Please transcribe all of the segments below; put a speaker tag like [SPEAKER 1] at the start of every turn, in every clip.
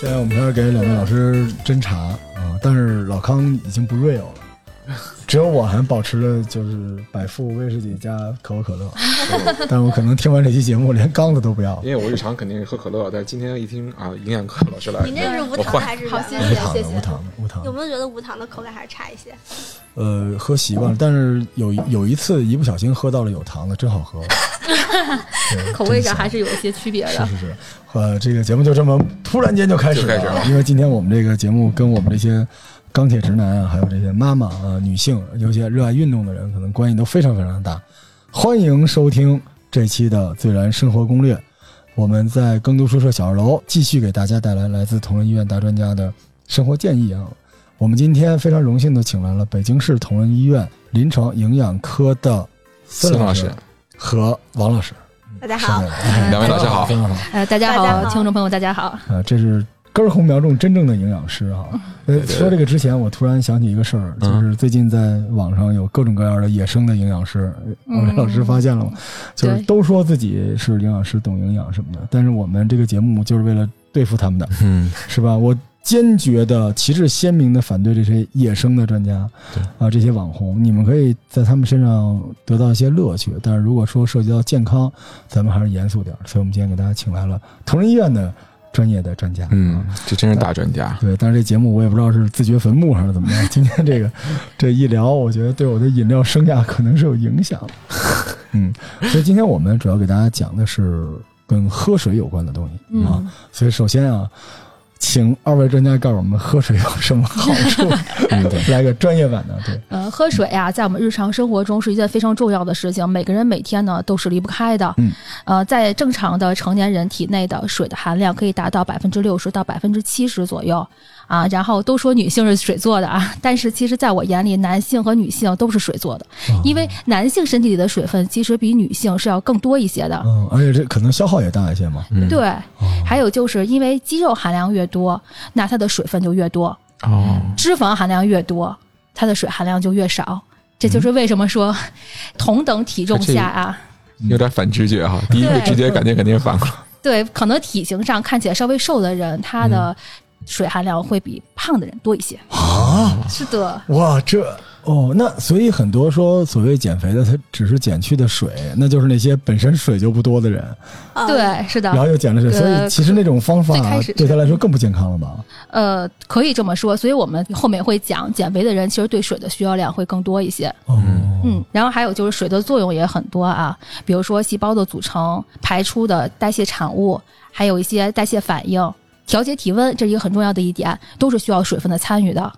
[SPEAKER 1] 现在我们开始给两位老师斟茶啊，但是老康已经不 real 了， 只有我还保持着就是百富威士忌加可口可乐， 但我可能听完这期节目连缸子都不 要了。
[SPEAKER 2] 因为我日常肯定是喝可乐，但是今天一听啊，营养课老师来，
[SPEAKER 3] 你那个是无
[SPEAKER 2] 我
[SPEAKER 3] 糖的
[SPEAKER 2] 换
[SPEAKER 3] 还是
[SPEAKER 4] 好
[SPEAKER 3] 原
[SPEAKER 4] 谢
[SPEAKER 3] 味
[SPEAKER 4] 谢
[SPEAKER 1] 无糖
[SPEAKER 3] 的？
[SPEAKER 4] 哎谢
[SPEAKER 1] 的，
[SPEAKER 4] 谢
[SPEAKER 1] 无糖的，无糖
[SPEAKER 3] 有
[SPEAKER 1] 的。
[SPEAKER 3] 没有觉得无糖的口感还是差一些？
[SPEAKER 1] 呃，喝习惯了，但是有有一次一不小心喝到了有糖的，真好 喝。对
[SPEAKER 4] 口味
[SPEAKER 1] 真
[SPEAKER 4] 上
[SPEAKER 1] 香
[SPEAKER 4] 还是有一些区别
[SPEAKER 1] 是
[SPEAKER 4] 的。
[SPEAKER 1] 是是，呃，这个节目就这么突然间就开始
[SPEAKER 2] 就开始了
[SPEAKER 1] 因为今天我们这个节目跟我们这些钢铁直男啊，还有这些妈妈啊、女性，尤其热爱运动的人，可能关系都非常非常大。欢迎收听这期的《最燃生活攻略》，我们在耕读书社小二楼继续给大家带来来自同仁医院大专家的生活建议啊。我们今天非常荣幸的请来了北京市同仁医院临床营养科的孙
[SPEAKER 2] 孙
[SPEAKER 1] 老
[SPEAKER 2] 老
[SPEAKER 5] 哎
[SPEAKER 2] 师，
[SPEAKER 1] 和王老师。
[SPEAKER 4] 嗯
[SPEAKER 3] 大家
[SPEAKER 1] 上
[SPEAKER 3] 好
[SPEAKER 1] 来，了
[SPEAKER 2] 两位老师好
[SPEAKER 1] 非常好。
[SPEAKER 4] 呃，大家
[SPEAKER 3] 大家
[SPEAKER 4] 好，
[SPEAKER 3] 好
[SPEAKER 4] 听众朋友，大家好。
[SPEAKER 1] 啊，这是根儿红苗种真正的营养师哈。
[SPEAKER 4] 嗯
[SPEAKER 1] 呃，说这个之前，我突然想起一个事儿，就
[SPEAKER 2] 嗯
[SPEAKER 1] 是最近在网上有各种各样的野生的营养师，呃我们
[SPEAKER 4] 嗯
[SPEAKER 1] 老师发现了嘛，就是
[SPEAKER 4] 对
[SPEAKER 1] 都说自己是营养师，懂营养什么的，但是我们这个节目就是为了对付他们的，
[SPEAKER 2] 嗯，
[SPEAKER 1] 是吧？我。坚决的、旗帜鲜明的反对这些野生的专家，
[SPEAKER 2] 对
[SPEAKER 1] 啊，这些网红，你们可以在他们身上得到一些乐趣，但是如果说涉及到健康，咱们还是严肃点儿。所以，我们今天给大家请来了同仁医院的专业的专家，啊
[SPEAKER 2] 嗯，这真是大专家，
[SPEAKER 1] 对，但是这节目我也不知道是自掘坟墓还是怎么样。今天这个这一聊，我觉得对我的饮料生涯可能是有影响的。嗯，所以今天我们主要给大家讲的是跟喝水有关的东西、啊。
[SPEAKER 4] 嗯，
[SPEAKER 1] 所以首先啊，请二位专家告诉我们喝水有什么好处， 来个专业版的。对，
[SPEAKER 4] 呃，喝水啊，在我们日常生活中是一件非常重要的事情，每个人每天呢都是离不开的。
[SPEAKER 1] 嗯，
[SPEAKER 4] 呃，在正常的成年人体内的水的含量可以达到百分之六十到百分之七十左右啊。然后都说女性是水做的啊，但是其实在我眼里，男性和女性都是水做的，
[SPEAKER 1] 哦
[SPEAKER 4] 因为男性身体里的水分其实比女性是要更多一些的。
[SPEAKER 1] 嗯，而且这可能消耗也大一些嘛。
[SPEAKER 2] 嗯，
[SPEAKER 4] 对，
[SPEAKER 1] 哦
[SPEAKER 4] 还有就是因为肌肉含量越多，那它的水分就越多；
[SPEAKER 2] 哦，
[SPEAKER 4] 脂肪含量越多，它的水含量就越少。这
[SPEAKER 1] 嗯
[SPEAKER 4] 就是为什么说， 同等体重下啊，
[SPEAKER 2] 嗯有点反直觉哈，第一个
[SPEAKER 4] 对
[SPEAKER 2] 直觉感觉肯定反过来，
[SPEAKER 4] 对，可能体型上看起来稍微瘦的人，他的水含量会比胖的人多一些。
[SPEAKER 1] 嗯啊，
[SPEAKER 4] 是的，
[SPEAKER 1] 哇，这哦，那所以很多说所谓减肥的，他只是减去的水，那就是那些本身水就不多的人，
[SPEAKER 3] 嗯，
[SPEAKER 4] 对，是
[SPEAKER 1] 然
[SPEAKER 4] 的，
[SPEAKER 1] 后又减了水，
[SPEAKER 4] 呃
[SPEAKER 1] 所以其实那种方法
[SPEAKER 4] 最开始是
[SPEAKER 1] 对他来说更不健康了吧？
[SPEAKER 4] 呃，可以这么说。所以我们后面会讲，减肥的人其实对水的需要量会更多一些。
[SPEAKER 1] 哦，
[SPEAKER 4] 嗯，然后还有就是水的作用也很多啊，比如说细胞的组成、排出的代谢产物，还有一些代谢反应。调节体温，这是一个很重要的一点，都是需要水分的参与的。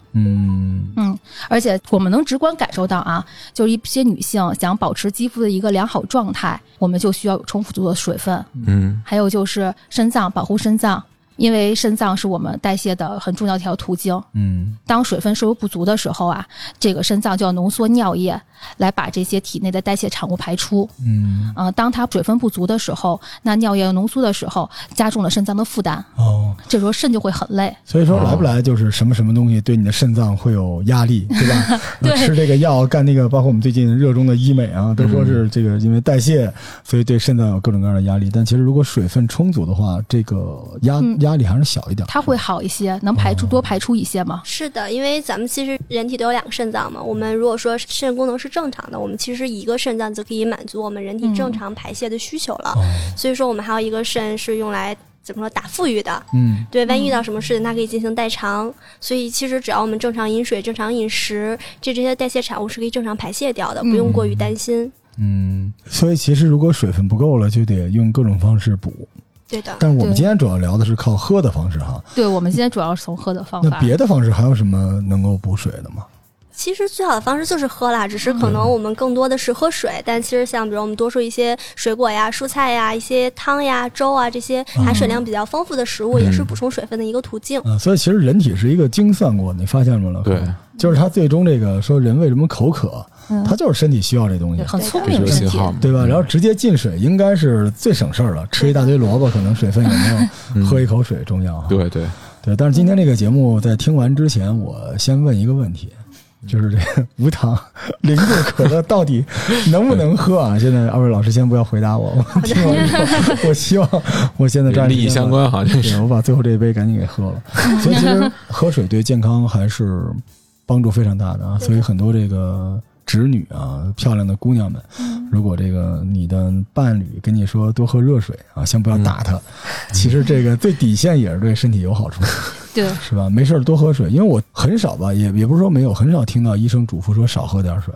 [SPEAKER 1] 嗯
[SPEAKER 4] 而且我们能直观感受到啊，就是一些女性想保持肌肤的一个良好状态，我们就需要有充足的水分。
[SPEAKER 2] 嗯
[SPEAKER 4] 还有就是肾脏，保护肾脏，因为肾脏是我们代谢的很重要的一条途径。
[SPEAKER 1] 嗯
[SPEAKER 4] 当水分摄入不足的时候啊，这个肾脏就要浓缩尿液来把这些体内的代谢产物排出。
[SPEAKER 1] 嗯，
[SPEAKER 4] 呃，当它水分不足的时候，那尿液浓缩的时候，加重了肾脏的负担，
[SPEAKER 1] 哦，
[SPEAKER 4] 这时候肾就会很累。
[SPEAKER 1] 所以说来不来就是什么什么东西对你的肾脏会有压力，对 吧？呃
[SPEAKER 4] 对
[SPEAKER 1] 吃这个药，干那个，包括我们最近热衷的医美啊，都说
[SPEAKER 4] 嗯
[SPEAKER 1] 是这个因为代谢，所以对肾脏有各种各样的压力。但其实如果水分充足的话，这个压
[SPEAKER 4] 嗯
[SPEAKER 1] 压力还是小一点。
[SPEAKER 4] 它会好一些，能排
[SPEAKER 1] 哦
[SPEAKER 4] 出多排出一些嘛？
[SPEAKER 3] 是的，因为咱们其实人体都有两个肾脏嘛。我们如果说肾功能是正常的，我们其实一个肾脏就可以满足我们人
[SPEAKER 4] 嗯
[SPEAKER 3] 体正常排泄的需求了。
[SPEAKER 1] 哦，
[SPEAKER 3] 所以说，我们还有一个肾是用来怎么说打富裕的。
[SPEAKER 1] 嗯
[SPEAKER 3] 对，万一遇到什么事情，它可以进行代偿。所以，其实只要我们正常饮水、正常饮食，这这些代谢产物是可以正常排泄掉的，不用过于担心。
[SPEAKER 1] 嗯，所以其实如果水分不够了，就得用各种方式补。
[SPEAKER 3] 对的，
[SPEAKER 1] 但是我们
[SPEAKER 4] 对
[SPEAKER 1] 今天主要聊的是靠喝的方式哈，
[SPEAKER 4] 对，我们今天主要是从喝的方
[SPEAKER 1] 那
[SPEAKER 4] 法。
[SPEAKER 1] 别的方式还有什么能够补水的吗？
[SPEAKER 3] 其实最好的方式就是喝啦，只是可
[SPEAKER 4] 嗯
[SPEAKER 3] 能我们更多的是喝水，但其实像比如我们多数一些水果呀、蔬菜呀、一些汤呀、粥啊这些
[SPEAKER 4] 嗯
[SPEAKER 3] 含水量比较丰富的食物，也是补充水分的一个途径。
[SPEAKER 1] 啊，所以其实人体是一个精算过，你发现了吗？老师
[SPEAKER 2] 对，
[SPEAKER 1] 就是他最终这个说人为什么口渴，
[SPEAKER 4] 嗯
[SPEAKER 1] 他就是身体需要这东西
[SPEAKER 4] 对，很聪
[SPEAKER 2] 这
[SPEAKER 4] 明
[SPEAKER 2] 就是
[SPEAKER 4] 的身
[SPEAKER 2] 信
[SPEAKER 4] 体，
[SPEAKER 2] 号嘛，
[SPEAKER 1] 对吧？然后直接进水应该是最省事儿了，吃一大堆萝卜，可能水分也 没有喝一口水重要哈。
[SPEAKER 2] 嗯
[SPEAKER 1] 啊
[SPEAKER 2] 对对，
[SPEAKER 1] 对，但是今天这个节目在听完之前，我先问一个问题，
[SPEAKER 2] 嗯
[SPEAKER 1] 就是这个无糖 零度可乐到底能不能喝啊？现在二位老师先不要回答我，我听完以后，我希望我现在这样
[SPEAKER 2] 利益相关哈，这
[SPEAKER 1] 对，
[SPEAKER 2] 是
[SPEAKER 1] 我把最后这一杯赶紧给喝了。所以其实喝水对健康还是帮助非常大的啊。所以很多这个侄女啊，漂亮的姑娘们，如果这个你的伴侣跟你说多喝热水啊，先不要打他。其实这个最底线也是对身体有好处，
[SPEAKER 4] 对，
[SPEAKER 1] 是吧？没事儿多喝水，因为我很少吧，也也不是说没有，很少听到医生嘱咐说少喝点水。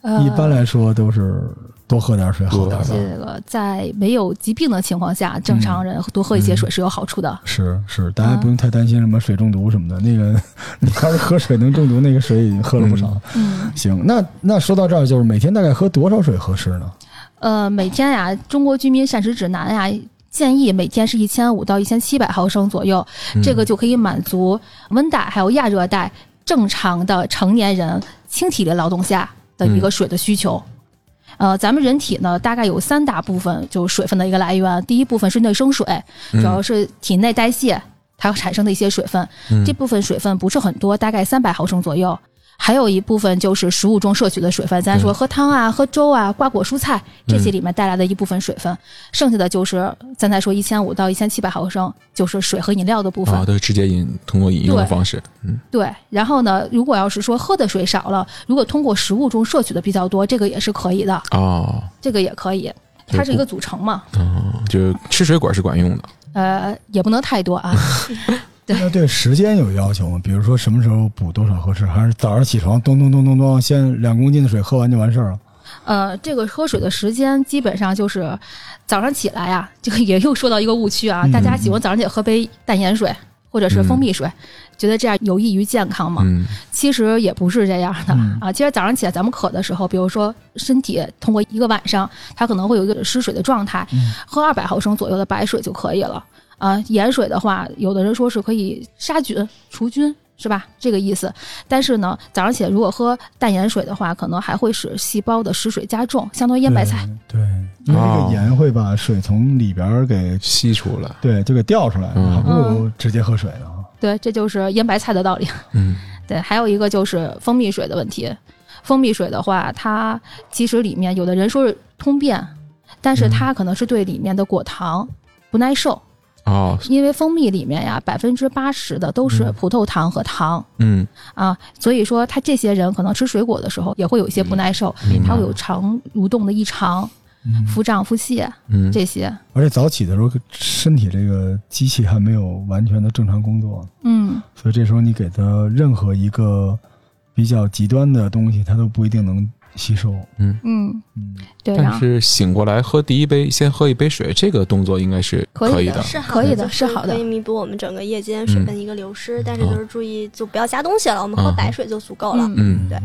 [SPEAKER 4] 呃
[SPEAKER 1] 一般来说都是多喝点水好点儿
[SPEAKER 4] 这
[SPEAKER 1] 吧。
[SPEAKER 4] 个在没有疾病的情况下，正常
[SPEAKER 1] 嗯
[SPEAKER 4] 人多喝一些水是有好处的。
[SPEAKER 1] 是是，大家不用
[SPEAKER 4] 嗯
[SPEAKER 1] 太担心什么水中毒什么的。那个， 你要是喝水能中毒，那个水已经喝了不少。
[SPEAKER 4] 嗯，
[SPEAKER 1] 行，那那说到这儿，就是每天大概喝多少水合适呢？
[SPEAKER 4] 呃，每天呀、中国居民膳食指南呀、建议每天是一千五到一千七百毫升左右，这个就可以满足温带还有亚热带正常的成年人轻体力劳动下的一个水的需求。呃，咱们人体呢，大概有三大部分，就是水分的一个来源。第一部分是内生水，主要是体内代谢它产生的一些水分。这部分水分不是很多，大概三百毫升左右。还有一部分就是食物中摄取的水分，咱说喝汤啊、喝粥啊、瓜果蔬菜这些里面带来的一部分水分，剩下的就是咱再说一千五到一千七百毫升，就是水和饮料的部分。
[SPEAKER 5] 哦
[SPEAKER 2] 啊，都是直接饮，通过饮用的
[SPEAKER 4] 对
[SPEAKER 2] 方式，嗯
[SPEAKER 4] 对，然后呢，如果要是说喝的水少了，如果通过食物中摄取的比较多，这个也是可以的，
[SPEAKER 2] 哦，
[SPEAKER 4] 这个也可以，它是一个组成嘛，
[SPEAKER 2] 嗯，就是吃水果是管用的，
[SPEAKER 4] 呃，也不能太多啊。对
[SPEAKER 1] 那对时间有要求吗？比如说什么时候补多少合适？还是早上起床咚咚咚咚咚，先两公斤的水喝完就完事儿了？
[SPEAKER 4] 呃，这个喝水的时间基本上就是早上起来啊，这个也又说到一个误区啊，大家喜欢早上起来喝杯淡盐水或者是蜂蜜水，觉得这样有益于健康嘛？
[SPEAKER 2] 嗯
[SPEAKER 4] 其实也不是这样的、
[SPEAKER 1] 嗯
[SPEAKER 4] 啊。其实早上起来咱们渴的时候，比如说身体通过一个晚上，它可能会有一个失水的状态，
[SPEAKER 1] 嗯
[SPEAKER 4] 喝二百毫升左右的白水就可以了。啊，盐水的话，有的人说是可以杀菌除菌，是吧？这个意思。但是呢，早上起来如果喝淡盐水的话，可能还会使细胞的失水加重，相当于腌白菜。
[SPEAKER 1] 对，因为这
[SPEAKER 2] 哦
[SPEAKER 1] 个盐会把水从里边儿给
[SPEAKER 2] 吸出来，
[SPEAKER 1] 对就给调出来，
[SPEAKER 2] 嗯
[SPEAKER 1] 还不如直接喝水啊呢。
[SPEAKER 4] 对，这就是腌白菜的道理。
[SPEAKER 2] 嗯
[SPEAKER 4] 对，还有一个就是蜂蜜水的问题。蜂蜜水的话，它其实里面有的人说是通便，但
[SPEAKER 2] 嗯
[SPEAKER 4] 是它可能是对里面的果糖不耐受，
[SPEAKER 2] 哦，
[SPEAKER 4] 因为蜂蜜里面呀百分之八十的都是葡萄糖和糖、
[SPEAKER 2] 嗯，
[SPEAKER 4] 啊，所以说他这些人可能吃水果的时候也会有一些不耐受，
[SPEAKER 2] 嗯明白
[SPEAKER 4] 他会有肠蠕动的异常、
[SPEAKER 1] 嗯，
[SPEAKER 4] 腹胀、腹泻
[SPEAKER 2] 嗯，
[SPEAKER 4] 这些。
[SPEAKER 1] 而且早起的时候，身体这个机器还没有完全的正常工作，
[SPEAKER 4] 嗯，
[SPEAKER 1] 所以这时候你给它任何一个比较极端的东西，它都不一定能吸收。
[SPEAKER 4] 嗯，
[SPEAKER 1] 嗯，
[SPEAKER 4] 对，然
[SPEAKER 2] 但
[SPEAKER 4] 后
[SPEAKER 2] 是醒过来喝第一杯，先喝一杯水，这个动作应该是
[SPEAKER 4] 可以
[SPEAKER 2] 以
[SPEAKER 4] 的
[SPEAKER 2] 的，
[SPEAKER 3] 是
[SPEAKER 4] 可以的
[SPEAKER 3] 就是
[SPEAKER 4] 好的嗯
[SPEAKER 3] 可以弥补我们整个夜间水分的一个流失，但是
[SPEAKER 2] 哦
[SPEAKER 3] 就是注意就不要加东西了，我们喝
[SPEAKER 2] 嗯
[SPEAKER 3] 白水就足够了。
[SPEAKER 4] 嗯
[SPEAKER 2] 嗯，
[SPEAKER 3] 对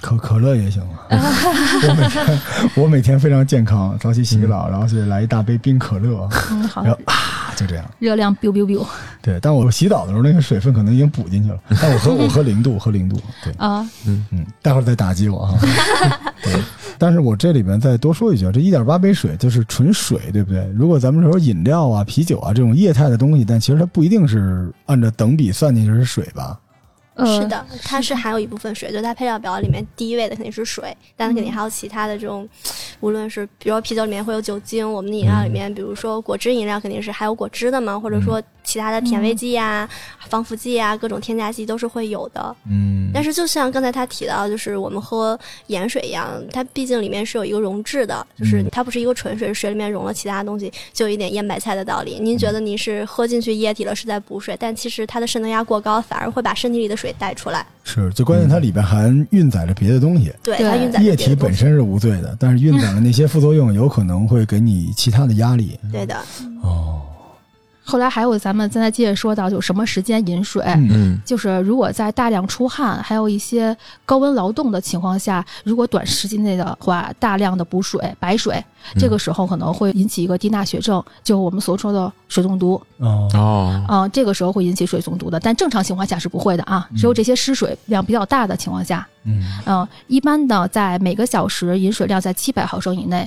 [SPEAKER 1] 可可乐也行啊。我每天 我每天非常健康，早起洗个澡，然后就来一大杯冰可乐，
[SPEAKER 4] 嗯好
[SPEAKER 1] 然，后啊嗯就这样。
[SPEAKER 4] 热量 biu biu biu
[SPEAKER 1] 对，但我洗澡的时候那个水分可能已经补进去了，但我喝我喝零度，喝零度。对，
[SPEAKER 4] 啊，
[SPEAKER 1] 嗯，待会儿再打击我啊。 对，但是我这里面再多说一句啊，这一点八杯水就是纯水，对不对？如果咱们说饮料啊、啤酒啊这种液态的东西，但其实它不一定是按照等比算进去是水吧？
[SPEAKER 4] 呃
[SPEAKER 3] 是的，它是含有一部分水，就它配料表里面第一位的肯定是水，但它肯定还有其他的这种，无论是比如说啤酒里面会有酒精，我们的饮料里面，比如说果汁饮料肯定是还有果汁的嘛，或者说其他的甜味剂呀、防腐剂啊呀、各种添加剂都是会有的。
[SPEAKER 1] 嗯
[SPEAKER 3] 但是就像刚才他提到，就是我们喝盐水一样，它毕竟里面是有一个溶质的，就是
[SPEAKER 1] 嗯
[SPEAKER 3] 它不是一个纯水，水里面溶了其他东西，就有一点腌白菜的道理。您
[SPEAKER 1] 嗯
[SPEAKER 3] 觉得您是喝进去液体了，是在补水，但其实它的渗透压过高，反而会把身体里的水带出来。
[SPEAKER 1] 是，最关键它里边含运载着别的东西。
[SPEAKER 3] 对，
[SPEAKER 4] 对
[SPEAKER 3] 它运载
[SPEAKER 1] 液
[SPEAKER 3] 着别的
[SPEAKER 1] 体
[SPEAKER 3] 东
[SPEAKER 1] 本
[SPEAKER 3] 西。
[SPEAKER 1] 身是无罪的，但是运载的那些副作用有可能会给你其他的压力。
[SPEAKER 3] 对的，
[SPEAKER 1] 哦，
[SPEAKER 4] 后来还有咱们再接着说到，就什么时间饮水。
[SPEAKER 1] 嗯
[SPEAKER 2] 嗯
[SPEAKER 4] 就是如果在大量出汗，还有一些高温劳动的情况下，如果短时间内的话，大量的补水、白水，这个时候可能会引起一个低钠血症，就我们所说的水中毒。
[SPEAKER 1] 哦，
[SPEAKER 2] 哦，
[SPEAKER 4] 嗯、这个时候会引起水中毒的，但正常情况下是不会的啊，只有这些失水量比较大的情况下，
[SPEAKER 1] 嗯，
[SPEAKER 4] 嗯，一般呢，在每个小时饮水量在七百毫升以内，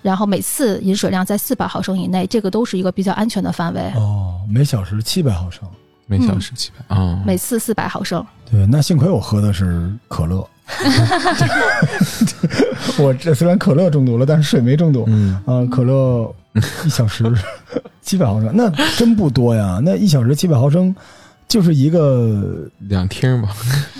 [SPEAKER 4] 然后每次饮
[SPEAKER 1] 嗯
[SPEAKER 4] 水量在四百毫升以内，这个都是一个比较安全的范围。
[SPEAKER 1] 哦，每小时七百毫升，
[SPEAKER 5] 每小时七百啊，
[SPEAKER 4] 每次四百毫升。
[SPEAKER 1] 对，那幸亏我喝的是可乐。 我这虽然可乐中毒了，但是水没中毒。
[SPEAKER 5] 嗯，
[SPEAKER 1] 啊、可乐一小 时七百毫升，那真不多呀。那一小时七百毫升，就是一个
[SPEAKER 5] 两听吧，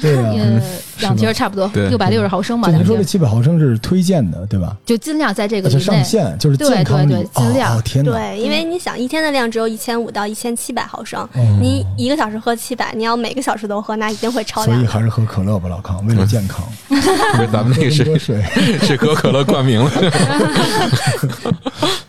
[SPEAKER 1] 对呀、
[SPEAKER 4] 呃，两
[SPEAKER 1] 嗯 是
[SPEAKER 4] 瓶
[SPEAKER 1] 吧
[SPEAKER 4] 儿差不多
[SPEAKER 5] 对
[SPEAKER 4] 六百六十毫升吧，
[SPEAKER 1] 就
[SPEAKER 4] 两
[SPEAKER 1] 您说这
[SPEAKER 4] 瓶儿
[SPEAKER 1] 七百毫升是推荐的，对吧？
[SPEAKER 4] 就尽量在这个
[SPEAKER 1] 而且
[SPEAKER 4] 里
[SPEAKER 1] 上
[SPEAKER 4] 内。
[SPEAKER 1] 限就是健康里
[SPEAKER 4] 对对对尽量
[SPEAKER 1] 哦哦天哪！
[SPEAKER 3] 对，因为你想一天的量只有一千五到一千七百毫升，
[SPEAKER 1] 哦
[SPEAKER 3] 你一个小时喝七百，你要每个小时都喝，那一定会超
[SPEAKER 1] 哦所
[SPEAKER 3] 量
[SPEAKER 1] 以
[SPEAKER 3] 的。
[SPEAKER 1] 还是喝可乐吧，老康，为了健康。
[SPEAKER 5] 不是咱们
[SPEAKER 1] 喝
[SPEAKER 5] 嗯 那个
[SPEAKER 1] 这么多
[SPEAKER 5] 是
[SPEAKER 1] 水，
[SPEAKER 5] 是可口可乐冠名了，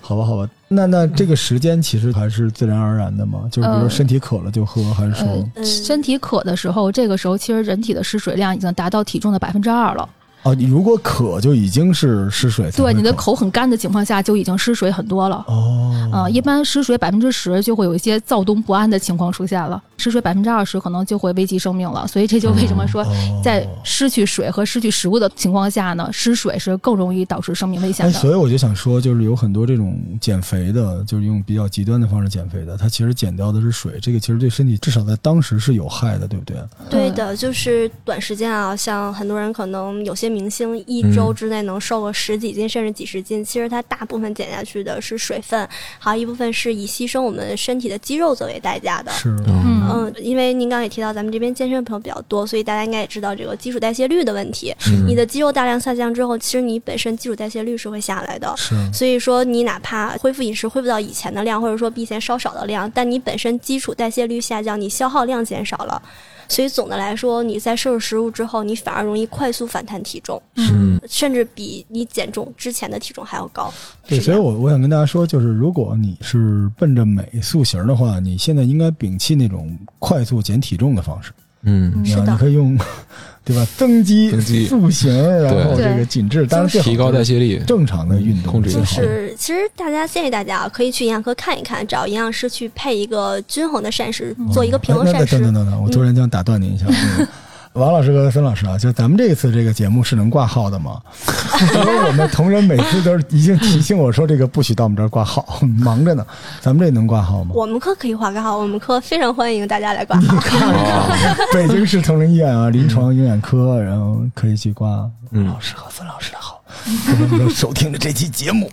[SPEAKER 1] 好吧，好吧。那那这个时间其实还是自然而然的嘛，就是比如说
[SPEAKER 4] 呃
[SPEAKER 1] 身体渴了就喝，还是说
[SPEAKER 4] 呃，身体渴的时候，这个时候其实人体的失水量已经达到体重的百分之二了。
[SPEAKER 1] 哦，你如果渴就已经是失水才会渴，
[SPEAKER 4] 对，你的口很干的情况下，就已经失水很多了。
[SPEAKER 1] 哦
[SPEAKER 4] 啊、一般失水百分之十就会有一些躁动不安的情况出现了，失水百分之二十可能就会危及生命了。所以这就为什么说，
[SPEAKER 1] 哦
[SPEAKER 4] 在失去水和失去食物的情况下呢，失水是更容易导致生命危险
[SPEAKER 1] 哎，
[SPEAKER 4] 的。
[SPEAKER 1] 所以我就想说，就是有很多这种减肥的，就是用比较极端的方式减肥的，它其实减掉的是水，这个其实对身体至少在当时是有害的，对不对？
[SPEAKER 4] 嗯
[SPEAKER 3] 对的，就是短时间啊，像很多人可能有些明星一周之内能瘦个十几斤甚至几十斤，其实它大部分减下去的是水分，还有一部分是以牺牲我们身体的肌肉作为代价的。
[SPEAKER 1] 是，
[SPEAKER 5] 嗯
[SPEAKER 4] 嗯
[SPEAKER 3] 嗯，因为您刚刚也提到咱们这边健身的朋友比较多，所以大家应该也知道这个基础代谢率的问题。你的肌肉大量下降之后，其实你本身基础代谢率是会下来的。
[SPEAKER 1] 是，
[SPEAKER 3] 所以说，你哪怕恢复饮食恢复到以前的量，或者说比以前稍少的量，但你本身基础代谢率下降，你消耗量减少了，所以总的来说，你在摄入食物之后，你反而容易快速反弹体重，
[SPEAKER 5] 嗯
[SPEAKER 3] 甚至比你减重之前的体重还要高。
[SPEAKER 1] 对，
[SPEAKER 3] 是这
[SPEAKER 1] 所以
[SPEAKER 3] 样
[SPEAKER 1] 我我想跟大家说，就是如果你是奔着美塑形的话，你现在应该摒弃那种快速减体重的方式，
[SPEAKER 5] 嗯，
[SPEAKER 1] 你
[SPEAKER 3] 是
[SPEAKER 1] 看你
[SPEAKER 3] 的，
[SPEAKER 1] 可以用， 对吧？增肌、
[SPEAKER 5] 增肌
[SPEAKER 1] 塑形，然后
[SPEAKER 4] 对
[SPEAKER 1] 这个紧致，当然最好
[SPEAKER 5] 提高代谢力，嗯
[SPEAKER 1] 正常的运动
[SPEAKER 5] 控制一下
[SPEAKER 1] 最
[SPEAKER 3] 就
[SPEAKER 1] 好
[SPEAKER 3] 是其实大家建议大家啊，可以去营养科看一看，找营养师去配一个均衡的膳食，做一个平衡
[SPEAKER 1] 哎那
[SPEAKER 3] 膳
[SPEAKER 1] 等等
[SPEAKER 3] 食。
[SPEAKER 1] 等等，我突然想打断 您一下。嗯王老师和孙老师啊，就咱们这次这个节目是能挂号的 吗？因为我们同仁每次都是已经提醒我说这个不许到我们这儿挂号， 忙着呢。咱们这能挂号吗？
[SPEAKER 3] 我们科可以挂个号，我们科非常欢迎大家 来挂号。
[SPEAKER 1] 北京市同仁医院啊，临床营养科，然后可以去挂
[SPEAKER 5] 嗯
[SPEAKER 1] 老师和孙老师的号，我们都收听着这期节目。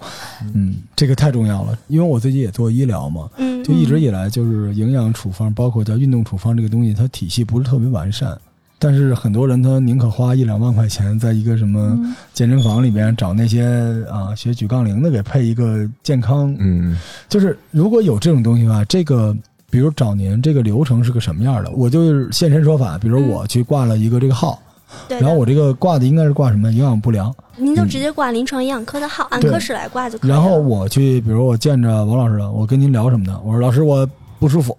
[SPEAKER 1] 嗯，这个太重要了，因为我自己也做医疗嘛，
[SPEAKER 3] 嗯
[SPEAKER 1] 就一直以来就是营养处方，包括叫运动处方这个东西，它体系不是特别完善。但是很多人他宁可花一两万块钱，在一个什么
[SPEAKER 4] 嗯
[SPEAKER 1] 健身房里边找那些啊学举杠铃的给配一个健康
[SPEAKER 5] 嗯
[SPEAKER 1] 就是如果有这种东西的话，这个比如找您这个流程是个什么样的？我就是现身说法，比如我去挂了一个这个号，
[SPEAKER 3] 嗯对的
[SPEAKER 1] 然后我这个挂的应该是挂什么营养不良，
[SPEAKER 3] 您就直接挂临床营养科的号，按
[SPEAKER 1] 对
[SPEAKER 3] 科室来挂就可以了。
[SPEAKER 1] 然后我去，比如我见着王老师了，我跟您聊什么呢？我说老师我不舒 服，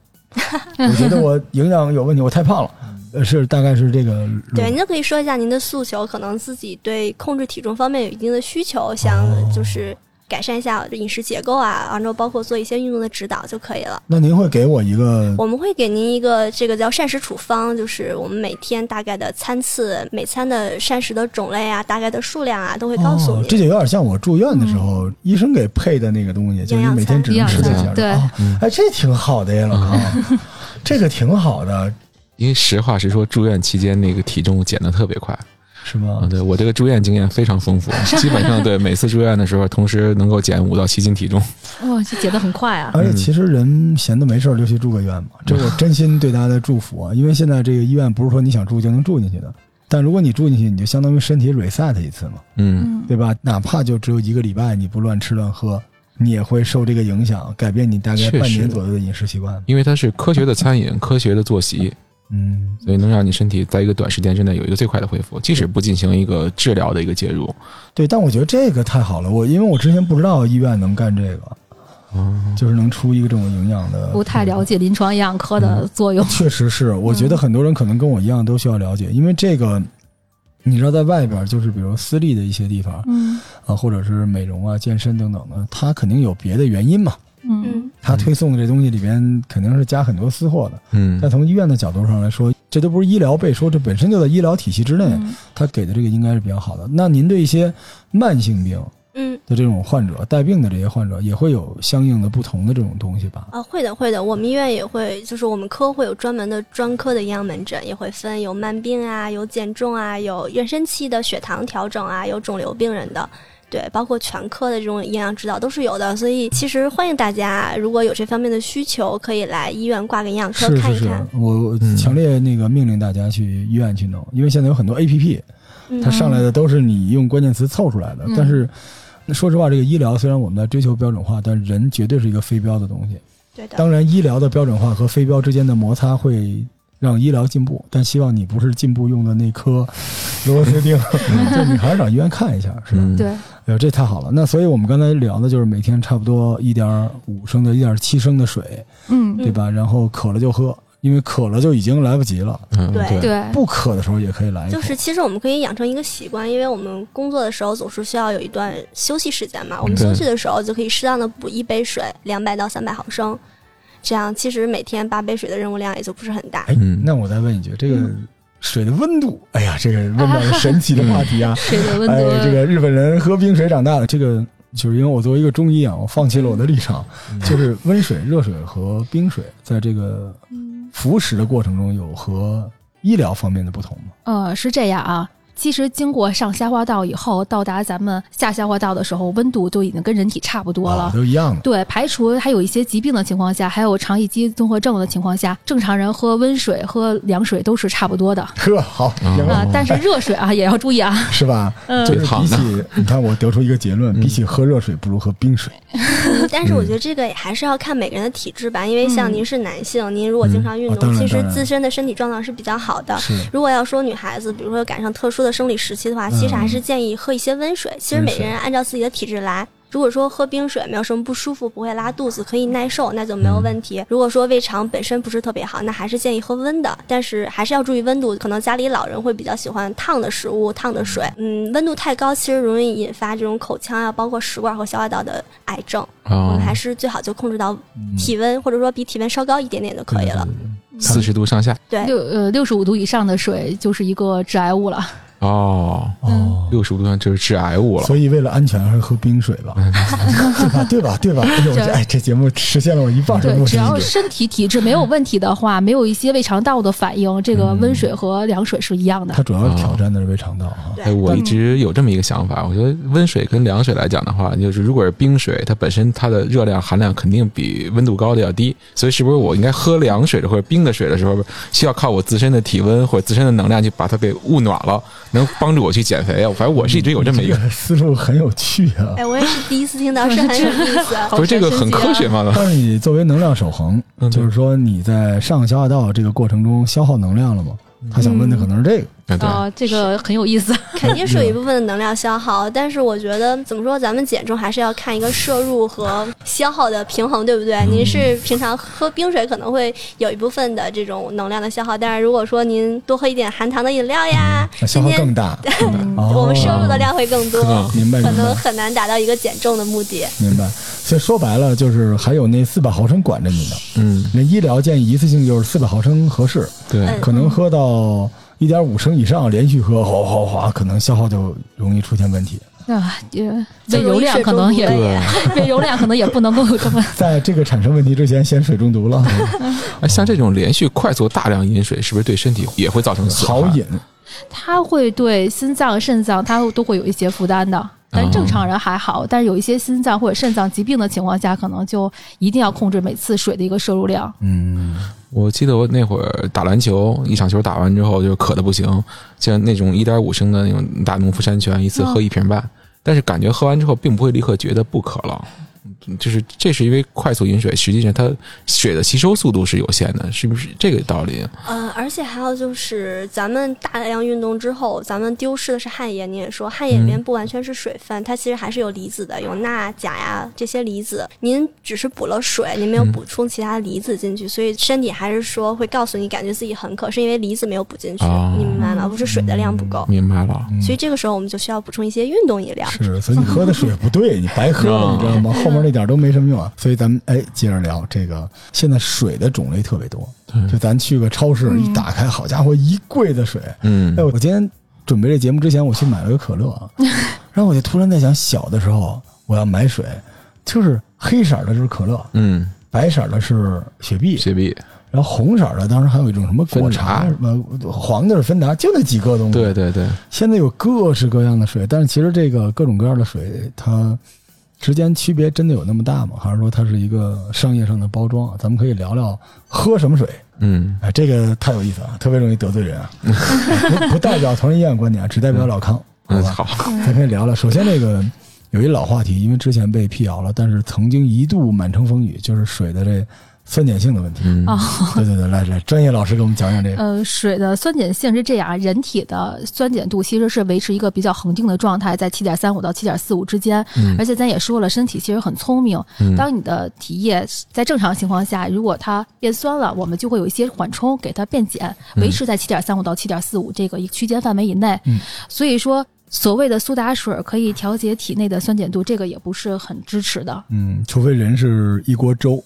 [SPEAKER 1] 我觉得我营养有问题，我太胖了，呃是大概是这个路
[SPEAKER 3] 嗯对，您就可以说一下您的诉求，可能自己对控制体重方面有一定的需求，想
[SPEAKER 1] 哦
[SPEAKER 3] 就是改善一下饮食结构啊，然后包括做一些运动的指导就可以了。
[SPEAKER 1] 那您会给我一个
[SPEAKER 3] 我们会给您一个这个叫膳食处方，就是我们每天大概的餐次、每餐的膳食的种类啊、大概的数量啊，都会告诉嗯
[SPEAKER 1] 哦
[SPEAKER 3] 您。
[SPEAKER 1] 这就有点像我住院的时候、医生给配的那个东西，就是你每天只能吃这些。
[SPEAKER 4] 营养餐对
[SPEAKER 1] 哦哎，这挺好的呀，老 康，这个挺好的，
[SPEAKER 5] 因为实话实说，住院期间那个体重减的特别快
[SPEAKER 1] 是
[SPEAKER 5] 啊。
[SPEAKER 1] 吗？
[SPEAKER 5] 对我这个住院经验非常丰富，基本上对每次住院的时候，同时能够减五到七斤体重。
[SPEAKER 4] 哇，这减得很快啊！
[SPEAKER 1] 而且其实人闲的没事儿就去住个院嘛，
[SPEAKER 5] 嗯
[SPEAKER 1] 这我真心对大家的祝福啊！因 为现在这个医院不是说你想住就能住进去的，但如果你住进去，你就相当于身体 reset 一次嘛，
[SPEAKER 5] 嗯，
[SPEAKER 4] 嗯，
[SPEAKER 1] 对吧？哪怕就只有一个礼拜你不乱吃乱喝，你也会受这个影响，改变你大概
[SPEAKER 5] 确实
[SPEAKER 1] 半年左右的饮食习惯。
[SPEAKER 5] 因为它是科学的餐饮、科学的作息，
[SPEAKER 1] 嗯，
[SPEAKER 5] 所以能让你身体在一个短时间之内有一个最快的恢复，即使不进行一个治疗的一个介入。
[SPEAKER 1] 对，但我觉得这个太好了，我因为我之前不知道医院能干这个，
[SPEAKER 5] 哦
[SPEAKER 1] 就是能出一个这种营养的，
[SPEAKER 4] 不太了解临床营养科
[SPEAKER 1] 嗯
[SPEAKER 4] 的作用。
[SPEAKER 1] 确实是，我觉得很多人可能跟我一样都需要了解，因为这个，你知道，在外边就是比如私立的一些地方
[SPEAKER 4] 嗯
[SPEAKER 1] 啊，或者是美容啊、健身等等的，它肯定有别的原因嘛。
[SPEAKER 4] 嗯
[SPEAKER 3] 嗯，
[SPEAKER 1] 它推送的这东西里边肯定是加很多私货的。
[SPEAKER 5] 嗯
[SPEAKER 1] 但从医院的角度上来说，这都不是医疗被说，这本身就在医疗体系之内，
[SPEAKER 4] 嗯
[SPEAKER 1] 它给的这个应该是比较好的。那您对一些慢性病，
[SPEAKER 3] 嗯，
[SPEAKER 1] 的这种患者，带病的这些患者也会有相应的不同的这种东西吧？
[SPEAKER 3] 啊，会的，会的。我们医院也会，就是我们科会有专门的专科的营养门诊，也会分有慢病啊，有减重啊，有妊娠期的血糖调整啊，有肿瘤病人的。对，包括全科的这种营养指导都是有的，所以其实欢迎大家，如果有这方面的需求，可以来医院挂个营养科
[SPEAKER 1] 是
[SPEAKER 3] 看
[SPEAKER 1] 是
[SPEAKER 3] 一
[SPEAKER 1] 是啊
[SPEAKER 3] 看。，
[SPEAKER 1] 我我
[SPEAKER 5] 嗯
[SPEAKER 1] 强烈那个命令大家去医院去弄，因为现在有很多 A P P，
[SPEAKER 3] 嗯
[SPEAKER 1] 它上来的都是你用关键词凑出来的。
[SPEAKER 4] 嗯
[SPEAKER 1] 但是说实话，这个医疗虽然我们在追求标准化，但人绝对是一个非标的东西。
[SPEAKER 3] 对的，
[SPEAKER 1] 当然，医疗的标准化和非标之间的摩擦会让医疗进步，但希望你不是进步用的那颗螺丝 钉，就你还是找医院看一下，是吧？
[SPEAKER 5] 嗯，
[SPEAKER 4] 对，
[SPEAKER 1] 哎呦，这太好了。那所以我们刚才聊的就是每天差不多一点五升的、一点七升的水，
[SPEAKER 4] 嗯，
[SPEAKER 1] 对吧？然后渴了就喝，因为渴了就已经来不及了。
[SPEAKER 5] 嗯，
[SPEAKER 3] 对
[SPEAKER 5] 对，
[SPEAKER 4] 对，
[SPEAKER 1] 不渴的时候也可以来一口，
[SPEAKER 3] 就是其实我们可以养成一个习惯，因为我们工作的时候总是需要有一段休息时间嘛。
[SPEAKER 1] 嗯
[SPEAKER 3] 我们
[SPEAKER 5] 对
[SPEAKER 3] 休息的时候就可以适当的补一杯水，两百到三百毫升，这样其实每天八杯水的任务量也就不是很大。
[SPEAKER 1] 哎
[SPEAKER 5] 嗯，
[SPEAKER 1] 那我再问一句，这个
[SPEAKER 4] 嗯
[SPEAKER 1] 水的温度，哎呀，这个问到了神 奇的话题啊！
[SPEAKER 4] 水嗯的温
[SPEAKER 1] 哎，
[SPEAKER 4] 度，
[SPEAKER 1] 这个日本人喝冰水长大的，这个就是因为我作为一个中医啊，我放弃了我的立场，
[SPEAKER 5] 嗯
[SPEAKER 1] 就是温水、热水和冰水在这个
[SPEAKER 4] 嗯
[SPEAKER 1] 服食的过程中有和医疗方面的不同吗？
[SPEAKER 4] 呃，是这样啊。其实经过上下化道以后，到达咱们下下化道的时候，温度就已经跟人体差不多了。
[SPEAKER 1] 啊都一样的。
[SPEAKER 4] 对，排除还有一些疾病的情况下，还有肠易激综合症的情况下，正常人喝温水、喝凉水都是差不多的啊、
[SPEAKER 1] 呵，好，
[SPEAKER 5] 嗯
[SPEAKER 1] 行了，
[SPEAKER 4] 但是热水啊也要注 意啊。
[SPEAKER 1] 是吧？
[SPEAKER 4] 嗯
[SPEAKER 1] 就是
[SPEAKER 5] 好
[SPEAKER 1] 比
[SPEAKER 5] 呢嗯
[SPEAKER 1] 起你看，我得出一个结论，比起喝热水，不如喝冰水。
[SPEAKER 3] 嗯但是我觉得这个也还是要看每个人的体质吧，因为像您是男性，您如果经常运
[SPEAKER 1] 嗯啊嗯当
[SPEAKER 3] 动，
[SPEAKER 1] 然
[SPEAKER 3] 其实
[SPEAKER 1] 当然
[SPEAKER 3] 自身的身体状况是比较好
[SPEAKER 4] 嗯
[SPEAKER 3] 的。
[SPEAKER 1] 是，
[SPEAKER 3] 如果要说女孩子，比如说赶上特殊的生理时期的话，其实还是建议喝一些嗯温水。其实每个人按照自己的体质来。如果说喝冰水没有什么不舒服，不会拉肚子，可以耐受，那就没有问题。如果说胃肠本身不是特别好，那还是建议喝温的，但是还是要注意温度。可能家里老人会比较喜欢烫的食物、烫的水，嗯，温度太高其实容易引发这种口腔啊，包括食管和消化道的癌症。我
[SPEAKER 5] 哦
[SPEAKER 3] 们，还是最好就控制到体温，或者说比体温稍高一点点就可以了。
[SPEAKER 5] 四十度上下
[SPEAKER 3] 对
[SPEAKER 4] 六呃六十五度以上的水就是一个致癌物了。嗯
[SPEAKER 5] 哦，
[SPEAKER 1] 哦，
[SPEAKER 5] 六十度上就是致癌物了。
[SPEAKER 1] 所以为了安全，还是喝冰水吧， 对吧？对吧？对吧？哎呦，
[SPEAKER 4] 对
[SPEAKER 1] 这哎，这节目实现了我一半的
[SPEAKER 4] 对
[SPEAKER 1] 目，的
[SPEAKER 4] 只。要身体体质没有问题的话，没有一些胃肠道的反应，这
[SPEAKER 1] 嗯
[SPEAKER 4] 个温水和凉水是一样的
[SPEAKER 1] 它。主要是挑战的是胃肠道啊。
[SPEAKER 3] 对
[SPEAKER 5] 哎，我一直有这么一个想法，我觉得温水跟凉水来讲的话，就是如果是冰水，它本身它的热量含量肯定比温度高的要低，所以是不是我应该喝凉水或者冰的水的时候，需要靠我自身的体温或者自身的能量去把它给捂暖了，能帮助我去减肥啊？反正我是一直有这么一
[SPEAKER 1] 这
[SPEAKER 5] 个，
[SPEAKER 1] 个思路很有趣啊。
[SPEAKER 3] 哎，我也是第一次听到，是很有意思。啊
[SPEAKER 5] 不是这个很科学吗？
[SPEAKER 1] 但是你作为能量守恒，
[SPEAKER 5] 嗯对
[SPEAKER 1] 就是说你在上消化道这个过程中消耗能量了吗？他想问的可能是这个。
[SPEAKER 5] 啊，对，
[SPEAKER 4] 啊、这个很有意 思。
[SPEAKER 3] 肯定是有一部分的能量消耗，但是我觉得怎么说，咱们减重还是要看一个摄入和消耗的平衡，对不对？
[SPEAKER 1] 嗯
[SPEAKER 3] 您是平常喝冰水可能会有一部分的这种能量的消耗，但是如果说您多喝一点含糖的饮料呀，
[SPEAKER 1] 嗯那消
[SPEAKER 3] 今
[SPEAKER 1] 耗
[SPEAKER 3] 天
[SPEAKER 1] 更大。
[SPEAKER 3] 我
[SPEAKER 1] 哦
[SPEAKER 3] 们摄入的量会更多，
[SPEAKER 5] 嗯
[SPEAKER 1] 明白
[SPEAKER 3] 可
[SPEAKER 1] 明
[SPEAKER 3] 能
[SPEAKER 1] 白
[SPEAKER 3] 很难达到一个减重的目的。
[SPEAKER 1] 明白。所以说白了就是还有那四百毫升管着你呢。
[SPEAKER 5] 嗯，
[SPEAKER 1] 那医疗建议一次性就是四百毫升合适，
[SPEAKER 5] 对，
[SPEAKER 3] 嗯
[SPEAKER 1] 可能喝到一点五升以上，连续喝，哗哗哗，可能消耗就容易出现问题。
[SPEAKER 4] 啊，也
[SPEAKER 3] 就
[SPEAKER 4] 胃
[SPEAKER 3] 容
[SPEAKER 4] 容
[SPEAKER 3] 易
[SPEAKER 4] 量
[SPEAKER 3] 水
[SPEAKER 4] 可
[SPEAKER 3] 中
[SPEAKER 4] 能
[SPEAKER 3] 毒
[SPEAKER 4] 也
[SPEAKER 3] 了
[SPEAKER 5] 对。
[SPEAKER 4] 胃容量可能也不能够有这么
[SPEAKER 1] 在这个产生问题之前，先水中毒了，
[SPEAKER 5] 哎，像这种连续快速大量饮水，是不是对身体也会造成损
[SPEAKER 1] 好
[SPEAKER 5] 害？
[SPEAKER 1] 饮。
[SPEAKER 4] 它会对心脏、肾脏，它都会有一些负担的。但正常人还好，但是有一些心脏或者肾脏疾病的情况下，可能就一定要控制每次水的一个摄入量。
[SPEAKER 1] 嗯，
[SPEAKER 5] 我记得我那会儿打篮球，一场球打完之后就渴的不行，像那种一点五升的那种大农夫山泉，一
[SPEAKER 1] 嗯
[SPEAKER 5] 次喝一瓶半，但是感觉喝完之后并不会立刻觉得不渴了。嗯就是这是因为快速饮水，实际上它水的吸收速度是有限的，是不是这个道理？
[SPEAKER 3] 呃，而且还有就是，咱们大量运动之后，咱们丢失的是汗液。您也说，汗液里面不完全是水分，它其实还是有离子的，有钠、钾呀这些离子。您只是补了水，您没有补充其他离子进去，所以身体还是说会告诉你，感觉自己很渴，是因为离子没有补进去，
[SPEAKER 5] 哦
[SPEAKER 3] 你明白吗？不是水的量不够。
[SPEAKER 5] 明白了，
[SPEAKER 3] 所以这个时候我们就需要补充一些运动饮料。
[SPEAKER 1] 是，所以你喝的水不对，你白喝了，你知道吗？后面那点儿都没什么用啊。所以咱们哎，接着聊这个，现在水的种类特别多，就咱去个超市一打开，好家伙，一柜子水。
[SPEAKER 5] 嗯
[SPEAKER 1] 哎，，我今天准备这节目之前，我去买了个可乐啊，然后我就突然在想，小的时候我要买水，就是黑色儿的就是可乐，
[SPEAKER 5] 嗯，
[SPEAKER 1] 白色儿的是雪碧，
[SPEAKER 5] 雪碧，
[SPEAKER 1] 然后红色儿的当时还有一种什么果茶，
[SPEAKER 5] 芬
[SPEAKER 1] 什么黄的是芬达，就那几个东西。
[SPEAKER 5] 对，对对，
[SPEAKER 1] 现在有各式各样的水，但是其实这个各种各样的水，它之间区别真的有那么大吗？还是说它是一个商业上的包装？啊咱们可以聊聊喝什么水。
[SPEAKER 5] 嗯，
[SPEAKER 1] 哎，这个太有意思了，特别容易得罪人 啊！不不代表同仁医院观点，只代表老康，好
[SPEAKER 5] 嗯，
[SPEAKER 1] 吧？
[SPEAKER 5] 好，
[SPEAKER 1] 咱可以 聊聊。首先，这个有一老话题，因为之前被辟谣了，但是曾经一度满城风雨，就是水的这酸碱性的问题。
[SPEAKER 5] 嗯，
[SPEAKER 4] 哦
[SPEAKER 1] 对对对，来来，专业老师给我们讲讲这个。
[SPEAKER 4] 呃，水的酸碱性是这样，人体的酸碱度其实是维持一个比较恒定的状态，在七点三五到七点四五之间。
[SPEAKER 5] 嗯
[SPEAKER 4] 而且咱也说了，身体其实很聪明，
[SPEAKER 5] 嗯
[SPEAKER 4] 当你的体液在正常情况下，如果它变酸了，我们就会有一些缓冲给它变碱，维持在七点三五到七点四五这个一个区间范围以内。
[SPEAKER 1] 嗯
[SPEAKER 4] 所以说，所谓的苏打水可以调节体内的酸碱度，这个也不是很支持的。
[SPEAKER 1] 嗯，除非人是一锅粥，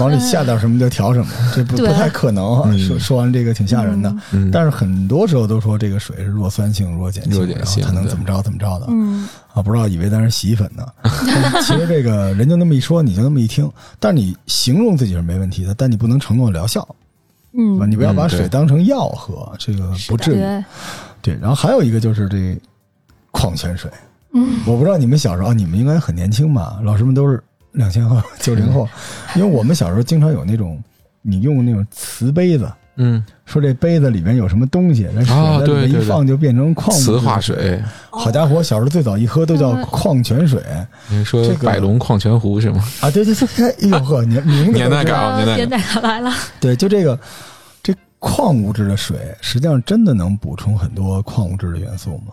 [SPEAKER 1] 往里下点什么就调什么，这不不
[SPEAKER 4] 对
[SPEAKER 1] 太可能啊。
[SPEAKER 5] 嗯
[SPEAKER 1] 说说完这个挺吓人的，
[SPEAKER 5] 嗯
[SPEAKER 1] 但是很多时候都说这个水是弱酸性、弱碱性，
[SPEAKER 5] 弱碱性
[SPEAKER 1] 然后它能
[SPEAKER 5] 对
[SPEAKER 1] 怎么着怎么着的。
[SPEAKER 4] 嗯，
[SPEAKER 1] 啊，不知道以为咱是洗衣粉 呢。但其实这个人就那么一说，你就那么一听，但是你形容自己是没问题的，但你不能承诺疗效，对吧？
[SPEAKER 4] 嗯，
[SPEAKER 1] 你不要把
[SPEAKER 5] 嗯
[SPEAKER 1] 水
[SPEAKER 5] 对
[SPEAKER 1] 当成药喝，这个不至于。
[SPEAKER 4] 对，
[SPEAKER 1] 对，然后还有一个就是这矿泉水，嗯，我不知道你们小时候，啊，你们应该很年轻吧？老师们都是两千后、九零 后，因为我们小时候经常有那种你用那种瓷杯子，
[SPEAKER 5] 嗯，
[SPEAKER 1] 说这杯子里面有什么东西，那水
[SPEAKER 5] 啊
[SPEAKER 1] 在
[SPEAKER 5] 对
[SPEAKER 1] 里面
[SPEAKER 5] 对
[SPEAKER 1] 一
[SPEAKER 5] 对
[SPEAKER 1] 放就变成矿物质
[SPEAKER 5] 磁
[SPEAKER 1] 的
[SPEAKER 5] 化。水，
[SPEAKER 1] 好家伙，小时候最早一喝都叫矿泉水
[SPEAKER 5] 你说
[SPEAKER 1] 这个
[SPEAKER 5] 百龙矿泉湖是吗？
[SPEAKER 1] 啊！对对对，哎呦呵， 你名字都
[SPEAKER 5] 年代
[SPEAKER 1] 知道
[SPEAKER 5] 感啊
[SPEAKER 4] 啊，
[SPEAKER 5] 年代感
[SPEAKER 4] 年代感来了。
[SPEAKER 1] 对，就这个这矿物质的水，实际上真的能补充很多矿物质的元素吗？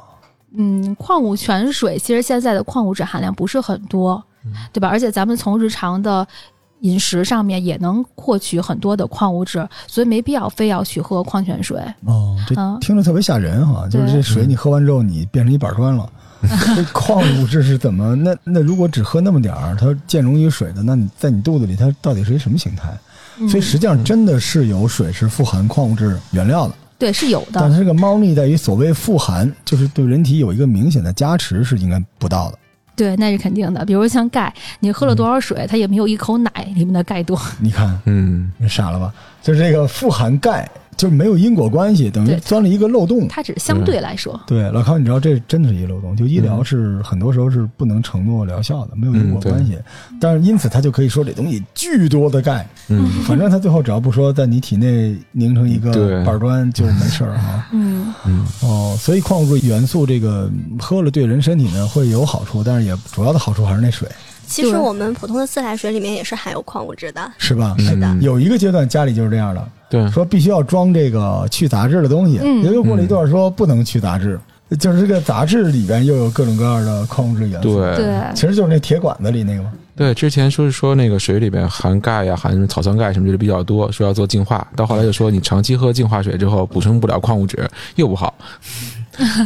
[SPEAKER 4] 嗯，矿物泉水其实现在的矿物质含量不是很多，对吧？而且咱们从日常的饮食上面也能获取很多的矿物质，所以没必要非要去喝矿泉水。
[SPEAKER 1] 哦，这
[SPEAKER 4] 啊
[SPEAKER 1] 听着特别吓人哈，就是
[SPEAKER 4] 对
[SPEAKER 1] 这水你喝完之后，你变成一板 砖了。这矿物质是怎么？那那如果只喝那么点儿，它见溶于水的，那你在你肚子里它到底是一什么形态？
[SPEAKER 4] 嗯
[SPEAKER 1] 所以实际上真的是有水是富含矿物质原料的，
[SPEAKER 4] 对，是有
[SPEAKER 1] 但
[SPEAKER 4] 的。
[SPEAKER 1] 它这个猫腻在于所谓富含，就是对人体有一个明显的加持是应该不到的。
[SPEAKER 4] 对，那是肯定的。比如像钙，你喝了多少水，它也没有一口奶里面的钙 多。
[SPEAKER 1] 你看，
[SPEAKER 5] 嗯，
[SPEAKER 1] 你傻了吧？就是这个富含钙就没有因果关系，等于
[SPEAKER 4] 对
[SPEAKER 1] 钻了一个漏洞。
[SPEAKER 4] 它只是相对来说，
[SPEAKER 1] 对，老康，你知道这真的是一漏洞，就医
[SPEAKER 5] 嗯
[SPEAKER 1] 疗是很多时候是不能承诺疗效的，没有因果关系。但是因此他就可以说这东西巨多的钙，
[SPEAKER 5] 嗯，
[SPEAKER 1] 反正他最后只要不说在你体内凝成一个
[SPEAKER 5] 对
[SPEAKER 1] 板砖就没事儿啊。
[SPEAKER 4] 嗯，
[SPEAKER 1] 哦，所以矿物质元素这个嗯喝了对人身体呢会有好处，但是也主要的好处还是那水，
[SPEAKER 3] 其实
[SPEAKER 4] 对
[SPEAKER 3] 我们普通的自来水里面也是含有矿物质的。
[SPEAKER 1] 是吧？
[SPEAKER 3] 是的
[SPEAKER 5] 嗯
[SPEAKER 1] 有一个阶段家里就是这样的，
[SPEAKER 5] 对，
[SPEAKER 1] 说必须要装这个去杂质的东西，
[SPEAKER 4] 嗯
[SPEAKER 1] 也又过了一段说不能去杂质。就是这个杂质里边又有各种各样的矿物质元素，
[SPEAKER 5] 对
[SPEAKER 4] 对，
[SPEAKER 1] 其实就是那铁管子里那个嘛。
[SPEAKER 5] 对，之前说是说那个水里边含钙呀、含什么草酸钙什么的比较多，说要做净化，到后来就说你长期喝净化水之后补充不了矿物质，又不 好。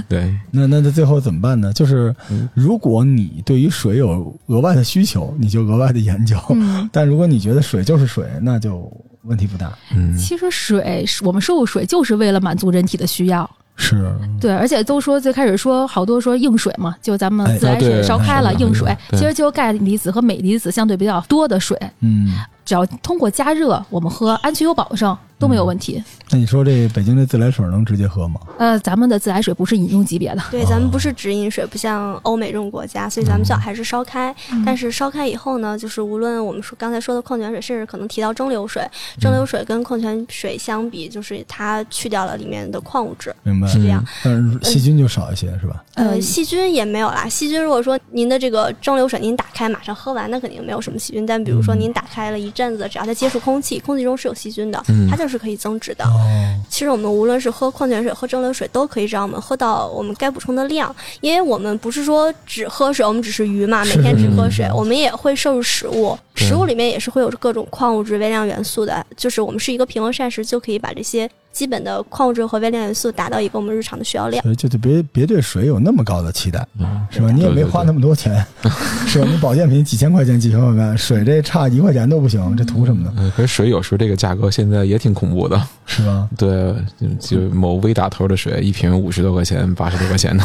[SPEAKER 5] 对，
[SPEAKER 1] 那那那最后怎么办呢？就是如果你对于水有额外的需求，你就额外的研究；
[SPEAKER 4] 嗯
[SPEAKER 1] 但如果你觉得水就是水，那就问题不大。
[SPEAKER 5] 嗯，
[SPEAKER 4] 其实水，我们摄入水就是为了满足人体的需要。
[SPEAKER 1] 是，
[SPEAKER 4] 对，而且都说最开始说好多说硬水嘛，就咱
[SPEAKER 1] 哎嗯
[SPEAKER 4] 们自来
[SPEAKER 5] 啊对
[SPEAKER 4] 水烧开了
[SPEAKER 5] 是的
[SPEAKER 4] 硬水，
[SPEAKER 5] 对
[SPEAKER 4] 其实就是钙离子和镁离子相对比较多的水，
[SPEAKER 1] 嗯，
[SPEAKER 4] 只要通过加热，我们喝安全有保证都没
[SPEAKER 1] 嗯
[SPEAKER 4] 有问题。
[SPEAKER 1] 那你说这北京这自来水能直接喝吗？
[SPEAKER 4] 呃，咱们的自来水不是饮用级别的，
[SPEAKER 3] 对，咱们不是直饮水，不像欧美这种国家，所以咱们最好还是烧开。但是烧开以后呢，就是无论我们说刚才说的矿泉水，甚至可能提到蒸馏水，蒸馏水跟矿泉水相比，就是它去掉了里面的矿物质。
[SPEAKER 1] 明白。
[SPEAKER 3] 是这样，
[SPEAKER 1] 但是细菌就少一些，是吧？
[SPEAKER 3] 呃，细菌也没有啦。细菌如果说您的这个蒸馏水您打开马上喝完，那肯定没有什么细菌。但比如说您打开了一阵子，只要它接触空气，空气中是有细菌的，它就是可以增殖的。
[SPEAKER 1] 哦，
[SPEAKER 3] 其实我们无论是喝矿泉水、喝蒸馏水，都可以让我们喝到我们该补充的量，因为我们不是说只喝水，我们只是嗯鱼嘛，每天只喝水，我们也会摄入食物，食物里面也是会有各种矿物质、微量元素的，就是我们是一个平衡膳食，就可以把这些。基本的矿物质和微量元素达到一个我们日常的需要量。
[SPEAKER 1] 所以就就别别对水有那么高的期待，
[SPEAKER 5] 嗯
[SPEAKER 1] 是吧？你也没
[SPEAKER 5] 对对
[SPEAKER 1] 花
[SPEAKER 5] 对
[SPEAKER 1] 那么多 钱，是吧？你保健品几千块钱几千块钱，水这差一块钱都不行，这图什么呢？
[SPEAKER 5] 呃可是水有时候这个价格现在也挺恐怖的，
[SPEAKER 1] 是吧？
[SPEAKER 5] 对，就就某微打头的水一瓶五十多块钱、八十多块钱的，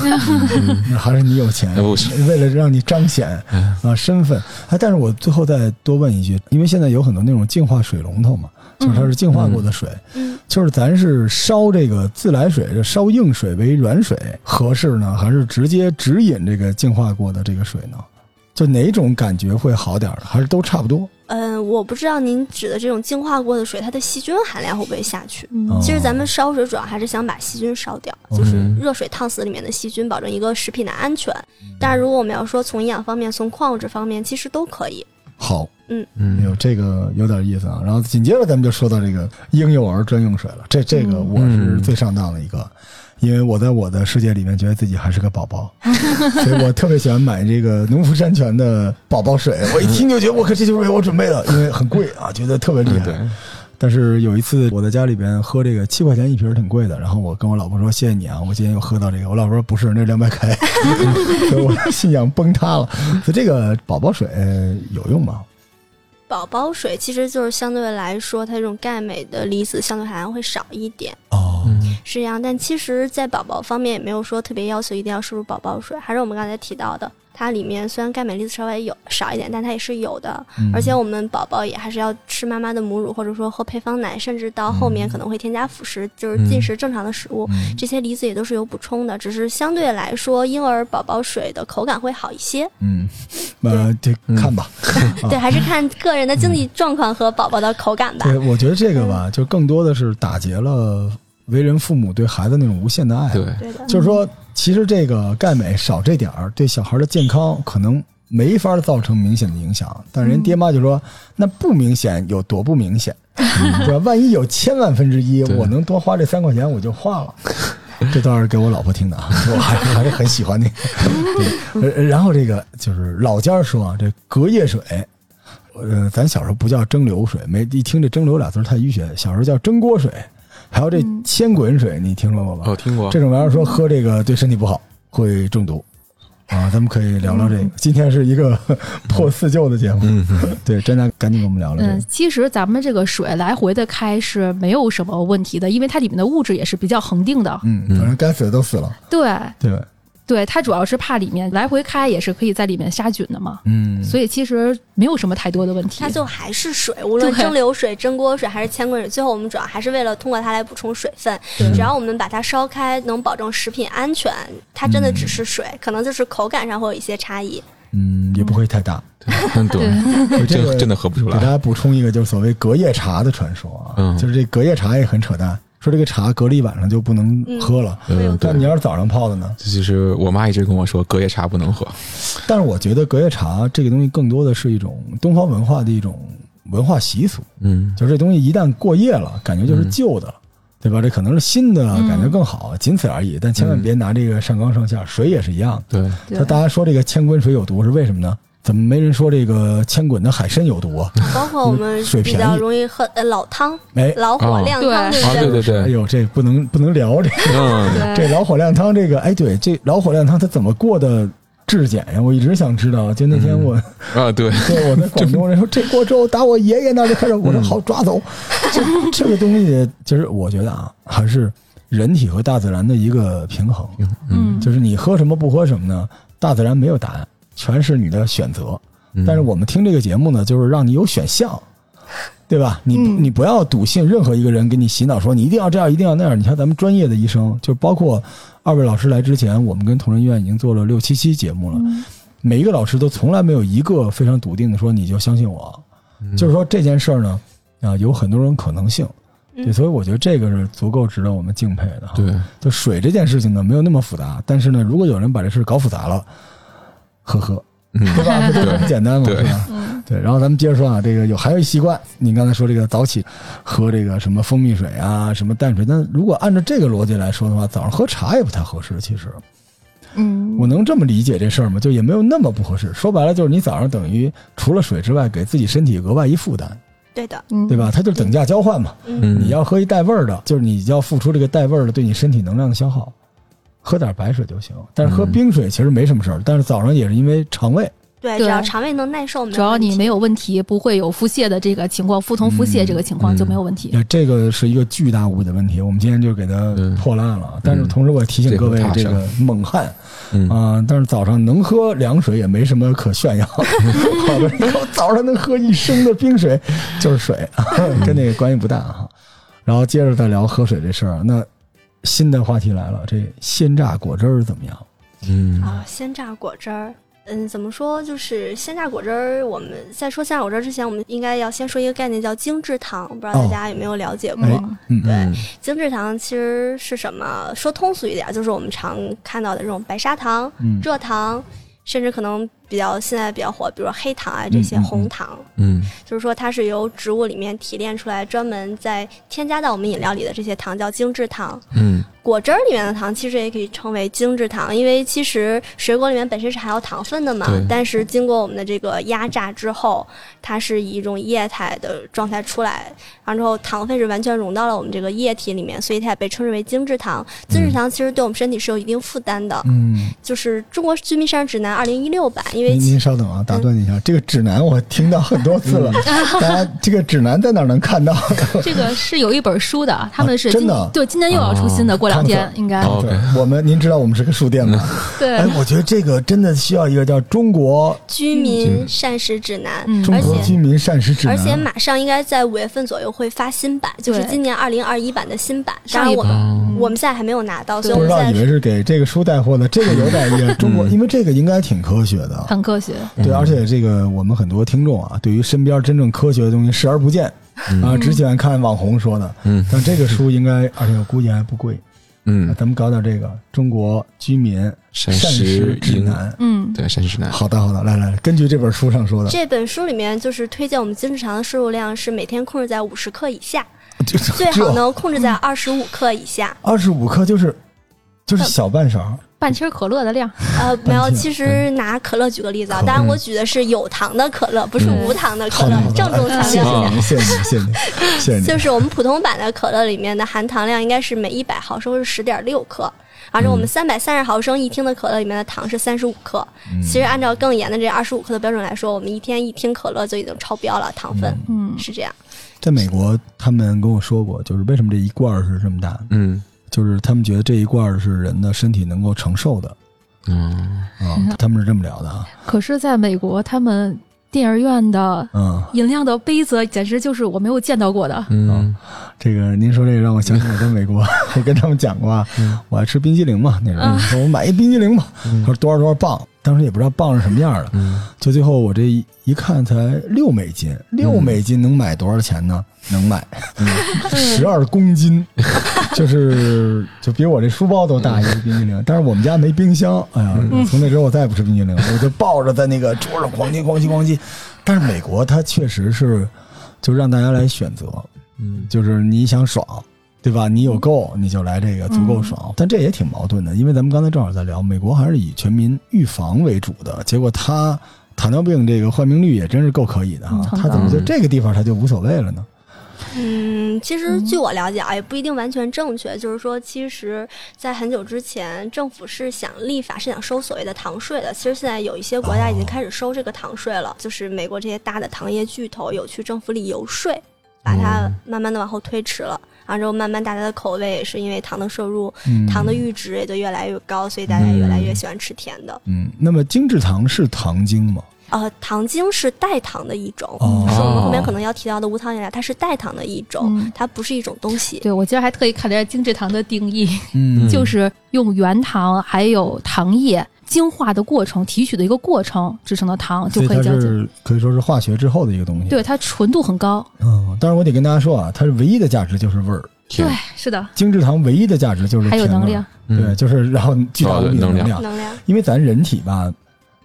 [SPEAKER 1] 那 还是你有钱
[SPEAKER 5] 哎不是，
[SPEAKER 1] 为了让你彰显啊身份。哎，但是我最后再多问一句，因为现在有很多那种净化水龙头嘛，就是它是净化过的水，
[SPEAKER 3] 嗯，
[SPEAKER 1] 就是咱是烧这个自来水，就烧硬水为软水合适呢，还是直接直饮这个净化过的这个水呢？就哪种感觉会好点儿？还是都差不多？
[SPEAKER 3] 嗯，我不知道您指的这种净化过的水，它的细菌含量会不会下去？
[SPEAKER 1] 哦
[SPEAKER 4] 嗯
[SPEAKER 3] 其实咱们烧水主要还是想把细菌烧掉，就是
[SPEAKER 5] 嗯
[SPEAKER 3] 热水烫死里面的细菌，保证一个食品的安全。但是如果我们要说从营养方面、从矿物质方面，其实都可以。
[SPEAKER 1] 好，哎
[SPEAKER 5] 嗯
[SPEAKER 1] 呦，这个有点意思啊。然后紧接着咱们就说到这个婴幼儿专用水了，这这个
[SPEAKER 4] 嗯
[SPEAKER 1] 我是最上当的一个，因为我在我的世界里面觉得自己还是个宝 宝，所以我特别喜欢买这个农夫山泉的宝宝 水。我一听就觉得我靠，这就是为我准备的，因为很贵啊，觉得特别厉
[SPEAKER 5] 嗯，
[SPEAKER 1] 害。
[SPEAKER 5] 对，
[SPEAKER 1] 但是有一次我在家里边喝这个七块钱一瓶儿挺贵的，然后我跟我老婆说谢谢你啊，我今天又喝到这个，我老婆说不是，那两百 开，所以我的信仰崩塌了。所以这个宝宝水有用吗？
[SPEAKER 3] 宝宝水其实就是相对来说，它这种钙镁的离子相对含量会少一点，
[SPEAKER 1] 哦，
[SPEAKER 5] 嗯
[SPEAKER 3] 是这样。但其实，在宝宝方面也没有说特别要求一定要摄入宝宝水，还是我们刚才提到的，它里面虽然钙镁离子稍微有少一点，但它也是有的。
[SPEAKER 1] 嗯
[SPEAKER 3] 而且我们宝宝也还是要吃妈妈的母乳，或者说喝配方奶，甚至到后面可能会添加辅食，就是进食正常的食物，
[SPEAKER 1] 嗯
[SPEAKER 3] 这些离子也都是有补充的。只是相对来说，婴儿宝宝水的口感会好一些。
[SPEAKER 1] 嗯，呃，这看吧。啊
[SPEAKER 3] 对，还是看个人的经济状况和宝宝的口感吧。
[SPEAKER 1] 对，我觉得这个吧，就更多的是打劫了为人父母对孩子那种无限的爱。
[SPEAKER 5] 对，
[SPEAKER 3] 对的，
[SPEAKER 1] 就是说，其实这个钙镁少这点儿，对小孩的健康可能没法造成明显的影响。但人爹妈就说，那不明显有多不明显，对吧？万一有千万分之一，
[SPEAKER 5] 对
[SPEAKER 1] 我能多花这三块钱，我就花了。这倒是给我老婆听的啊，我还还是很喜欢那个。对呃然后这个就是老家儿说啊，这隔夜水。呃，咱小时候不叫蒸馏水，没一听这蒸馏俩字儿太淤血，小时候叫蒸锅水，还有这千滚水，你听说过吧？
[SPEAKER 5] 我哦听过
[SPEAKER 1] 这，种玩意儿说喝这个对身体不好，会中毒啊。咱们可以聊聊这个。今天是一个破四旧的节目，
[SPEAKER 5] 嗯
[SPEAKER 1] 对，詹家赶紧跟我们聊聊这
[SPEAKER 4] 嗯
[SPEAKER 1] 个。，
[SPEAKER 4] 其实咱们这个水来回的开是没有什么问题的，因为它里面的物质也是比较恒定的。
[SPEAKER 1] 嗯，
[SPEAKER 5] 嗯
[SPEAKER 1] 反正该死的都死了，
[SPEAKER 4] 对
[SPEAKER 1] 对吧？
[SPEAKER 4] 对，它主要是怕里面来回开也是可以在里面杀菌的嘛，
[SPEAKER 1] 嗯，
[SPEAKER 4] 所以其实没有什么太多的问题
[SPEAKER 3] 它。就还是水，无论
[SPEAKER 4] 对
[SPEAKER 3] 蒸馏水、蒸锅水还是千滚水，最后我们主要还是为了通过它来补充水分。只要我们把它烧开，能保证食品安全，它真的只是水，可能就是口感上会有一些差异。
[SPEAKER 1] 嗯，也不会太大。
[SPEAKER 5] 嗯对，
[SPEAKER 1] 这
[SPEAKER 5] 真
[SPEAKER 1] 个
[SPEAKER 5] 真的喝不出
[SPEAKER 1] 给大
[SPEAKER 5] 来，
[SPEAKER 1] 家补充一个，就是所谓隔夜茶的传说啊，
[SPEAKER 5] 嗯
[SPEAKER 1] 就是这隔夜茶也很扯淡，说这个茶隔了一晚上就不能喝了。
[SPEAKER 3] 会有
[SPEAKER 5] 嗯，
[SPEAKER 1] 但
[SPEAKER 5] 对
[SPEAKER 1] 你。要是早上泡的呢？
[SPEAKER 5] 这就是我妈一直跟我说，隔夜茶不能喝。
[SPEAKER 1] 但是我觉得隔夜茶这个东西更多的是一种东方文化的一种文化习俗，
[SPEAKER 5] 嗯，
[SPEAKER 1] 就是这东西一旦过夜了，感觉就是旧的了，对吧？这可能是新的，
[SPEAKER 4] 嗯
[SPEAKER 1] 感觉更好，仅此而已。但千万别拿这个上纲上线，水也是一样
[SPEAKER 5] 对，
[SPEAKER 1] 的。
[SPEAKER 4] 对
[SPEAKER 1] 说大家说这个千滚水有毒是为什么呢？怎么没人说这个呃千滚的海参有毒啊？
[SPEAKER 3] 包括我们
[SPEAKER 1] 水
[SPEAKER 3] 比
[SPEAKER 1] 便
[SPEAKER 3] 较
[SPEAKER 1] 宜
[SPEAKER 3] 容易喝呃老汤、
[SPEAKER 1] 哎，
[SPEAKER 3] 老火
[SPEAKER 5] 哦
[SPEAKER 3] 靓汤，
[SPEAKER 4] 对
[SPEAKER 5] 啊，
[SPEAKER 3] 不
[SPEAKER 5] 对对
[SPEAKER 1] 哎
[SPEAKER 5] 对，
[SPEAKER 1] 呦，这不能不能聊这个
[SPEAKER 5] 嗯，
[SPEAKER 1] 这
[SPEAKER 4] 对，
[SPEAKER 1] 老火靓汤这个，哎，对，这老火靓汤它怎么过的质检呀？我一直想知道。就那天我、
[SPEAKER 5] 啊，对，
[SPEAKER 1] 对我在广东人说这锅粥打我爷爷那儿就开始，我说好抓走。这这个东西，其实我觉得啊，还是人体和大自然的一个平衡，
[SPEAKER 4] 嗯，
[SPEAKER 1] 就是你喝什么不喝什么呢？大自然没有答案，全是你的选择。
[SPEAKER 5] 嗯
[SPEAKER 1] 但是我们听这个节目呢，就是让你有选项，对吧？你不
[SPEAKER 4] 嗯
[SPEAKER 1] 你不要笃信任何一个人给你洗脑说你一定要这样，一定要那样。你看咱们专业的医生，就包括二位老师来之前，我们跟同仁医院已经做了六七期节目了，每一个老师都从来没有一个非常笃定的说你就相信我，就是说这件事儿呢，啊，有很多种可能性。对，所以我觉得这个是足够值得我们敬佩的哈。
[SPEAKER 5] 对，
[SPEAKER 1] 就水这件事情呢，没有那么复杂，但是呢，如果有人把这事儿搞复杂了，呵呵，
[SPEAKER 5] 嗯，
[SPEAKER 1] 对吧？ 这就很简单嘛，
[SPEAKER 5] 对
[SPEAKER 1] 是吧？
[SPEAKER 4] 嗯
[SPEAKER 1] 对，然后咱们接着说啊，这个有还有一习惯，你刚才说这个早起喝这个什么蜂蜜水啊，什么淡水，但如果按照这个逻辑来说的话，早上喝茶也不太合适。其实
[SPEAKER 4] 嗯，
[SPEAKER 1] 我能这么理解这事儿吗？就也没有那么不合适。说白了就是你早上等于除了水之外，给自己身体额外一负担。
[SPEAKER 3] 对的，
[SPEAKER 4] 嗯，
[SPEAKER 1] 对？吧？它就是等价交换嘛。
[SPEAKER 3] 嗯，
[SPEAKER 5] 嗯，
[SPEAKER 1] 你要喝一带味儿的，就是你要付出这个带味儿的对你身体能量的消耗，喝点白水就行。但是喝
[SPEAKER 5] 嗯
[SPEAKER 1] 冰水其实没什么事儿，但是早上也是因为肠胃，
[SPEAKER 3] 对，
[SPEAKER 4] 对
[SPEAKER 3] 只要肠胃能耐受，没
[SPEAKER 4] 主要
[SPEAKER 3] 问
[SPEAKER 4] 你
[SPEAKER 3] 题
[SPEAKER 4] 没有问题，不会有腹泻的这个情况，腹痛腹泻这个情况
[SPEAKER 5] 嗯
[SPEAKER 4] 就没有问题。
[SPEAKER 1] 也这个是一个巨大无比的问题。我们今天就给它
[SPEAKER 5] 嗯
[SPEAKER 1] 破烂了，但是同时我也提醒各位
[SPEAKER 5] 这个大
[SPEAKER 1] 这
[SPEAKER 5] 事儿
[SPEAKER 1] 个猛汉
[SPEAKER 5] 嗯
[SPEAKER 1] 啊、但是早上能喝凉水也没什么可炫耀。好多人说我早上能喝一升的冰水，就是水， 跟那个关系不大哈。然后接着再聊喝水这事儿，那新的话题来了，这鲜榨果汁儿怎么样？
[SPEAKER 5] 嗯
[SPEAKER 3] 啊，鲜榨果汁儿。嗯，怎么说？就是鲜榨果汁儿。我们在说鲜榨果汁儿之前，我们应该要先说一个概念，叫精制糖。不知道大
[SPEAKER 1] 哦
[SPEAKER 3] 家有没有了解过？
[SPEAKER 1] 哎
[SPEAKER 4] 嗯，
[SPEAKER 1] 嗯，
[SPEAKER 5] 嗯
[SPEAKER 3] 精制糖其实是什么？说通俗一点，就是我们常看到的这种白砂糖、
[SPEAKER 1] 嗯
[SPEAKER 3] 蔗糖，甚至可能比较现在比较火，比如说黑糖啊这些
[SPEAKER 1] 嗯嗯嗯
[SPEAKER 3] 红糖，
[SPEAKER 5] 嗯
[SPEAKER 3] 就是说它是由植物里面提炼出来，专门在添加到我们饮料里的这些糖叫精制糖。
[SPEAKER 5] 嗯
[SPEAKER 3] 果汁儿里面的糖其实也可以称为精制糖，因为其实水果里面本身是含有糖分的嘛
[SPEAKER 5] 对，
[SPEAKER 3] 但是经过我们的这个压榨之后，它是以一种液态的状态出来，然后之后糖分是完全融到了我们这个液体里面，所以它也被称之为精制糖。精制糖其实对我们身体是有一定负担的，
[SPEAKER 1] 嗯，
[SPEAKER 3] 就是《中国居民膳食指南》二零一六版，因为
[SPEAKER 1] 您
[SPEAKER 3] 其
[SPEAKER 1] 您稍等啊，打断你一下，这个指南我听到很多次了，大家这个指南在哪儿能看到？
[SPEAKER 4] 这个是有一本书的，他们是
[SPEAKER 1] 啊
[SPEAKER 4] 今
[SPEAKER 1] 真的
[SPEAKER 4] 对今年又要出新的，
[SPEAKER 1] 哦
[SPEAKER 4] 过两天
[SPEAKER 1] 看
[SPEAKER 4] 应该
[SPEAKER 5] 哦 OK
[SPEAKER 1] 对我们您知道我们是个书店吗？
[SPEAKER 4] 对
[SPEAKER 1] 哎，。我觉得这个真的需要一个叫《中国
[SPEAKER 3] 《居民膳食指南》
[SPEAKER 4] 嗯
[SPEAKER 1] 嗯中
[SPEAKER 3] 而
[SPEAKER 1] 国居
[SPEAKER 3] 且。
[SPEAKER 1] 民膳食指
[SPEAKER 3] 而
[SPEAKER 1] 南》，
[SPEAKER 3] 且马上应该在五月份左右会发新版，就是
[SPEAKER 4] 对
[SPEAKER 3] 今年二零二一版的新版。当
[SPEAKER 4] 上
[SPEAKER 3] 然
[SPEAKER 4] 一
[SPEAKER 3] 我
[SPEAKER 4] 版
[SPEAKER 3] 们
[SPEAKER 5] 哦
[SPEAKER 3] 我们现在还没有拿到，所以我
[SPEAKER 1] 不
[SPEAKER 3] 们
[SPEAKER 1] 知道
[SPEAKER 3] 现
[SPEAKER 1] 以
[SPEAKER 3] 在
[SPEAKER 1] 为是给这个书带货的，这个有点意思。中国，
[SPEAKER 5] 嗯
[SPEAKER 1] 因为这个应该挺科学的。
[SPEAKER 4] 很科学，
[SPEAKER 1] 对，
[SPEAKER 5] 嗯
[SPEAKER 1] 而且这个我们很多听众啊，对于身边真正科学的东西视而不见啊，只喜欢看网红说的。
[SPEAKER 5] 嗯
[SPEAKER 1] 但这个书应该，而且我估计还不贵。
[SPEAKER 5] 嗯，
[SPEAKER 1] 咱们搞点这个中国居民
[SPEAKER 5] 膳
[SPEAKER 1] 膳食
[SPEAKER 5] 食
[SPEAKER 1] 指
[SPEAKER 5] 营
[SPEAKER 1] 南。
[SPEAKER 4] 嗯，
[SPEAKER 5] 对膳食指南，
[SPEAKER 1] 好的，好的，来来，根据这本书上说的，
[SPEAKER 3] 这本书里面就是推荐我们精制糖的摄入量是每天控制在五十克以 下，
[SPEAKER 1] 这
[SPEAKER 3] 最好
[SPEAKER 1] 这
[SPEAKER 3] 能控制在二十五克以下。
[SPEAKER 1] 二十五克就是就是小半勺，
[SPEAKER 4] 半瓶可乐的量，
[SPEAKER 3] 呃，没有，
[SPEAKER 1] 嗯
[SPEAKER 3] 其实拿可乐举个例子啊
[SPEAKER 1] 可，乐
[SPEAKER 3] 当然我举的是有糖的可乐，不是
[SPEAKER 4] 嗯
[SPEAKER 3] 无糖的可
[SPEAKER 1] 好
[SPEAKER 3] 乐
[SPEAKER 1] 的，好，
[SPEAKER 3] 正
[SPEAKER 1] 的，
[SPEAKER 3] 宗
[SPEAKER 1] 哎
[SPEAKER 3] 糖
[SPEAKER 1] 谢谢
[SPEAKER 3] 量。
[SPEAKER 1] 你，谢谢你，谢谢你，谢谢你。
[SPEAKER 3] 就是我们普通版的可乐里面的含糖量应该是每一百毫升是十点六克，而且我们三百三十毫升一听的可乐里面的糖是三十五克。其实按照更严的这二十五克的标准来说，我们一天一听可乐就已经超标了糖分，
[SPEAKER 4] 嗯，
[SPEAKER 3] 是这样。
[SPEAKER 1] 在美国，他们跟我说过，就是为什么这一罐儿是这么大，
[SPEAKER 5] 嗯
[SPEAKER 1] 就是他们觉得这一罐儿是人的身体能够承受的
[SPEAKER 5] 嗯
[SPEAKER 1] 啊，他们是这么聊的啊，
[SPEAKER 4] 可是，在美国，他们电影院的
[SPEAKER 1] 嗯，
[SPEAKER 4] 饮料的杯子简直就是我没有见到过的。
[SPEAKER 5] 嗯
[SPEAKER 1] 这个您说这个让我想起我在美国，我跟他们讲过啊，我爱吃冰激凌嘛，那时候说我买一冰激凌吧，他说多少多少磅，当时也不知道磅是什么样的，
[SPEAKER 5] 嗯
[SPEAKER 1] 就最后我这一一看才六美金，六美金能买多少钱呢？能买十二公斤，就是就比我这书包都大一个冰激凌。但是我们家没冰箱，哎呀，从那之后我再也不吃冰激凌，了，我就抱着在那个桌上哐叽哐叽哐叽。但是美国它确实是就让大家来选择，
[SPEAKER 5] 嗯
[SPEAKER 1] 就是你想爽，对吧？你有够你就来这个足够
[SPEAKER 4] 嗯
[SPEAKER 1] 爽，但这也挺矛盾的，因为咱们刚才正好在聊，美国还是以全民预防为主的，结果他糖尿病这个患病率也真是够可以的哈
[SPEAKER 4] 嗯，很
[SPEAKER 1] 他怎么
[SPEAKER 5] 高
[SPEAKER 1] 就这个地方他就无所谓了呢？
[SPEAKER 3] 嗯，其实据我了解啊，也不一定完全正确。就是说，其实，在很久之前，政府是想立法，是想收所谓的糖税的。其实现在有一些国家已
[SPEAKER 1] 哦
[SPEAKER 3] 经开始收这个糖税了，就是美国这些大的糖业巨头有去政府里游说，把它
[SPEAKER 1] 嗯
[SPEAKER 3] 慢慢的往后推迟了。然后之后慢慢大家的口味也是因为糖的摄入、
[SPEAKER 1] 嗯，
[SPEAKER 3] 糖的阈值也就越来越高，所以大家越来越喜欢吃甜的。
[SPEAKER 1] 嗯，那么精制糖是糖精吗？
[SPEAKER 3] 呃，糖精是代糖的一种，
[SPEAKER 1] 哦
[SPEAKER 3] 是我们后面可能要提到的无糖饮料，它是代糖的一种，
[SPEAKER 4] 嗯
[SPEAKER 3] 它不是一种东西。
[SPEAKER 4] 对，我今儿还特意看了一下精制糖的定义，
[SPEAKER 1] 嗯
[SPEAKER 4] 就是用原糖还有糖液精化的过程提取的一个过程制成的糖，就
[SPEAKER 1] 所以
[SPEAKER 4] 可
[SPEAKER 1] 它
[SPEAKER 4] 以叫精。
[SPEAKER 1] 是可以说是化学之后的一个东西。，
[SPEAKER 4] 对，它纯度很高。
[SPEAKER 1] 嗯，但是我得跟大家说啊，它是唯一的价值就是味儿，
[SPEAKER 4] 对
[SPEAKER 5] 甜，
[SPEAKER 4] 是的，
[SPEAKER 1] 精制糖唯一的价值就是
[SPEAKER 4] 还有
[SPEAKER 1] 甜味
[SPEAKER 4] 能
[SPEAKER 1] 儿
[SPEAKER 4] 量，。
[SPEAKER 1] 对，
[SPEAKER 5] 嗯
[SPEAKER 1] 就是然后巨大
[SPEAKER 5] 哦
[SPEAKER 1] 无
[SPEAKER 5] 对
[SPEAKER 1] 比的
[SPEAKER 5] 能量
[SPEAKER 3] 能量。
[SPEAKER 1] 因为咱人体吧，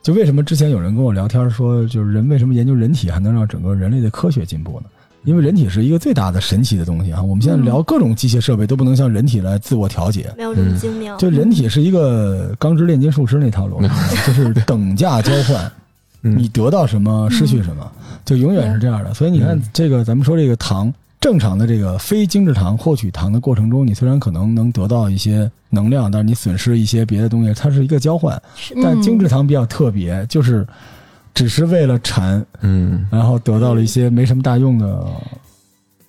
[SPEAKER 1] 就为什么之前有人跟我聊天说，就是人为什么研究人体还能让整个人类的科学进步呢？因为人体是一个最大的神奇的东西啊！我们现在聊各种机械设备都不能像人体来自我调节，
[SPEAKER 3] 没有这么精
[SPEAKER 1] 嗯
[SPEAKER 3] 妙。
[SPEAKER 1] 就人体是一个钢之炼金术师那套路，就是等价交换。
[SPEAKER 5] 嗯
[SPEAKER 1] 你得到什么，失去什么，就永远是这样的。所以你看
[SPEAKER 5] 嗯，
[SPEAKER 1] 这个咱们说这个糖，正常的这个非精制糖获取糖的过程中，你虽然可能能得到一些能量，但是你损失一些别的东西，它是一个交换。但精制糖比较特别，就是只是为了馋，
[SPEAKER 5] 嗯
[SPEAKER 1] 然后得到了一些没什么大用的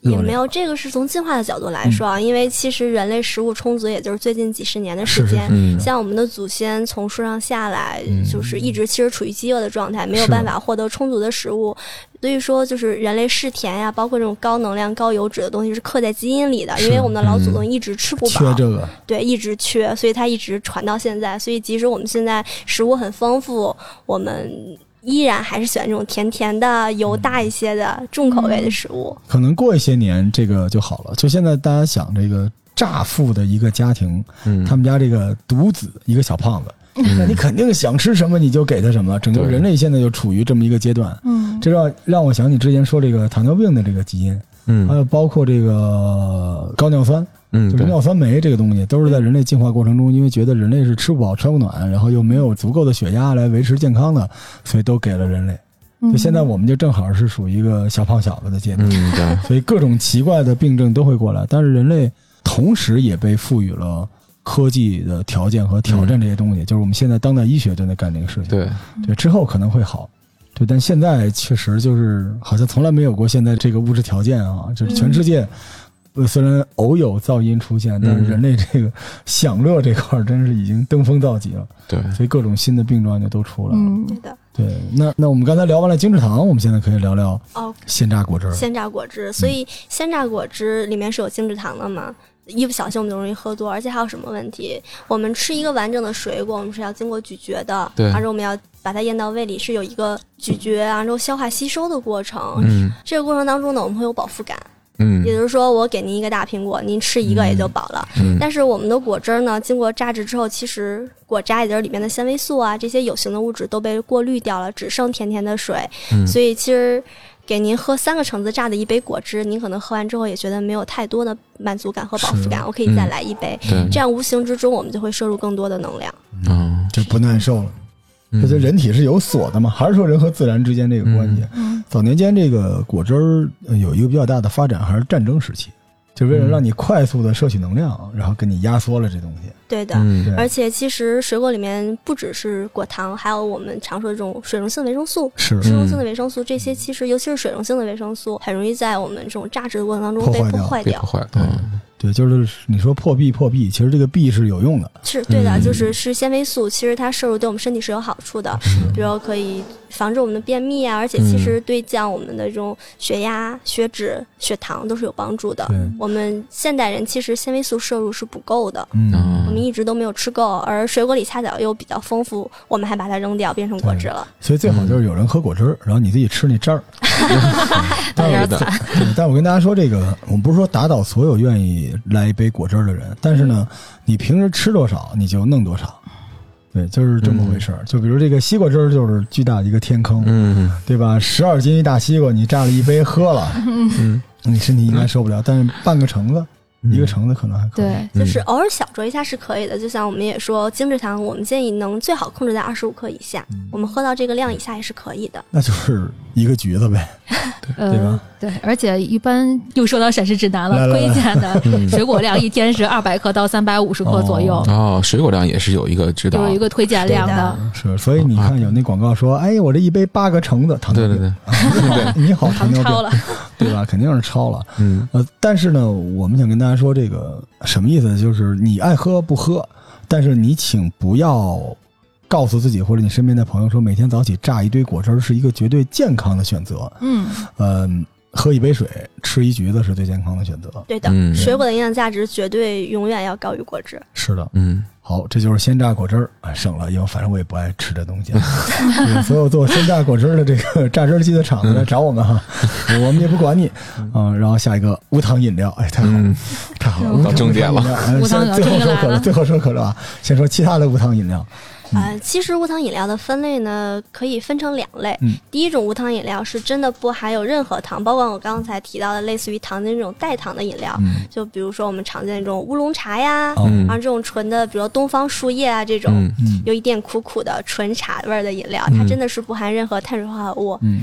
[SPEAKER 3] 也
[SPEAKER 1] 热
[SPEAKER 3] 没
[SPEAKER 1] 量。
[SPEAKER 3] 有，这个是从进化的角度来说
[SPEAKER 1] 嗯
[SPEAKER 3] 啊，因为其实人类食物充足也就是最近几十年的时
[SPEAKER 1] 是是
[SPEAKER 3] 间，
[SPEAKER 5] 嗯
[SPEAKER 3] 像我们的祖先从树上下来，
[SPEAKER 1] 嗯
[SPEAKER 3] 就是一直其实处于饥饿的状态，没有
[SPEAKER 1] 是
[SPEAKER 3] 办法获得充足的食物，所以说就是人类嗜甜呀，包括这种高能量、高油脂的东西是刻在基因里的，
[SPEAKER 1] 是
[SPEAKER 3] 因为我们的老祖宗一直吃不
[SPEAKER 1] 嗯缺
[SPEAKER 3] 饱，
[SPEAKER 1] 这个，
[SPEAKER 3] 对，一直缺，所以它一直传到现在。所以即使我们现在食物很丰富，我们。依然还是喜欢这种甜甜的、油
[SPEAKER 5] 嗯
[SPEAKER 3] 大一些的、重口味的食物。
[SPEAKER 1] 可能过一些年这个就好了。就现在大家想这个乍富的一个家庭，
[SPEAKER 5] 嗯，
[SPEAKER 1] 他们家这个独子一个小胖子，那你肯定想吃什么你就给他什么。整个
[SPEAKER 5] 对
[SPEAKER 1] 人类现在就处于这么一个阶段，
[SPEAKER 4] 嗯，
[SPEAKER 1] 这让让我想起之前说这个糖尿病的这个基因，还
[SPEAKER 5] 嗯
[SPEAKER 1] 有包括这个高尿酸，
[SPEAKER 5] 嗯
[SPEAKER 1] 就是
[SPEAKER 5] 对
[SPEAKER 1] 尿酸酶这个东西，都是在人类进化过程中，因为觉得人类是吃不饱穿不暖，然后又没有足够的血压来维持健康的，所以都给了人类。
[SPEAKER 4] 嗯
[SPEAKER 1] 就现在我们就正好是属于一个小胖小子的阶段，
[SPEAKER 5] 嗯对
[SPEAKER 1] 所以各种奇怪的病症都会过来。但是人类同时也被赋予了科技的条件和挑战这些东西，就是我们现在当代医学正在干这个事情。
[SPEAKER 5] 对，
[SPEAKER 1] 对，之后可能会好。对，但现在确实就是好像从来没有过现在这个物质条件啊，就是全世界，呃，虽然偶有噪音出现，但是人类这个享乐这块儿真是已经登峰造极了，
[SPEAKER 5] 对，
[SPEAKER 1] 所以各种新的病状就都出来了。
[SPEAKER 4] 嗯
[SPEAKER 3] 对的，
[SPEAKER 1] 对，那那我们刚才聊完了精制糖，我们现在可以聊聊
[SPEAKER 3] 哦，
[SPEAKER 1] 鲜榨果汁儿。
[SPEAKER 3] 鲜榨果汁，所
[SPEAKER 5] 嗯
[SPEAKER 3] 以鲜榨果汁里面是有精制糖的嘛？一不小心我们就容易喝多，而且还有什么问题？我们吃一个完整的水果，我们是要经过咀嚼的，
[SPEAKER 5] 对
[SPEAKER 3] 而且我们要把它咽到胃里，是有一个咀嚼啊，然后消化吸收的过程。
[SPEAKER 5] 嗯
[SPEAKER 3] 这个过程当中呢，我们会有饱腹感，
[SPEAKER 5] 嗯
[SPEAKER 3] 也就是说，我给您一个大苹果，您吃一个也就饱了。
[SPEAKER 5] 嗯
[SPEAKER 3] 但是我们的果汁儿呢，经过榨汁之后，其实果渣也就是里面的纤维素啊，这些有形的物质都被过滤掉了，只剩甜甜的水。
[SPEAKER 5] 嗯
[SPEAKER 3] 所以其实给您喝三个橙子榨的一杯果汁，您可能喝完之后也觉得没有太多的满足感和饱腹感，我可以再来一杯。
[SPEAKER 5] 对
[SPEAKER 3] 这样无形之中我们就会摄入更多的能量。
[SPEAKER 5] 嗯，
[SPEAKER 1] 就不耐受了，
[SPEAKER 5] 嗯
[SPEAKER 1] 这就人体是有锁的嘛，还是说人和自然之间这个关系？
[SPEAKER 4] 嗯
[SPEAKER 1] 早年间这个果汁儿呃有一个比较大的发展，还是战争时期，就为了让你快速的摄取能量，然后给你压缩了这东西。
[SPEAKER 3] 对的。
[SPEAKER 5] 嗯
[SPEAKER 3] 而且，其实水果里面不只是果糖，还有我们常说的这种水溶性维生素、
[SPEAKER 1] 是
[SPEAKER 3] 水溶性的维生素，这些其实尤其是水溶性的维生素，很容易在我们这种榨汁的过程当中被
[SPEAKER 1] 破坏
[SPEAKER 3] 破
[SPEAKER 1] 掉
[SPEAKER 3] 坏
[SPEAKER 5] 被
[SPEAKER 3] 掉
[SPEAKER 5] 破。坏了，
[SPEAKER 1] 对
[SPEAKER 5] 嗯
[SPEAKER 1] 对，就是你说破壁破壁，其实这个壁是有用的，
[SPEAKER 3] 是对的，
[SPEAKER 5] 嗯
[SPEAKER 3] 就是是纤维素，其实它摄入对我们身体是有好处的，比如可以防止我们的便秘啊，而且其实对降我们的这种血压、血脂、血糖都是有帮助的
[SPEAKER 1] 对。
[SPEAKER 3] 我们现代人其实纤维素摄入是不够的，
[SPEAKER 1] 嗯，
[SPEAKER 3] 我们
[SPEAKER 5] 嗯
[SPEAKER 3] 一直都没有吃够，而水果里恰巧又比较丰富，我们还把它扔掉变成果汁了。
[SPEAKER 1] 所以最好
[SPEAKER 5] 嗯
[SPEAKER 1] 就是有人喝果汁儿，然后你自己吃那汁 儿。
[SPEAKER 4] 有点
[SPEAKER 5] 对的
[SPEAKER 4] 惨，
[SPEAKER 1] 对但我跟大家说，这个我们不是说打倒所有愿意来一杯果汁儿的人，但是呢，你平时吃多少你就弄多少，对，就是这么回事儿。就比如这个西瓜汁儿就是巨大的一个天坑，
[SPEAKER 5] 嗯
[SPEAKER 1] 对吧？十二斤一大西瓜，你榨了一杯喝了，
[SPEAKER 5] 嗯，
[SPEAKER 1] 你身体应该受不了。但是半个橙子，
[SPEAKER 5] 嗯
[SPEAKER 1] 一个橙子可能还可以。
[SPEAKER 4] 对，
[SPEAKER 3] 就是偶尔小酌一下是可以的，就像我们也说，精制糖我们建议能最好控制在二十五克以下，我们喝到这个量以下也是可以的。
[SPEAKER 1] 那就是一个橘子呗。
[SPEAKER 4] 呃
[SPEAKER 1] 对吧嗯
[SPEAKER 4] 对，而且一般又说到膳食指南
[SPEAKER 1] 来
[SPEAKER 4] 了，
[SPEAKER 1] 来来
[SPEAKER 4] 推荐的水果量一天是二百克到三百五十克左右，
[SPEAKER 5] 哦，水果量也是有一个指导
[SPEAKER 4] 有，一个推荐量的。
[SPEAKER 1] 是，所以你看有那广告说，哎，我这一杯八个橙子，糖尿
[SPEAKER 5] 啊对对
[SPEAKER 1] 病。
[SPEAKER 5] 对，
[SPEAKER 1] 对，你好，糖
[SPEAKER 4] 糖
[SPEAKER 1] 尿
[SPEAKER 4] 超
[SPEAKER 1] 病
[SPEAKER 4] 了，，
[SPEAKER 1] 对吧？肯定是超了。
[SPEAKER 5] 嗯
[SPEAKER 1] 呃，但是呢，我们想跟大家说，这个什么意思？就是你爱喝不喝，但是你请不要告诉自己或者你身边的朋友说，每天早起榨一堆果汁儿是一个绝对健康的选择。
[SPEAKER 4] 嗯，
[SPEAKER 1] 嗯，喝一杯水，吃一橘子是最健康的选择。
[SPEAKER 3] 对的，
[SPEAKER 5] 嗯
[SPEAKER 3] 水果的营养价值绝对永远要高于果汁。
[SPEAKER 1] 是的，
[SPEAKER 5] 嗯
[SPEAKER 1] 好，这就是鲜榨果汁儿啊，省了，因为反正我也不爱吃这东西啊。对 所有做鲜榨果汁儿的这个榨汁儿机的厂子来找我们哈， 我们也不管你啊。然后下一个无糖饮料，哎，太好了，
[SPEAKER 5] 嗯，
[SPEAKER 1] 太好了，
[SPEAKER 4] 嗯
[SPEAKER 1] 无糖
[SPEAKER 5] 到终点了
[SPEAKER 1] 饮料哎
[SPEAKER 4] 无糖饮料
[SPEAKER 1] 最后
[SPEAKER 4] 终于
[SPEAKER 1] 说
[SPEAKER 4] 来
[SPEAKER 1] 可乐，
[SPEAKER 4] 了
[SPEAKER 1] 最后说可乐啊，先说其他的无糖饮料，
[SPEAKER 3] 啊、其实无糖饮料的分类呢，可以分成两类。
[SPEAKER 1] 嗯
[SPEAKER 3] 第一种无糖饮料是真的不含有任何糖，包括我刚才提到的类似于糖精这种代糖的饮料，
[SPEAKER 1] 嗯
[SPEAKER 3] 就比如说我们常见的这种乌龙茶呀，
[SPEAKER 1] 哦
[SPEAKER 5] 嗯
[SPEAKER 3] 然后这种纯的，比如东方树叶啊这种。
[SPEAKER 5] 嗯
[SPEAKER 1] 嗯
[SPEAKER 3] 有一点苦苦的纯茶味儿的饮料，
[SPEAKER 5] 嗯
[SPEAKER 3] 它真的是不含任何碳水化合物，
[SPEAKER 1] 嗯，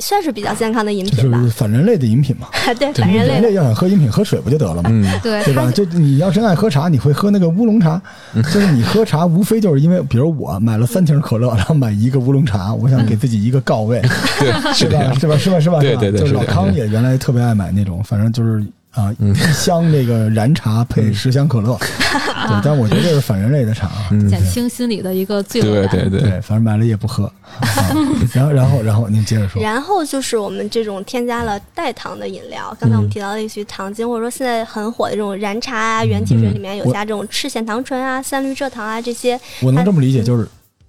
[SPEAKER 3] 算是比较健康的饮
[SPEAKER 1] 就
[SPEAKER 3] 品吧
[SPEAKER 1] 是。反人类的饮品嘛，
[SPEAKER 3] 对，反人类
[SPEAKER 1] 人
[SPEAKER 3] 的
[SPEAKER 1] 类要想喝饮品，喝水不就得了吗？
[SPEAKER 5] 嗯，
[SPEAKER 4] 对
[SPEAKER 1] 对吧？
[SPEAKER 4] 它
[SPEAKER 1] 就你要真爱喝茶，你会喝那个乌龙茶。
[SPEAKER 5] 嗯
[SPEAKER 1] 就是你喝茶，无非就是因为，比如我买了三瓶可乐，然后买一个乌龙茶，我想给自己一个告慰，
[SPEAKER 5] 对，是
[SPEAKER 1] 是
[SPEAKER 5] 这
[SPEAKER 1] 吧？
[SPEAKER 5] 样。
[SPEAKER 1] 是吧？是吧？是吧？
[SPEAKER 5] 对
[SPEAKER 1] 是吧
[SPEAKER 5] 对对
[SPEAKER 1] 就是
[SPEAKER 5] 是
[SPEAKER 1] 老
[SPEAKER 5] 这样
[SPEAKER 1] 康
[SPEAKER 5] 是这
[SPEAKER 1] 也原来特别爱买那种，反正就是啊，
[SPEAKER 5] 嗯
[SPEAKER 1] 一箱那个燃茶配十箱 可乐。对，但我觉得这是反人类的茶啊。
[SPEAKER 5] 嗯
[SPEAKER 4] 减轻心里的一个罪恶
[SPEAKER 5] 对
[SPEAKER 4] 感。
[SPEAKER 5] 对对
[SPEAKER 1] 对，反正买了也不喝。啊然后，然后，然后您接着说。
[SPEAKER 3] 然后就是我们这种添加了代糖的饮料，刚才我们提到类似于糖精，或者说现在很火的这种燃茶啊、原汽水里面有加这种赤藓糖醇啊、三氯蔗糖啊这些，
[SPEAKER 1] 我能这么理解，就是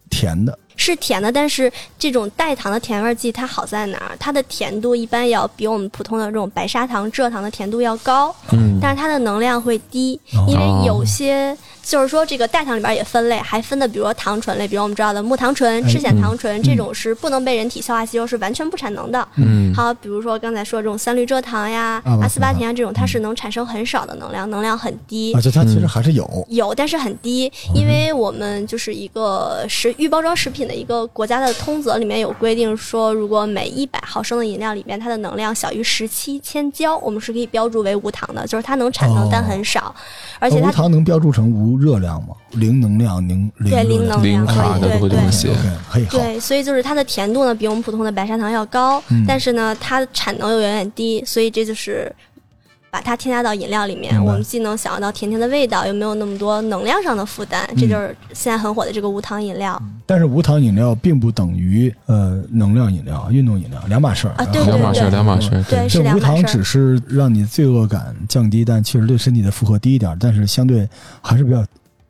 [SPEAKER 1] 甜的。
[SPEAKER 3] 是甜的，但是这种代糖的甜味剂它好在哪儿？它的甜度一般要比我们普通的这种白砂糖、蔗糖的甜度要高，
[SPEAKER 5] 嗯
[SPEAKER 3] 但是它的能量会低
[SPEAKER 1] 哦，
[SPEAKER 3] 因为有些就是说这个代糖里边也分类，还分的比如说糖醇类，比如我们知道的木糖醇、
[SPEAKER 1] 哎
[SPEAKER 3] 赤藓糖醇这种是不能被人体消化吸收，是完全不产能的。
[SPEAKER 5] 嗯
[SPEAKER 3] 还有比如说刚才说这种三氯蔗糖呀、
[SPEAKER 1] 啊
[SPEAKER 3] 阿斯巴甜啊这种，它是能产生很少的能量，能量很低
[SPEAKER 1] 嗯啊，。就它
[SPEAKER 5] 嗯
[SPEAKER 1] 其实还是有，
[SPEAKER 3] 有，但是很低，因为我们就是一个食预包装食品的一个国家的通则里面有规定说，如果每一百毫升的饮料里面它的能量小于十七千焦，我们是可以标注为无糖的，就是它能产能
[SPEAKER 1] 哦啊
[SPEAKER 3] 但很少，而且
[SPEAKER 1] 无
[SPEAKER 3] 它
[SPEAKER 1] 糖能标注成无热量吗？零能量，零零
[SPEAKER 3] 对
[SPEAKER 1] 热
[SPEAKER 3] 零能
[SPEAKER 5] 零
[SPEAKER 3] 量
[SPEAKER 5] 卡
[SPEAKER 3] 可
[SPEAKER 5] 的
[SPEAKER 3] 以，
[SPEAKER 5] 都
[SPEAKER 3] 对
[SPEAKER 5] 会这
[SPEAKER 3] 对
[SPEAKER 5] 么。写
[SPEAKER 1] OK，嘿，好，
[SPEAKER 3] 对，所以就是它的甜度呢，比我们普通的白砂糖要高，
[SPEAKER 1] 嗯
[SPEAKER 3] 但是呢，它的产能又远远低，所以这就是把它添加到饮料里面
[SPEAKER 1] 明，白
[SPEAKER 3] 我们既能享受到甜甜的味道，又没有那么多能量上的负担，
[SPEAKER 1] 嗯
[SPEAKER 3] 这就是现在很火的这个无糖饮料、
[SPEAKER 1] 但是无糖饮料并不等于呃能量饮料、运动饮料两码事儿
[SPEAKER 3] 啊对对
[SPEAKER 5] 两码事儿，
[SPEAKER 3] 对
[SPEAKER 5] 两码事儿，
[SPEAKER 3] 对，
[SPEAKER 1] 这
[SPEAKER 3] 是两
[SPEAKER 1] 无
[SPEAKER 3] 码
[SPEAKER 1] 糖
[SPEAKER 3] 事儿
[SPEAKER 1] 只。是让你罪恶感降低，但确实对身体的负荷低一点，但是相对还是比较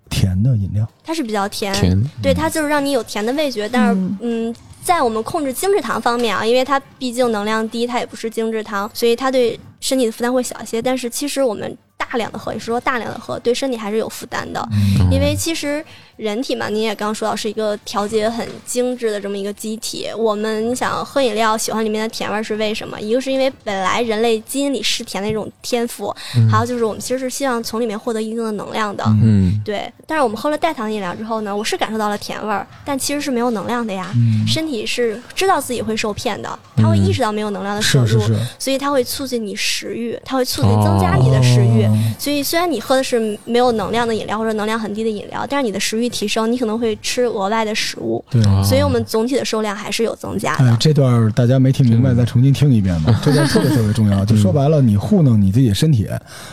[SPEAKER 1] 甜的饮料。
[SPEAKER 3] 它是比较甜，
[SPEAKER 5] 甜，
[SPEAKER 1] 嗯
[SPEAKER 3] 对，它就是让你有甜的味觉，但是
[SPEAKER 4] 嗯
[SPEAKER 3] 嗯。在我们控制精制糖方面啊，因为它毕竟能量低，它也不是精制糖，所以它对身体的负担会小一些。但是其实我们大量的喝，也是说大量的喝，对身体还是有负担的。
[SPEAKER 5] 嗯
[SPEAKER 3] 因为其实人体嘛，你也刚说到是一个调节很精致的这么一个机体。我们你想喝饮料，喜欢里面的甜味儿是为什么？一个是因为本来人类基因里嗜甜的一种天赋，
[SPEAKER 1] 嗯
[SPEAKER 3] 还有就是我们其实是希望从里面获得一定的能量的。
[SPEAKER 5] 嗯
[SPEAKER 3] 对，但是我们喝了代糖饮料之后呢，我是感受到了甜味儿，但其实是没有能量的呀。
[SPEAKER 1] 嗯
[SPEAKER 3] 身体是知道自己会受骗的，它会意识到没有能量的摄
[SPEAKER 1] 是
[SPEAKER 3] 入，
[SPEAKER 1] 是是，
[SPEAKER 3] 所以它会促进你食欲，它会促进增加你的食欲。
[SPEAKER 1] 哦
[SPEAKER 3] 所以虽然你喝的是没有能量的饮料或者能量很低的饮料，但是你的食欲提升，你可能会吃额外的食物，
[SPEAKER 1] 对。
[SPEAKER 5] 啊
[SPEAKER 3] 所以我们总体的数量还是有增加的。
[SPEAKER 1] 哎，这段儿大家没听明白，
[SPEAKER 5] 嗯
[SPEAKER 1] 再重新听一遍吧。这段特别特别 重要，就说白了，你糊弄你自己的身体，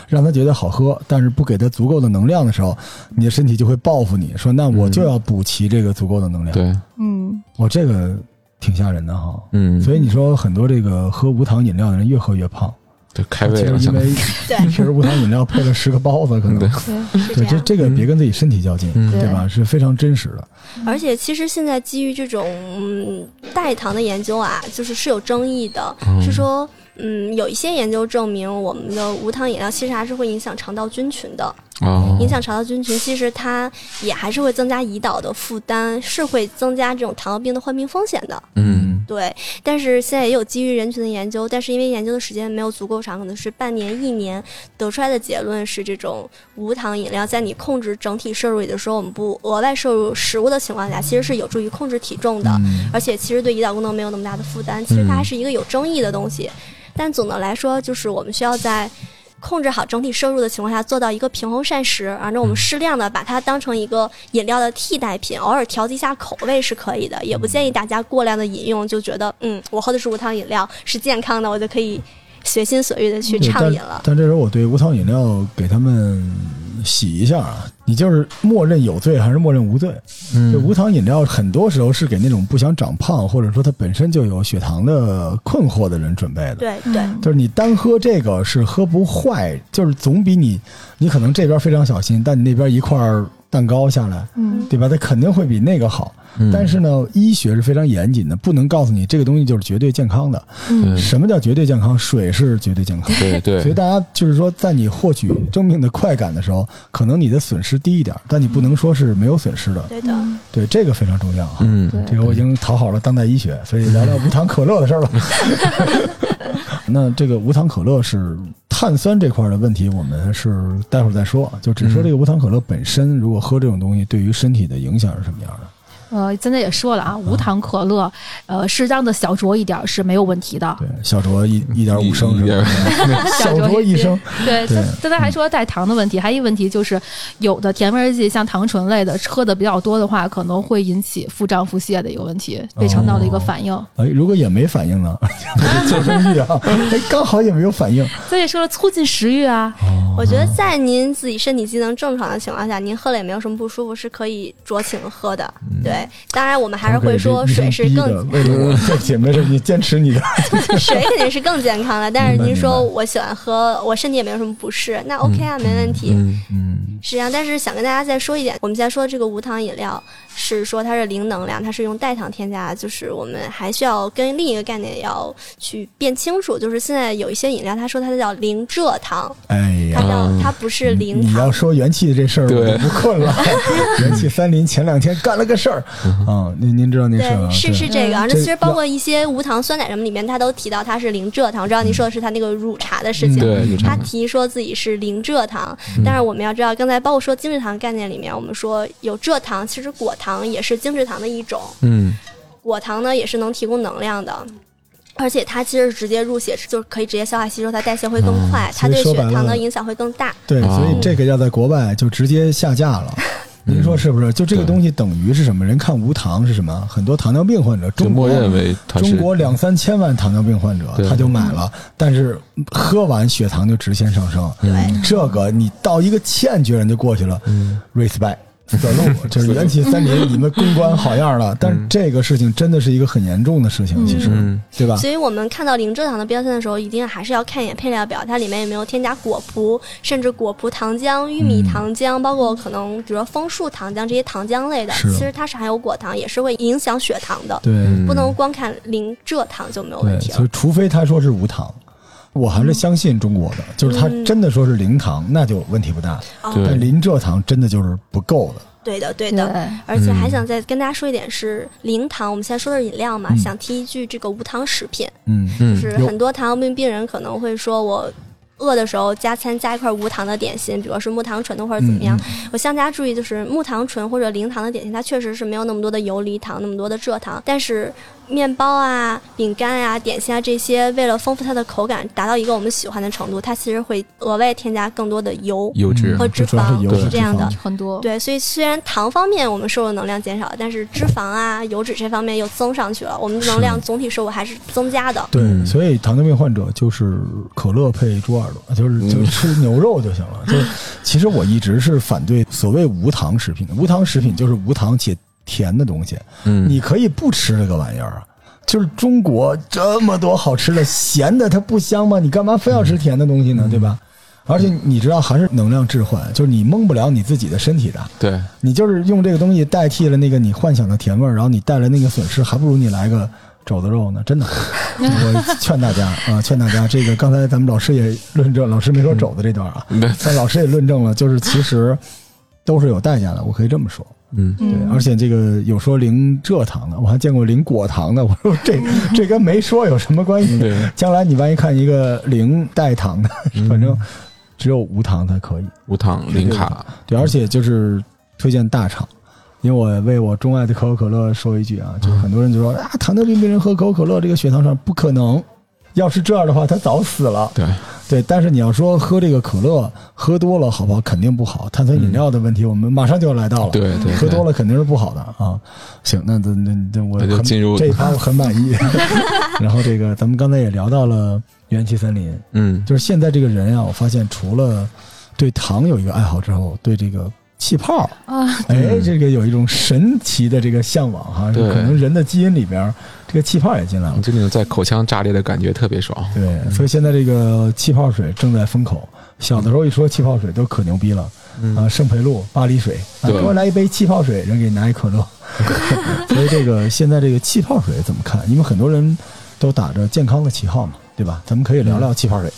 [SPEAKER 1] 让他觉得好喝，但是不给他足够的能量的时候，你的身体就会报复你，说那我就要补齐这个足够的能量。
[SPEAKER 5] 嗯对，
[SPEAKER 4] 嗯，
[SPEAKER 1] 我这个挺吓人的哈。
[SPEAKER 5] 嗯，
[SPEAKER 1] 所以你说很多这个喝无糖饮料的人越喝越胖，
[SPEAKER 5] 对开胃
[SPEAKER 1] 其
[SPEAKER 5] 了，
[SPEAKER 1] 实因
[SPEAKER 5] 相当
[SPEAKER 1] 为
[SPEAKER 5] 于
[SPEAKER 3] 对
[SPEAKER 1] 一瓶无糖饮料配了十个包子，可能
[SPEAKER 5] 对
[SPEAKER 4] 对，
[SPEAKER 3] 是这
[SPEAKER 1] 对这
[SPEAKER 3] 样。
[SPEAKER 1] 这个别跟自己身体较劲，
[SPEAKER 5] 嗯
[SPEAKER 1] 对吧？是非常真实的。
[SPEAKER 3] 而且其实现在基于这种嗯代糖的研究啊，就是是有争议的，是说。嗯，有一些研究证明，我们的无糖饮料其实还是会影响肠道菌群的。
[SPEAKER 5] 啊，
[SPEAKER 3] 影响肠道菌群，其实它也还是会增加胰岛的负担，是会增加这种糖尿病的患病风险的。
[SPEAKER 5] 嗯
[SPEAKER 3] 对，但是现在也有基于人群的研究，但是因为研究的时间没有足够长，可能是半年、一年，得出来的结论是，这种无糖饮料在你控制整体摄入，也就是说我们不额外摄入食物的情况下，其实是有助于控制体重
[SPEAKER 1] 嗯
[SPEAKER 3] 的，而且其实对胰岛功能没有那么大的负担。其实它还是一个有争议的东西，但总的来说，就是我们需要在。控制好整体摄入的情况下，做到一个平衡膳食，然后我
[SPEAKER 1] 嗯
[SPEAKER 3] 们适量的把它当成一个饮料的替代品，偶尔调剂一下口味是可以的，也不建议大家过量的饮用，就觉得嗯，我喝的是无糖饮料，是健康的，我就可以随心所欲的去
[SPEAKER 1] 嗯对，
[SPEAKER 3] 畅
[SPEAKER 1] 但
[SPEAKER 3] 饮了。
[SPEAKER 1] 但这时候我对无糖饮料给他们洗一下啊，你就是默认有罪还是默认无罪？
[SPEAKER 5] 嗯
[SPEAKER 1] 这嗯无糖饮料很多时候是给那种不想长胖或者说他本身就有血糖的困惑的人准备的。
[SPEAKER 3] 对
[SPEAKER 4] 嗯
[SPEAKER 3] 对，
[SPEAKER 1] 就是你单喝这个是喝不坏，就是总比你你可能这边非常小心，但你那边一块儿蛋糕下来，
[SPEAKER 4] 嗯
[SPEAKER 1] 对吧？它肯定会比那个好。
[SPEAKER 5] 嗯
[SPEAKER 1] 但是呢，医学是非常严谨的，不能告诉你这个东西就是绝对健康的。
[SPEAKER 4] 嗯
[SPEAKER 5] 对
[SPEAKER 1] 什么叫绝对健康？水是绝对健康。
[SPEAKER 5] 对
[SPEAKER 1] 所以
[SPEAKER 5] 对
[SPEAKER 1] 大家就是说，在你获取生命的快感的时候，可能你的损失低一点，但你不能说是没有损失的。
[SPEAKER 3] 对的，
[SPEAKER 4] 嗯
[SPEAKER 1] 对，这个非常重要啊。
[SPEAKER 5] 嗯
[SPEAKER 4] 对
[SPEAKER 1] 这个我已经讨好了当代医学，所以聊聊无糖可乐的事 儿了。那这个无糖可乐是碳酸这块的问题，我们是待会儿再说，啊就只说这
[SPEAKER 5] 嗯
[SPEAKER 1] 个无糖可乐本身，如果喝这种东西对于身体的影响是什么样的？
[SPEAKER 4] 呃，现在也说了啊，无糖可乐，呃，适当的小酌一点儿是没有问题的。
[SPEAKER 1] 对，小酌一一点五升是吧？小酌一升，
[SPEAKER 4] 对，
[SPEAKER 1] 对
[SPEAKER 4] 刚刚才还说带糖的问题，还有一个问题就是，有的甜味剂像糖醇类的，喝的比较多的话，可能会引起腹胀、腹泻的一个问题，胃肠道的一个反应。
[SPEAKER 1] 哎，如果也没反应呢，做生意啊，哎，刚好也没有反应。
[SPEAKER 4] 所以说促进食欲啊，
[SPEAKER 3] 我觉得在您自己身体机能正常的情况下，您喝了也没有什么不舒服，是可以酌情喝的。
[SPEAKER 1] 嗯
[SPEAKER 3] 对，当然我们还是会说水是
[SPEAKER 1] 的，
[SPEAKER 3] 更
[SPEAKER 1] 为了我，对不起，没事，你坚持你的。
[SPEAKER 3] 水肯定是更健康的。但是
[SPEAKER 1] 明白嗯
[SPEAKER 3] 您说
[SPEAKER 1] 明
[SPEAKER 3] 我喜欢喝，我身体也没有什么不适，那 OK 啊，没问题。
[SPEAKER 5] 嗯嗯
[SPEAKER 3] 实际上，但是想跟大家再说一点，我们在说这个无糖饮料是说它是零能量，它是用代糖添加的，就是我们还需要跟另一个概念要去辨清楚，就是现在有一些饮料，它说它叫零蔗糖，
[SPEAKER 1] 哎
[SPEAKER 3] 它
[SPEAKER 1] 呀，
[SPEAKER 3] 叫
[SPEAKER 5] 嗯
[SPEAKER 3] 它不是零
[SPEAKER 1] 你
[SPEAKER 3] 糖
[SPEAKER 1] 要，说元气这事儿，我
[SPEAKER 5] 对
[SPEAKER 1] 就不困了。元气森林前两天干了个事儿啊，您您知道那事儿
[SPEAKER 3] 对，
[SPEAKER 1] 啊？
[SPEAKER 3] 是是这个。啊，
[SPEAKER 1] 嗯
[SPEAKER 3] 那
[SPEAKER 1] 这
[SPEAKER 3] 其实包括一些无糖酸奶什么里面，它都提到它是零蔗糖。我知道您说的是它那个乳茶的事情，
[SPEAKER 5] 对乳茶
[SPEAKER 3] 它提说自己是零蔗糖，但是我们要知道，刚才包括说精制糖概念里面，我们说有蔗糖，其实果糖也是精制糖的一种。
[SPEAKER 5] 嗯
[SPEAKER 3] 果糖呢也是能提供能量的，而且它其实是直接入血，就是可以直接消化吸收，它代谢会更快，它
[SPEAKER 1] 所以
[SPEAKER 3] 对
[SPEAKER 1] 说
[SPEAKER 3] 血
[SPEAKER 1] 白
[SPEAKER 3] 糖
[SPEAKER 1] 了
[SPEAKER 3] 的影响会更大。
[SPEAKER 1] 对，
[SPEAKER 5] 哦
[SPEAKER 1] 所以这个要在国外就直接下架 了。您说是不是？就这个
[SPEAKER 5] 对
[SPEAKER 1] 东西等于是什么？人看无糖是什么？很多糖尿病患者，
[SPEAKER 5] 就
[SPEAKER 1] 中
[SPEAKER 5] 默
[SPEAKER 1] 国
[SPEAKER 5] 认为它是
[SPEAKER 1] 中国两三千万糖尿病患者，
[SPEAKER 5] 对
[SPEAKER 1] 他就买了，但是喝完血糖就直线上升。
[SPEAKER 5] 嗯
[SPEAKER 3] 对，
[SPEAKER 1] 这个你到一个欠缺人就过去了，respect。死路就是元气森 林，你们公关好样了。但是这个事情真的是一个很严重的事情，其实
[SPEAKER 5] 嗯
[SPEAKER 1] 对吧？
[SPEAKER 3] 所以我们看到零蔗糖的标签的时候，一定还是要看一眼配料表，它里面有没有添加果葡，甚至果葡糖浆、玉米糖浆，包括可能比如说枫树糖浆这些糖浆类的，
[SPEAKER 1] 是
[SPEAKER 3] 其实它是含有果糖，也是会影响血糖的，
[SPEAKER 1] 对
[SPEAKER 5] 嗯
[SPEAKER 3] 不能光看零蔗糖就没有问
[SPEAKER 1] 对，
[SPEAKER 3] 题啊
[SPEAKER 1] 所
[SPEAKER 3] 了
[SPEAKER 1] 以。除非他说是无糖，我还是相信中国的，
[SPEAKER 3] 嗯
[SPEAKER 1] 就是他真的说是零糖，那就问题不大。
[SPEAKER 3] 啊
[SPEAKER 5] 对
[SPEAKER 1] 但零蔗糖真的就是不够的。
[SPEAKER 3] 对的，对
[SPEAKER 4] 对
[SPEAKER 3] 的。而且还
[SPEAKER 5] 嗯
[SPEAKER 3] 想再跟大家说一点是零糖，我们现在说的是饮料嘛，
[SPEAKER 1] 嗯
[SPEAKER 3] 想提一句这个无糖食品，
[SPEAKER 1] 嗯，
[SPEAKER 5] 嗯
[SPEAKER 3] 就是
[SPEAKER 1] 有
[SPEAKER 3] 很多糖尿病病人可能会说我。饿的时候加餐加一块无糖的点心，比如说是木糖醇的或者怎么样。我希望大家注意，就是木糖醇或者零糖的点心，它确实是没有那么多的游离糖，那么多的蔗糖。但是面包啊、饼干啊、点心啊这些，为了丰富它的口感，达到一个我们喜欢的程度，它其实会额外添加更多的油。
[SPEAKER 5] 优质
[SPEAKER 1] 嗯
[SPEAKER 3] 和
[SPEAKER 1] 这
[SPEAKER 3] 脂
[SPEAKER 1] 主要是
[SPEAKER 3] 肪
[SPEAKER 1] 油
[SPEAKER 5] 是
[SPEAKER 1] 和
[SPEAKER 3] 这样
[SPEAKER 1] 脂肪
[SPEAKER 3] 的
[SPEAKER 4] 很多。
[SPEAKER 3] 对，所以虽然糖方面我们摄入能量减少了，但是脂肪啊、油脂这方面又增上去了，我们的能量总体摄入还是增加的。
[SPEAKER 1] 对，
[SPEAKER 5] 嗯
[SPEAKER 1] 所以糖尿病患者就是可乐配猪耳朵，就是
[SPEAKER 3] 嗯
[SPEAKER 1] 就吃牛肉就行 了。就是其实我一直是反对所谓无糖食品的，无糖食品就是无糖且甜的东西，
[SPEAKER 5] 嗯
[SPEAKER 1] 你可以不吃这个玩意儿啊。就是中国这么多好吃的，咸的它不香吗？你干嘛非要吃甜的东西呢？对吧？而且你知道，还是能量置换，就是你蒙不了你自己的身体的。
[SPEAKER 5] 对
[SPEAKER 1] 你就是用这个东西代替了那个你幻想的甜味儿，然后你带来那个损失，还不如你来个肘子肉呢。真的，我劝大家啊，劝大家，这个刚才咱们老师也论证，老师没说肘子这段啊，
[SPEAKER 5] 对
[SPEAKER 1] 但老师也论证了，就是其实都是有代价的，我可以这么说。
[SPEAKER 5] 嗯
[SPEAKER 1] 对，
[SPEAKER 4] 嗯
[SPEAKER 1] 而且这个有说零蔗糖的，我还见过零果糖的。我说 这这跟没说有什么关系？
[SPEAKER 5] 对嗯
[SPEAKER 1] 将来你万一看一个零代糖的， 反正只有无糖才可以。
[SPEAKER 5] 无糖零卡
[SPEAKER 1] 对，而且就是推荐大厂，因为我为我钟爱的可口可乐说一句啊，就是很多人就
[SPEAKER 5] 嗯
[SPEAKER 1] 说啊，糖尿病病人喝可口可乐，这个血糖上不可能。要是这样的话，他早死了。
[SPEAKER 5] 对
[SPEAKER 1] 对，但是你要说喝这个可乐喝多了好不好，肯定不好。碳酸饮料的问题，我们马上就要来到了。
[SPEAKER 5] 对对对
[SPEAKER 1] 喝多了肯定是不好的啊。行，那那那那我
[SPEAKER 5] 那就
[SPEAKER 1] 很
[SPEAKER 5] 进入
[SPEAKER 1] 这一趴，我很满 意。 然后这个咱们刚才也聊到了元气森林，
[SPEAKER 5] 嗯
[SPEAKER 1] 就是现在这个人啊，我发现除了对糖有一个爱好之后，对这个气泡，
[SPEAKER 4] 啊，
[SPEAKER 1] 哎，
[SPEAKER 5] 嗯
[SPEAKER 1] 这个有一种神奇的这个向往哈，就
[SPEAKER 5] 对
[SPEAKER 1] 可能人的基因里边儿这个气泡也进来了
[SPEAKER 5] 我。就那种在口腔炸裂的感觉特别爽
[SPEAKER 1] 对，所以现在这个气泡水正在风口。小的时候一说气泡水都可牛逼了，
[SPEAKER 5] 嗯
[SPEAKER 1] 啊，圣培露、巴黎水，啊，
[SPEAKER 5] 对
[SPEAKER 1] 给我来一杯气泡水，人给你拿一可 乐。所以这个现在这个气泡水怎么看？因为很多人都打着健康的旗号嘛，对吧？咱们可以聊聊气泡水。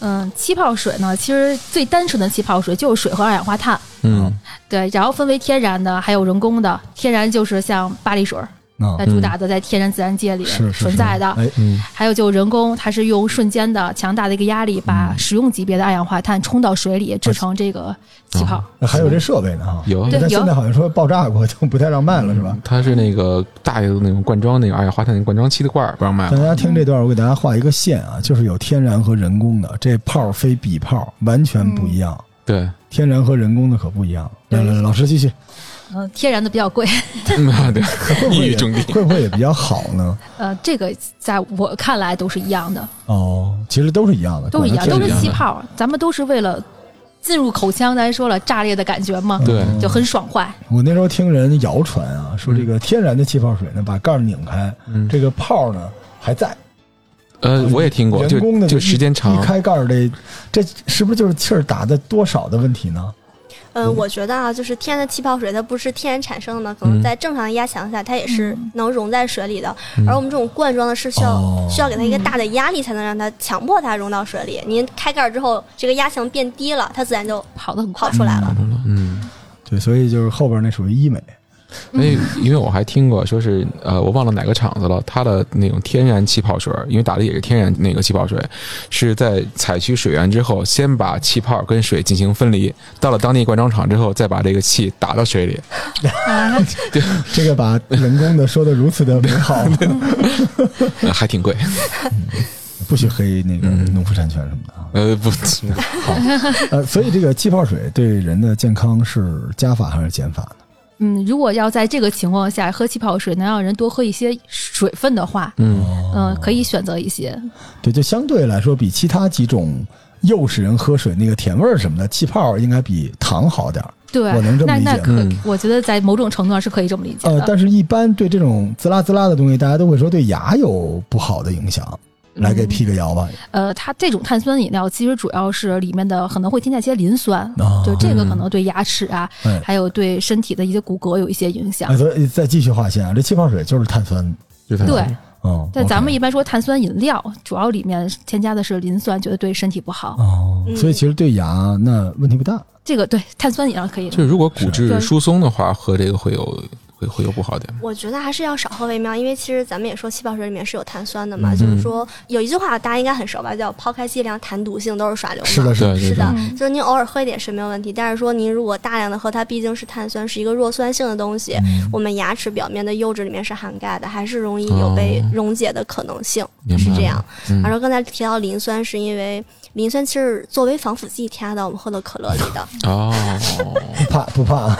[SPEAKER 4] 嗯，气泡水呢，其实最单纯的气泡水就是水和二氧化碳，
[SPEAKER 5] 嗯，
[SPEAKER 4] 对，然后分为天然的，还有人工的。天然就是像巴黎水儿，
[SPEAKER 1] 啊
[SPEAKER 4] 它，主打的在天然自然界里
[SPEAKER 1] 是是
[SPEAKER 4] 呃存
[SPEAKER 1] 是
[SPEAKER 4] 在的。
[SPEAKER 1] 哎，
[SPEAKER 5] 嗯
[SPEAKER 4] 还有就是人工，它是用瞬间的强大的一个压力，把
[SPEAKER 1] 嗯
[SPEAKER 4] 食用级别的二氧化碳冲到水里，制成这个气泡。
[SPEAKER 1] 那还有这设备呢啊，
[SPEAKER 5] 有
[SPEAKER 4] 对
[SPEAKER 1] 但
[SPEAKER 4] 有
[SPEAKER 1] 现在好像说爆炸过，就 不太让卖了，是吧？
[SPEAKER 5] 它是那个大的那种灌装那个二哎氧化碳那个灌装器的罐儿不让卖
[SPEAKER 1] 大
[SPEAKER 5] 了。
[SPEAKER 1] 家听这段，我给大家画一个线啊，就是有天然和人工的，这泡非彼泡，完全不一样。
[SPEAKER 4] 嗯
[SPEAKER 5] 对，
[SPEAKER 1] 天然和人工的可不一样。来来，来老师继 续，
[SPEAKER 4] 嗯、天然的比较贵，
[SPEAKER 5] 嗯 啊对，
[SPEAKER 1] 会不
[SPEAKER 5] 一
[SPEAKER 1] 会
[SPEAKER 5] 语
[SPEAKER 1] 也
[SPEAKER 5] 中的。
[SPEAKER 1] 会不会也比较好呢？
[SPEAKER 4] 呃，这个在我看来都是一样的，
[SPEAKER 1] 哦，其实都是一样的，
[SPEAKER 4] 都是一样，
[SPEAKER 5] 果
[SPEAKER 4] 都
[SPEAKER 5] 然
[SPEAKER 4] 是
[SPEAKER 5] 是一样的
[SPEAKER 4] 气泡，咱们都是为了进入口腔，咱说了炸裂的感觉嘛，
[SPEAKER 5] 对
[SPEAKER 4] 就很爽快。
[SPEAKER 1] 我那时候听人谣传啊，说这个天然的气泡水呢，把盖儿拧开，
[SPEAKER 5] 嗯
[SPEAKER 1] 这个泡呢还在。
[SPEAKER 5] 呃，我也听过，
[SPEAKER 1] 人工
[SPEAKER 5] 就
[SPEAKER 1] 的
[SPEAKER 5] 就
[SPEAKER 1] 一
[SPEAKER 5] 时间长
[SPEAKER 1] 一，开盖儿得，这是不是就是气儿打的多少的问题呢？
[SPEAKER 3] 嗯，我觉得啊，就是天然的气泡水，它不是天然产生的嘛，可能
[SPEAKER 5] 嗯
[SPEAKER 3] 在正常的压强下，它也是能溶在水里的。而我们这种灌装的是需要、
[SPEAKER 1] 哦
[SPEAKER 3] 需要给它一个大的压力，才能让它强迫它溶到水里。您开盖儿之后，这个压强变低了，它自然就
[SPEAKER 4] 跑得很快
[SPEAKER 3] 跑，出来了。
[SPEAKER 5] 嗯。
[SPEAKER 1] 对，所以就是后边那属于医美，
[SPEAKER 5] 因为因为我还听过，说是呃，我忘了哪个厂子了，它的那种天然气泡水，因为打的也是天然那个气泡水，是在采取水源之后，先把气泡跟水进行分离，到了当地灌装厂之后，再把这个气打到水里。
[SPEAKER 4] 啊
[SPEAKER 1] 这个把人工的说的如此的美 好，
[SPEAKER 5] 呃还挺贵。
[SPEAKER 1] 不许黑那个
[SPEAKER 5] 嗯
[SPEAKER 1] 农夫山泉什么的啊。
[SPEAKER 5] 呃，不，
[SPEAKER 1] 呃，所以这个气泡水对人的健康是加法还是减法呢？
[SPEAKER 4] 嗯，如果要在这个情况下喝气泡水能让人多喝一些水分的话，
[SPEAKER 5] 嗯，
[SPEAKER 1] 哦
[SPEAKER 4] 嗯、可以选择一些，
[SPEAKER 1] 对，就相对来说，比其他几种诱使人喝水那个甜味儿什么的，气泡应该比糖好点儿。
[SPEAKER 4] 对，
[SPEAKER 1] 我能这么
[SPEAKER 4] 那
[SPEAKER 1] 理解
[SPEAKER 4] 那可、
[SPEAKER 5] 嗯
[SPEAKER 4] 我觉得在某种程度上是可以这么理解
[SPEAKER 1] 呃
[SPEAKER 4] 的。，
[SPEAKER 1] 但是一般对这种滋啦滋啦的东西，大家都会说对牙有不好的影响。来给辟个谣吧，哎
[SPEAKER 4] 呃，它这种碳酸饮料其实主要是里面的可能会添加一些磷酸，
[SPEAKER 1] 啊
[SPEAKER 4] 就这个可能对牙齿啊，
[SPEAKER 1] 哎
[SPEAKER 4] 还有对身体的一些骨骼有一些影响。
[SPEAKER 1] 哎，所以再继续划线啊，这气泡水就是碳酸，
[SPEAKER 5] 就它
[SPEAKER 4] 对，
[SPEAKER 1] 嗯，
[SPEAKER 4] 但咱们
[SPEAKER 1] OK
[SPEAKER 4] 一般说碳酸饮料，主要里面添加的是磷酸，觉得对身体不好。
[SPEAKER 1] 哦，所以其实对牙那问题不大。
[SPEAKER 4] 这个对碳酸饮料可以。
[SPEAKER 5] 就是如果骨
[SPEAKER 4] 对
[SPEAKER 5] 质疏松的话，喝这个会有会会有不好点。
[SPEAKER 3] 我觉得还是要少喝为妙，因为其实咱们也说气泡水里面是有碳酸的嘛，就是说有一句话大家应该很熟吧，叫“抛开剂量谈毒性”，都是耍流氓。
[SPEAKER 1] 是的，是的，
[SPEAKER 5] 对对
[SPEAKER 3] 是
[SPEAKER 5] 对
[SPEAKER 3] 的，
[SPEAKER 4] 嗯
[SPEAKER 3] 就是您偶尔喝一点是没有问题，但是说您如果大量的喝，它毕竟是碳酸，是一个弱酸性的东西，我们牙齿表面的釉质里面是涵盖的，还是容易有被
[SPEAKER 5] 哦
[SPEAKER 3] 溶解的可能性，
[SPEAKER 5] 明白
[SPEAKER 3] 是这样。
[SPEAKER 5] 嗯
[SPEAKER 3] 然后刚才提到磷酸，是因为磷酸其实作为防腐剂添加到我们喝的可乐里的，
[SPEAKER 5] 哦，
[SPEAKER 1] 不 怕不怕，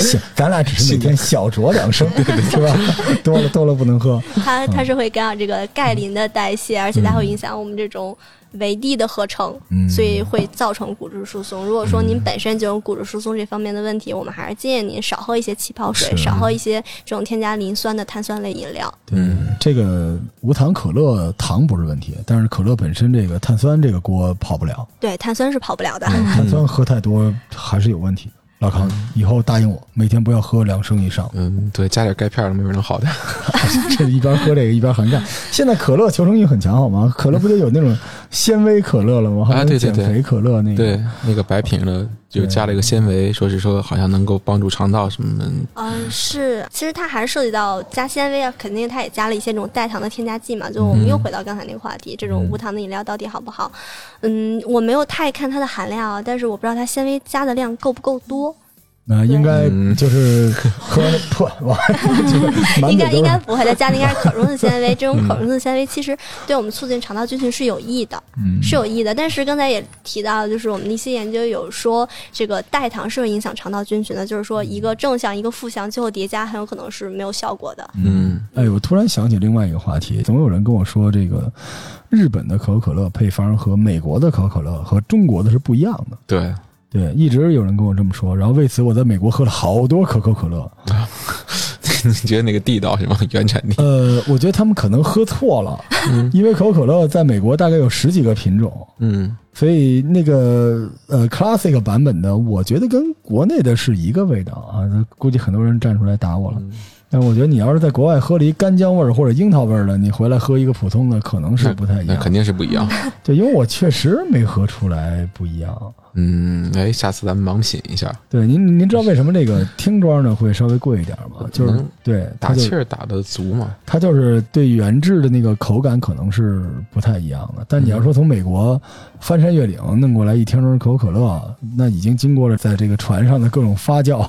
[SPEAKER 1] 行，咱俩只是每天小酌两声，是吧？多了多了不能喝。
[SPEAKER 3] 它它是会干扰这个钙磷的代谢，而且它会影响我们这种维 D 的合成，所以会造成骨质疏松。如果说您本身就有骨质疏松这方面的问题，我们还是建议您少喝一些气泡水，少喝一些这种添加磷酸的碳酸类饮料。
[SPEAKER 5] 嗯，，
[SPEAKER 1] 这个无糖可乐糖不是问题，但是可乐本身这个碳酸这个锅跑不了，
[SPEAKER 3] 对，碳酸是跑不了的。
[SPEAKER 1] 碳酸喝太多还是有问题的。老康，以后答应我，每天不要喝两升以上
[SPEAKER 5] 嗯，对，加点钙片儿没准能好点。
[SPEAKER 1] 这一边喝这个一边含钙。现在可乐求生欲很强，好吗？可乐不就有那种纤维可乐了吗？还
[SPEAKER 5] 啊
[SPEAKER 1] 有
[SPEAKER 5] 对对
[SPEAKER 1] 减
[SPEAKER 5] 对
[SPEAKER 1] 肥可乐那个。
[SPEAKER 5] 对，那个白瓶的就加了一个纤维，说是说好像能够帮助肠道什么的。
[SPEAKER 3] 嗯、是，其实它还是涉及到加纤维啊，肯定它也加了一些这种代糖的添加剂嘛。就我们又回到刚才那个话题，这种无糖的饮料到底好不好？嗯，我没有太看它的含量啊，但是我不知道它纤维加的量够不够多，
[SPEAKER 1] 那应该
[SPEAKER 5] 嗯
[SPEAKER 1] 就是 喝了破，哇，这个满嘴
[SPEAKER 3] 应该
[SPEAKER 1] 都
[SPEAKER 3] 应该
[SPEAKER 1] 是。嗯
[SPEAKER 3] 不会，它加的应该是可溶性纤维。这种可溶性纤维其实对我们促进肠道菌群是有益的，
[SPEAKER 1] 嗯
[SPEAKER 3] 是有益的。但是刚才也提到，就是我们的一些研究有说，这个代糖是会影响肠道菌群的，就是说一个正向一个负向最后叠加，很有可能是没有效果的。
[SPEAKER 5] 嗯，
[SPEAKER 1] 哎，我突然想起另外一个话题，总有人跟我说，这个日本的可口可乐配方和美国的可口可乐和中国的是不一样的。
[SPEAKER 5] 对，
[SPEAKER 1] 对，一直有人跟我这么说，然后为此我在美国喝了好多可口可乐。
[SPEAKER 5] 你觉得那个地道是吗？原产地？
[SPEAKER 1] 呃，我觉得他们可能喝错了，
[SPEAKER 5] 嗯
[SPEAKER 1] 因为可口可乐在美国大概有十几个品种，
[SPEAKER 5] 嗯
[SPEAKER 1] 所以那个呃 classic 版本的，我觉得跟国内的是一个味道啊，估计很多人站出来打我
[SPEAKER 5] 嗯
[SPEAKER 1] 了。但我觉得你要是在国外喝了一干姜味儿或者樱桃味儿的，你回来喝一个普通的，可能是不太一
[SPEAKER 5] 嗯那肯
[SPEAKER 1] 样。
[SPEAKER 5] 定是不一样。
[SPEAKER 1] 对，因为我确实没喝出来不一样。
[SPEAKER 5] 嗯，哎，下次咱们盲品一下，
[SPEAKER 1] 对，您您知道为什么这个听装呢会稍微贵一点吗？就是
[SPEAKER 5] 能
[SPEAKER 1] 对，它
[SPEAKER 5] 嗯打
[SPEAKER 1] 就
[SPEAKER 5] 气儿打的足嘛。
[SPEAKER 1] 它就是对原制的那个口感可能是不太一样的。但你要说从美国翻山越岭弄过来一听都是可口可乐，那已经经过了在这个船上的各种发酵，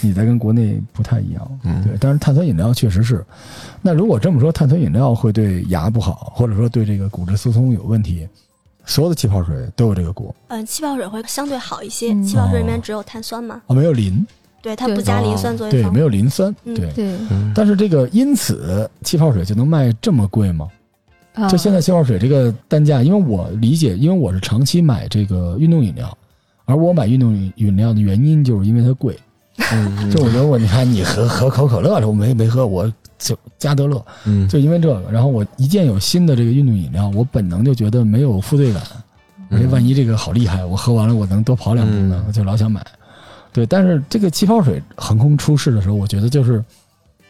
[SPEAKER 1] 你再跟国内不太一样。
[SPEAKER 5] 嗯
[SPEAKER 1] 对，但是碳酸饮料确实是。那如果这么说，碳酸饮料会对牙不好，或者说对这个骨质疏松有问题，所有的气泡水都有这个果
[SPEAKER 3] 嗯，气泡水会相对好一些，
[SPEAKER 4] 嗯
[SPEAKER 3] 气泡水里面只有碳酸嘛，
[SPEAKER 1] 啊，没有磷，
[SPEAKER 3] 对，它
[SPEAKER 4] 对
[SPEAKER 3] 不加磷酸作为
[SPEAKER 1] 哦对，
[SPEAKER 3] 防
[SPEAKER 1] 没有磷酸，
[SPEAKER 3] 嗯
[SPEAKER 1] 对。
[SPEAKER 4] 对，
[SPEAKER 5] 嗯，
[SPEAKER 1] 但是这个因此气泡水就能卖这么贵吗？
[SPEAKER 4] 啊
[SPEAKER 1] 就现在气泡水这个单价，因为我理解，因为我是长期买这个运动饮料，而我买运动饮饮料的原因就是因为它贵。
[SPEAKER 5] 嗯
[SPEAKER 1] 就我觉得我，你看你喝喝可口可乐了，我没没喝，我就加德乐，
[SPEAKER 5] 嗯
[SPEAKER 1] 就因为这个。然后我一见有新的这个运动饮料，我本能就觉得没有负罪感，哎，万一这个好厉害，我喝完了我能多跑两步呢，
[SPEAKER 5] 嗯
[SPEAKER 1] 我就老想买。对，但是这个气泡水横空出世的时候，我觉得就是，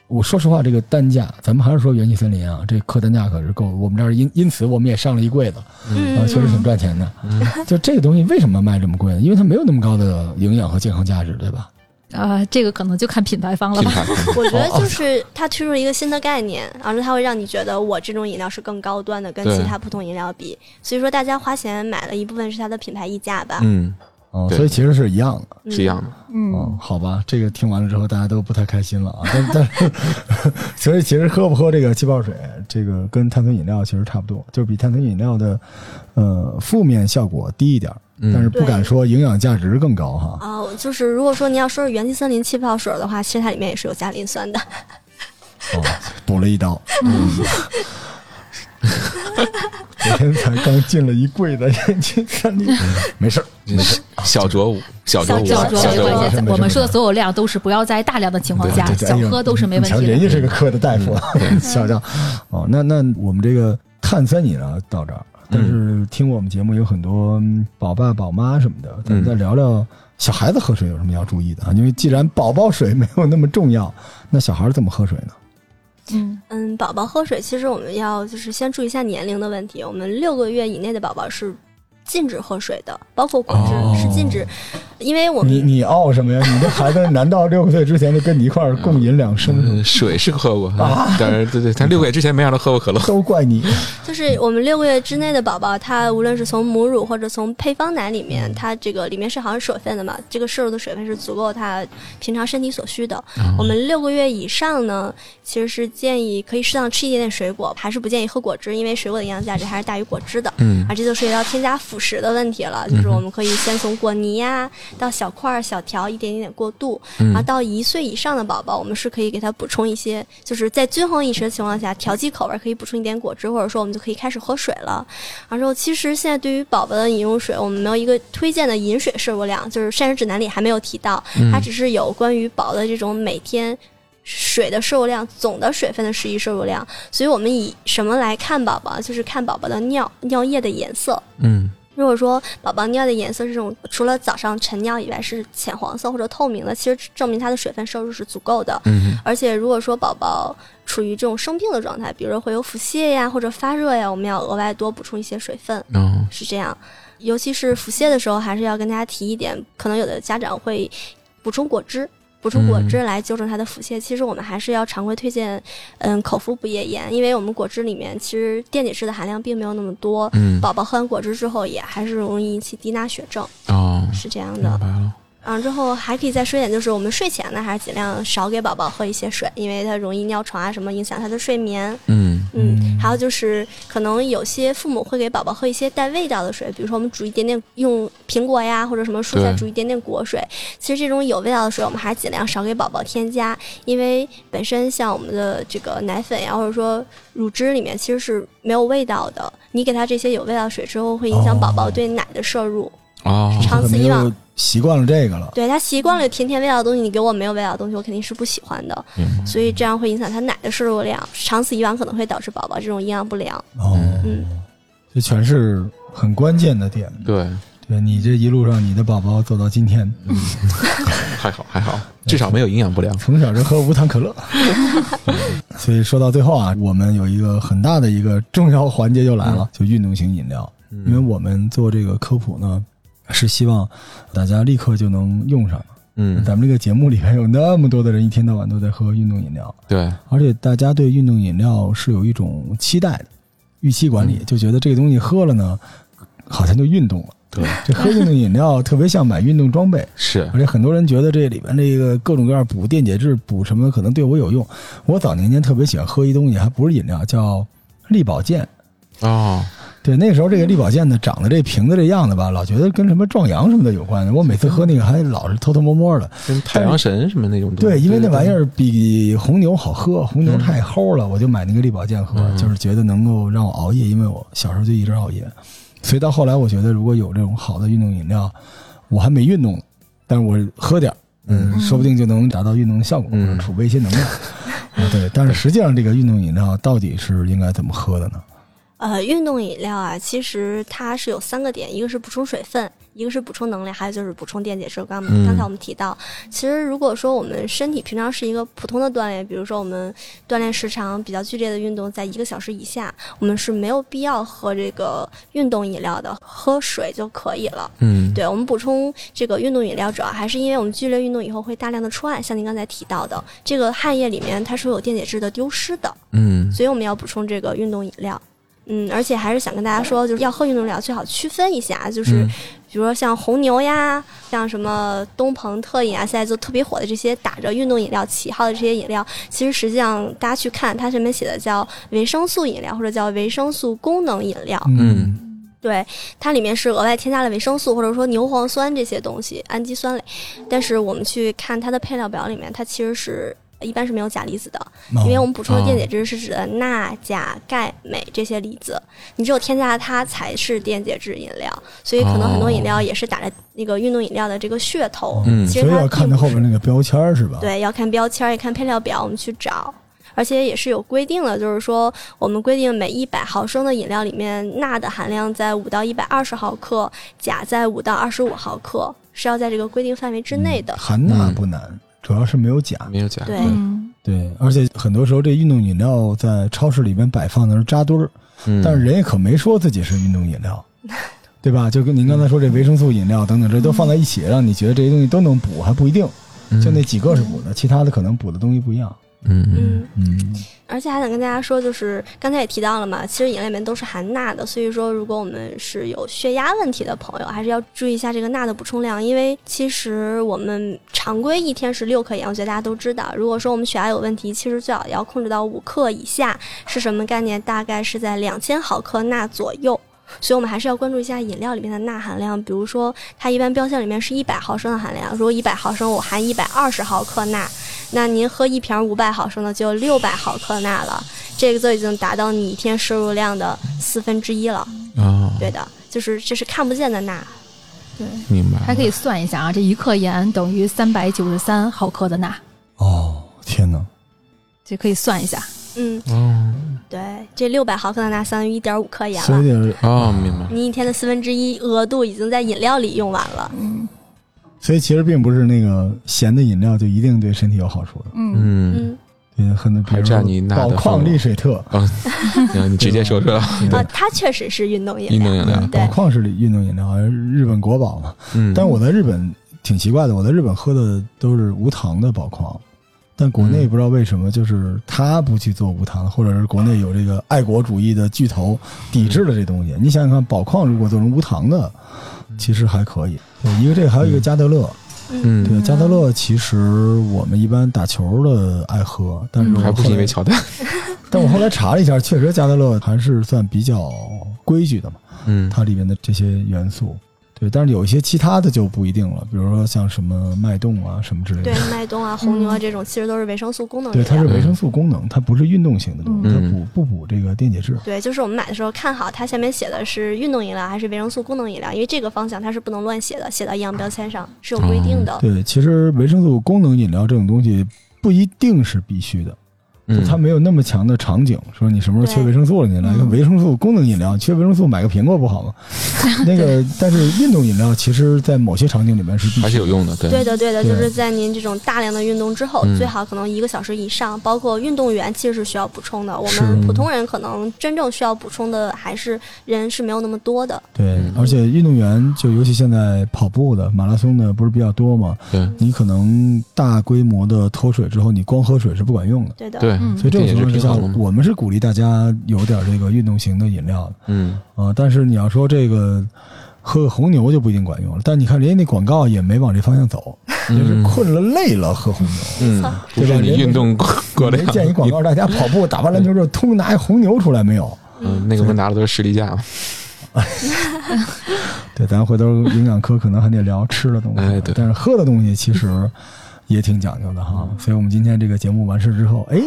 [SPEAKER 1] 我说实话，这个单价，咱们还是说元气森林啊，这客单价可是够。我们这儿因因此我们也上了一柜子，
[SPEAKER 3] 嗯
[SPEAKER 1] 啊，确实挺赚钱的。
[SPEAKER 5] 嗯
[SPEAKER 1] 就这个东西为什么卖这么贵呢？因为它没有那么高的营养和健康价值，对吧？
[SPEAKER 4] 啊，这个可能就看品牌方 了
[SPEAKER 5] 品
[SPEAKER 4] 吧。
[SPEAKER 5] 牌，
[SPEAKER 3] 我觉得
[SPEAKER 5] 哦
[SPEAKER 3] 就是它推出了一个新的概念，然后它会让你觉得我这种饮料是更高端的，跟
[SPEAKER 5] 对
[SPEAKER 3] 其他普通饮料比。所以说，大家花钱买了一部分是它的品牌溢价吧。
[SPEAKER 5] 嗯，
[SPEAKER 1] 哦，
[SPEAKER 5] 对
[SPEAKER 1] 所以其实是一样的。
[SPEAKER 3] 嗯
[SPEAKER 5] 是一样的。
[SPEAKER 1] 哦
[SPEAKER 4] 嗯，，
[SPEAKER 1] 好吧，这个听完了之后大家都不太开心了啊。但 但是，所以其实喝不喝这个气泡水，这个跟碳酸饮料其实差不多，就是比碳酸饮料的呃负面效果低一点儿，
[SPEAKER 5] 嗯
[SPEAKER 1] 但是不敢
[SPEAKER 3] 对
[SPEAKER 1] 说营养价值更高哈。
[SPEAKER 3] 啊、就是如果说你要说是元气森林气泡水的话，其实它里面也是有加磷酸的。
[SPEAKER 1] 哦，补了一刀。 昨天才刚进了一柜子， 去看你，没事儿，
[SPEAKER 5] 嗯
[SPEAKER 1] 没事儿。
[SPEAKER 5] 小酌五，小啊酌五，
[SPEAKER 4] 小酌没
[SPEAKER 1] 小酌
[SPEAKER 4] 关
[SPEAKER 1] 没事
[SPEAKER 4] 系，
[SPEAKER 1] 没
[SPEAKER 4] 我们
[SPEAKER 1] 事
[SPEAKER 4] 说的所有量都是不要在大量的情况下，
[SPEAKER 1] 哎对对对
[SPEAKER 4] 小喝都是没问
[SPEAKER 1] 你瞧
[SPEAKER 4] 题
[SPEAKER 1] 人家
[SPEAKER 4] 的。
[SPEAKER 1] 是个科的大夫， 小张。哦，那那我们这个碳酸饮料到这儿，但是听我们节目有很多嗯宝爸宝妈什么的，咱们再聊聊小孩子喝水有什么要注意的啊？因为既然宝宝水没有那么重要，那小孩儿怎么喝水呢？
[SPEAKER 4] 嗯，
[SPEAKER 3] 嗯，宝宝喝水，其实我们要就是先注意一下年龄的问题。我们六个月以内的宝宝是禁止喝水的，包括果汁、
[SPEAKER 5] 哦
[SPEAKER 3] 是禁止，因为我们
[SPEAKER 1] 你你傲什么呀？你这孩子难道六个岁之前就跟你一块儿共饮两升吗？
[SPEAKER 5] 嗯，水是喝过，啊但是对对，他六个月之前没让他喝过可乐。
[SPEAKER 1] 都怪你，
[SPEAKER 3] 就是我们六个月之内的宝宝，他无论是从母乳或者从配方奶里面，它这个里面是含有水分的嘛，这个摄入的水分是足够他平常身体所需的。我们六个月以上呢，其实是建议可以适当吃一点点水果，还是不建议喝果汁，因为水果的营养价值还是大于果汁的。
[SPEAKER 5] 嗯
[SPEAKER 3] 啊，这就涉及到添加辅食的问题了，就是我们可以先从果泥呀、到小块儿、小条，一点一点过渡。
[SPEAKER 5] 嗯
[SPEAKER 3] 啊，到一岁以上的宝宝，我们是可以给他补充一些，就是在均衡饮食的情况下，调剂口味，可以补充一点果汁，或者说我们就可以开始喝水了。然后，其实现在对于宝宝的饮用水，我们没有一个推荐的饮水摄入量，就是膳食指南里还没有提到，它只是有关于宝宝的这种每天。水的摄入量，总的水分的实际摄入量，所以我们以什么来看宝宝？就是看宝宝的尿尿液的颜色。
[SPEAKER 5] 嗯
[SPEAKER 3] 如果说宝宝尿的颜色是这种，除了早上晨尿以外是浅黄色或者透明的，其实证明它的水分摄入是足够的。
[SPEAKER 5] 嗯
[SPEAKER 3] 而且如果说宝宝处于这种生病的状态，比如说会有腹泻呀或者发热呀，我们要额外多补充一些水分，
[SPEAKER 5] 嗯
[SPEAKER 3] 是这样。尤其是腹泻的时候，还是要跟大家提一点，可能有的家长会补充果汁。补充果汁来纠正他的腹泻，其实我们还是要常规推荐，嗯，口服补液盐，因为我们果汁里面其实电解质的含量并没有那么多，
[SPEAKER 5] 嗯
[SPEAKER 3] 宝宝喝完果汁之后，也还是容易引起低钠血症，
[SPEAKER 5] 哦，
[SPEAKER 3] 是这样
[SPEAKER 5] 明
[SPEAKER 3] 的。
[SPEAKER 5] 白了。
[SPEAKER 3] 嗯，之后还可以再说一点，就是我们睡前呢，还是尽量少给宝宝喝一些水，因为他容易尿床啊什么，影响他的睡眠。
[SPEAKER 5] 嗯
[SPEAKER 3] 嗯，还有就是，可能有些父母会给宝宝喝一些带味道的水，比如说我们煮一点点，用苹果呀或者什么蔬菜
[SPEAKER 5] 对
[SPEAKER 3] 煮一点点果水。其实这种有味道的水，我们还是尽量少给宝宝添加，因为本身像我们的这个奶粉呀，或者说乳汁里面其实是没有味道的。你给他这些有味道的水之后，会影响宝宝
[SPEAKER 1] 哦
[SPEAKER 3] 对奶的摄入。
[SPEAKER 5] 哦，
[SPEAKER 3] 长
[SPEAKER 1] 他
[SPEAKER 3] 此
[SPEAKER 1] 没
[SPEAKER 3] 以
[SPEAKER 1] 有
[SPEAKER 3] 往
[SPEAKER 1] 习惯了这个了，
[SPEAKER 3] 对他习惯了甜甜味道的东西，你给我没有味道的东西，我肯定是不喜欢的。
[SPEAKER 5] 嗯
[SPEAKER 3] 所以这样会影响他奶的摄入量，长此以往可能会导致宝宝这种营养不良。
[SPEAKER 1] 哦，
[SPEAKER 3] 嗯
[SPEAKER 1] 这全是很关键的点。
[SPEAKER 5] 对，
[SPEAKER 1] 对你这一路上，你的宝宝走到今天，
[SPEAKER 5] 嗯还好还好，至少没有营养不良。
[SPEAKER 1] 从小就喝无糖可 乐，所以说到最后啊，我们有一个很大的一个重要环节就来
[SPEAKER 5] 嗯
[SPEAKER 1] 了，就运动型饮料。因为我们做这个科普呢，是希望大家立刻就能用上。
[SPEAKER 5] 嗯，
[SPEAKER 1] 咱们这个节目里面有那么多的人一天到晚都在喝运动饮料，
[SPEAKER 5] 对，
[SPEAKER 1] 而且大家对运动饮料是有一种期待的，预期管
[SPEAKER 5] 嗯
[SPEAKER 1] 理，就觉得这个东西喝了呢，好像就运动了。
[SPEAKER 5] 对，
[SPEAKER 1] 这喝运动饮料特别像买运动装备，
[SPEAKER 5] 是
[SPEAKER 1] 而且很多人觉得这里边这个各种各样补电解质、补什么可能对我有用。我早年间特别喜欢喝一东西，还不是饮料，叫力保健。
[SPEAKER 5] 哦，
[SPEAKER 1] 对，那时候这个力保健呢，长得这瓶子这样子吧，老觉得跟什么壮阳什么的有关系。我每次喝那个还老是偷偷摸摸的，
[SPEAKER 5] 跟太阳神什么那种东西。
[SPEAKER 1] 对，因嗯为那玩意
[SPEAKER 5] 对，
[SPEAKER 1] 儿比红牛好喝，红牛太齁了，我就买那个力保健喝，
[SPEAKER 5] 嗯
[SPEAKER 1] 就是觉得能够让我熬夜，因为我小时候就一直熬夜，所以到后来我觉得如果有这种好的运动饮料，我还没运动呢，但是我喝点儿，嗯，说不定就能达到运动的效果，
[SPEAKER 5] 嗯
[SPEAKER 1] 或者储备一些能量。啊 对，但是实际上这个运动饮料到底是应该怎么喝的呢？
[SPEAKER 3] 呃，运动饮料啊，其实它是有三个点，一个是补充水分，一个是补充能量，还有就是补充电解质。刚
[SPEAKER 5] 嗯
[SPEAKER 3] 刚才我们提到，其实如果说我们身体平常是一个普通的锻炼，比如说我们锻炼时长比较剧烈的运动在一个小时以下，我们是没有必要喝这个运动饮料的，喝水就可以了。
[SPEAKER 5] 嗯，
[SPEAKER 3] 对我们补充这个运动饮料，主要还是因为我们剧烈运动以后会大量的出汗，像您刚才提到的，这个汗液里面它是有电解质的丢失的，
[SPEAKER 5] 嗯，
[SPEAKER 3] 所以我们要补充这个运动饮料。嗯，而且还是想跟大家说，就是要喝运动饮料最好区分一下，就是
[SPEAKER 5] 嗯
[SPEAKER 3] 比如说像红牛呀，像什么东鹏特饮啊，现在就特别火的这些打着运动饮料旗号的这些饮料，其实实际上大家去看，它上面写的叫维生素饮料或者叫维生素功能饮料。
[SPEAKER 5] 嗯
[SPEAKER 3] 对，它里面是额外添加了维生素或者说牛磺酸这些东西，氨基酸类。但是我们去看它的配料表里面，它其实是呃一般是没有钾离子的，
[SPEAKER 1] 嗯
[SPEAKER 3] 因
[SPEAKER 1] 哦
[SPEAKER 3] 为我们补充的电解质是指的钠、钾、钙、镁这些离子，你只有添加了它才是电解质饮料。所以可能很多饮料也是打着那个运动饮料的这个噱头，
[SPEAKER 5] 嗯
[SPEAKER 3] 其
[SPEAKER 1] 哦所
[SPEAKER 3] 实
[SPEAKER 1] 以
[SPEAKER 3] 它
[SPEAKER 1] 要看它
[SPEAKER 3] 并不
[SPEAKER 1] 后边那个标签儿是吧？，
[SPEAKER 3] 对，要看标签儿，也看配料表，我们去找。而且也是有规定的，就是说我们规定每一百毫升的饮料里面钠的含量在五到一百二十毫克，钾在五到二十五毫克，是要在这个规定范围之内的。
[SPEAKER 1] 嗯含钠不难，主要是没有钾。
[SPEAKER 5] 没有假。
[SPEAKER 3] 对
[SPEAKER 4] 嗯，
[SPEAKER 1] 对，而且很多时候这运动饮料在超市里面摆放的是扎堆儿，
[SPEAKER 5] 嗯，
[SPEAKER 1] 但是人家可没说自己是运动饮料， 对吧？就跟您刚才说这维生素饮料等等，这都放在一起，让你觉得这些东西都能补，还不一定。就那几个是补的，其他的可能补的东西不一样。
[SPEAKER 5] 嗯嗯
[SPEAKER 3] 嗯，
[SPEAKER 1] 嗯，
[SPEAKER 3] 而且还想跟大家说，就是刚才也提到了嘛，其实饮料里面都是含钠的，所以说如果我们是有血压问题的朋友，还是要注意一下这个钠的补充量，因为其实我们常规一天是六克盐，我觉得大家都知道。如果说我们血压有问题，其实最好也要控制到五克以下，是什么概念？大概是在两千毫克钠左右。所以，我们还是要关注一下饮料里面的钠含量。比如说，它一般标签里面是一百毫升的含量，如果一百毫升我含一百二十毫克钠，那您喝一瓶五百毫升的就有六百毫克钠了，这个就已经达到你一天摄入量的四分之一了。
[SPEAKER 4] 嗯
[SPEAKER 5] 啊，
[SPEAKER 3] 对的，就是这是看不见的钠。
[SPEAKER 4] 对，
[SPEAKER 5] 明白了。
[SPEAKER 4] 还可以算一下啊，这一克盐等于三百九十三毫克的钠，
[SPEAKER 1] 哦，天哪！
[SPEAKER 4] 这可以算一下。
[SPEAKER 3] 嗯，
[SPEAKER 5] 哦
[SPEAKER 3] 对，这六百毫克的钠相当于一点五克盐
[SPEAKER 1] 所以
[SPEAKER 3] 了。
[SPEAKER 1] 得，
[SPEAKER 5] 哦，明白了。
[SPEAKER 3] 你一天的四分之一额度已经在饮料里用完了。
[SPEAKER 1] 所以其实并不是那个咸的饮料就一定对身体有好处的。
[SPEAKER 4] 嗯，
[SPEAKER 5] 嗯，
[SPEAKER 3] 嗯，
[SPEAKER 1] 嗯，很多比
[SPEAKER 5] 还
[SPEAKER 1] 如
[SPEAKER 5] 占你钠
[SPEAKER 1] 宝
[SPEAKER 5] 的
[SPEAKER 1] 矿
[SPEAKER 5] 份额
[SPEAKER 1] 力水特，
[SPEAKER 5] 啊， 你直接说出来了，
[SPEAKER 1] 对
[SPEAKER 3] 啊，它确实是运动饮
[SPEAKER 5] 运
[SPEAKER 3] 料。
[SPEAKER 5] 动饮料。
[SPEAKER 3] 对
[SPEAKER 1] 宝矿是运动饮料，好像日本国宝嘛。
[SPEAKER 5] 嗯，
[SPEAKER 1] 但我在日本挺奇怪的，我在日本喝的都是无糖的宝矿，但国内
[SPEAKER 5] 嗯
[SPEAKER 1] 不知道为什么，就是他不去做无糖，或者是国内有这个爱国主义的巨头抵制了这东西。
[SPEAKER 5] 嗯
[SPEAKER 1] 你想想看，宝矿如果做成无糖的，其实还可以。对，一个这个，还有一个加德乐。
[SPEAKER 5] 嗯，
[SPEAKER 1] 对，加德乐其实我们一般打球的爱喝，但是
[SPEAKER 4] 嗯
[SPEAKER 1] 我
[SPEAKER 5] 还不
[SPEAKER 1] 后
[SPEAKER 5] 是
[SPEAKER 1] 来
[SPEAKER 5] 因为乔丹。
[SPEAKER 1] 但我后来查了一下，确实加德乐还是算比较规矩的嘛。
[SPEAKER 5] 嗯
[SPEAKER 1] 它里面的这些元素。对，但是有一些其他的就不一定了，比如说像什么脉动啊什么之类的
[SPEAKER 3] 对，脉动啊、红牛啊这种，其实都是维生素功能
[SPEAKER 1] 对，
[SPEAKER 3] 类
[SPEAKER 1] 它
[SPEAKER 3] 的
[SPEAKER 1] 是。维生素功能，它不是运动型的东西，它
[SPEAKER 5] 嗯
[SPEAKER 1] 补不补这个电解质。
[SPEAKER 3] 对，就是我们买的时候看好它下面写的是运动饮料还是维生素功能饮料，因为这个方向它是不能乱写的，写到营养标签上是有规定的。
[SPEAKER 1] 对，其实维生素功能饮料这种东西不一定是必须的，就
[SPEAKER 5] 嗯，
[SPEAKER 1] 它没有那么强的场景，说你什么时候缺
[SPEAKER 3] 对
[SPEAKER 1] 维生素了，你来个
[SPEAKER 4] 嗯
[SPEAKER 1] 维生素功能饮料，缺维生素买个苹果不好吗？那个，但是运动饮料其实在某些场景里面是必须
[SPEAKER 5] 还是有用的，
[SPEAKER 3] 对的，对的，
[SPEAKER 1] 对
[SPEAKER 3] 就是在您这种大量的运动之后，
[SPEAKER 5] 嗯
[SPEAKER 3] 最好可能一个小时以上，包括运动员其实是需要补充的。我
[SPEAKER 1] 是
[SPEAKER 3] 们普通人可能真正需要补充的还是人是没有那么多的。
[SPEAKER 1] 对
[SPEAKER 5] 嗯，
[SPEAKER 1] 而且运动员就尤其现在跑步的、马拉松的不是比较多吗？
[SPEAKER 5] 对
[SPEAKER 1] 你可能大规模的脱水之后，你光喝水是不管用的。
[SPEAKER 3] 对的，
[SPEAKER 5] 对，
[SPEAKER 4] 嗯
[SPEAKER 1] 所以这种情况之下
[SPEAKER 5] 电解质平衡了，嘛
[SPEAKER 1] 我们是鼓励大家有点这个运动型的饮料的
[SPEAKER 5] 嗯，
[SPEAKER 1] 啊、但是你要说这个喝个红牛就不一定管用了，但你看人家那广告也没往这方向走，就是困了累了喝红牛。
[SPEAKER 5] 嗯，不是你运动过过
[SPEAKER 1] 人
[SPEAKER 5] 量，
[SPEAKER 1] 家建议广 告，大家跑步打完篮球之后，通拿一红牛出来没有？
[SPEAKER 5] 嗯，那个不拿的都是士力架嘛，
[SPEAKER 1] 对，咱回头营养科可能还得聊吃的东西，
[SPEAKER 5] 哎对
[SPEAKER 1] 但是喝的东西其实也挺讲究的
[SPEAKER 5] 嗯
[SPEAKER 1] 哈。所以我们今天这个节目完事之后，哎，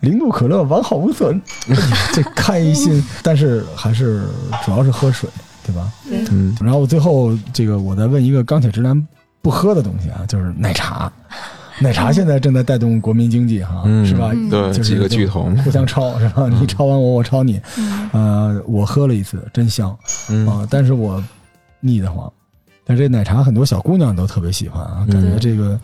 [SPEAKER 1] 零度可乐完好无 损，哎呀这开心，但是还是主要是喝水，对吧？
[SPEAKER 5] 嗯，
[SPEAKER 1] 然后我最后这个我再问一个钢铁直男不喝的东西啊，就是奶茶。奶茶现在正在带动国民经济哈，
[SPEAKER 5] 嗯
[SPEAKER 1] 是吧？
[SPEAKER 4] 嗯
[SPEAKER 5] 对，
[SPEAKER 1] 就是
[SPEAKER 5] 几个巨头嘛，
[SPEAKER 1] 互相抄是吧？你抄完我，我抄你。
[SPEAKER 4] 嗯
[SPEAKER 1] 呃，我喝了一次，真香。
[SPEAKER 5] 嗯，
[SPEAKER 1] 啊，但是我腻得慌。但这奶茶很多小姑娘都特别喜欢啊，感觉
[SPEAKER 5] 嗯
[SPEAKER 1] 这个，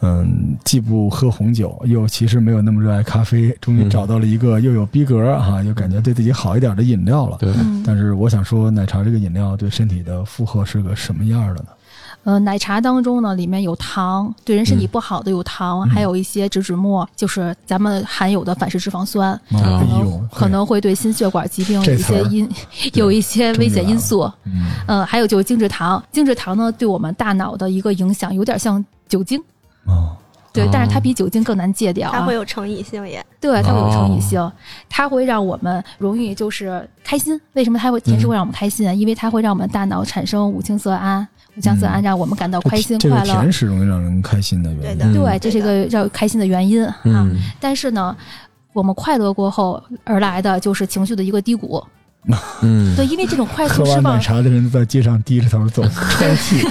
[SPEAKER 1] 嗯，既不喝红酒，又其实没有那么热爱咖啡，终于
[SPEAKER 5] 嗯
[SPEAKER 1] 找到了一个又有逼格啊，又感觉对自己好一点的饮料了。
[SPEAKER 5] 对，
[SPEAKER 4] 嗯
[SPEAKER 1] 但是我想说，奶茶这个饮料对身体的负荷是个什么样的呢？
[SPEAKER 4] 呃，奶茶当中呢，里面有糖，对人
[SPEAKER 1] 嗯
[SPEAKER 4] 身体不好的有糖，还有一些植脂末，就是咱们含有的反式脂肪酸，
[SPEAKER 1] 啊
[SPEAKER 5] 啊
[SPEAKER 1] 哎呦，
[SPEAKER 4] 哦可能会对心血管疾病有
[SPEAKER 1] 这
[SPEAKER 4] 一
[SPEAKER 1] 词
[SPEAKER 4] 些
[SPEAKER 1] 儿
[SPEAKER 4] 因，
[SPEAKER 1] 对
[SPEAKER 4] 有一些危险因素。
[SPEAKER 1] 嘿嗯，
[SPEAKER 4] 嗯，还有就是精制糖，精制糖呢对我们大脑的一个影响有点像酒精，
[SPEAKER 1] 哦，
[SPEAKER 4] 对，
[SPEAKER 5] 哦
[SPEAKER 4] 但是它比酒精更难戒掉、啊，
[SPEAKER 3] 它会有成瘾性也。
[SPEAKER 4] 对，它会有
[SPEAKER 5] 哦
[SPEAKER 4] 成瘾性，它会让我们容易就是开心。为什么它会甜食
[SPEAKER 1] 嗯
[SPEAKER 4] 会让我们开心啊？因为它会让我们大脑产生五羟色胺，五羟色
[SPEAKER 1] 嗯
[SPEAKER 4] 胺让我们感到开心
[SPEAKER 1] 这个
[SPEAKER 4] 快乐。
[SPEAKER 1] 甜食容易让人开心的原
[SPEAKER 3] 对
[SPEAKER 1] 因。
[SPEAKER 3] 的，
[SPEAKER 5] 嗯
[SPEAKER 4] 对，这是一个让开心的原因啊。
[SPEAKER 5] 嗯，
[SPEAKER 4] 但是呢，我们快乐过后而来的就是情绪的一个低谷。
[SPEAKER 5] 嗯，
[SPEAKER 4] 对，因为这种快
[SPEAKER 1] 喝
[SPEAKER 4] 速释
[SPEAKER 1] 完奶
[SPEAKER 4] 放，
[SPEAKER 1] 茶的人在街上低着头 走，抽泣。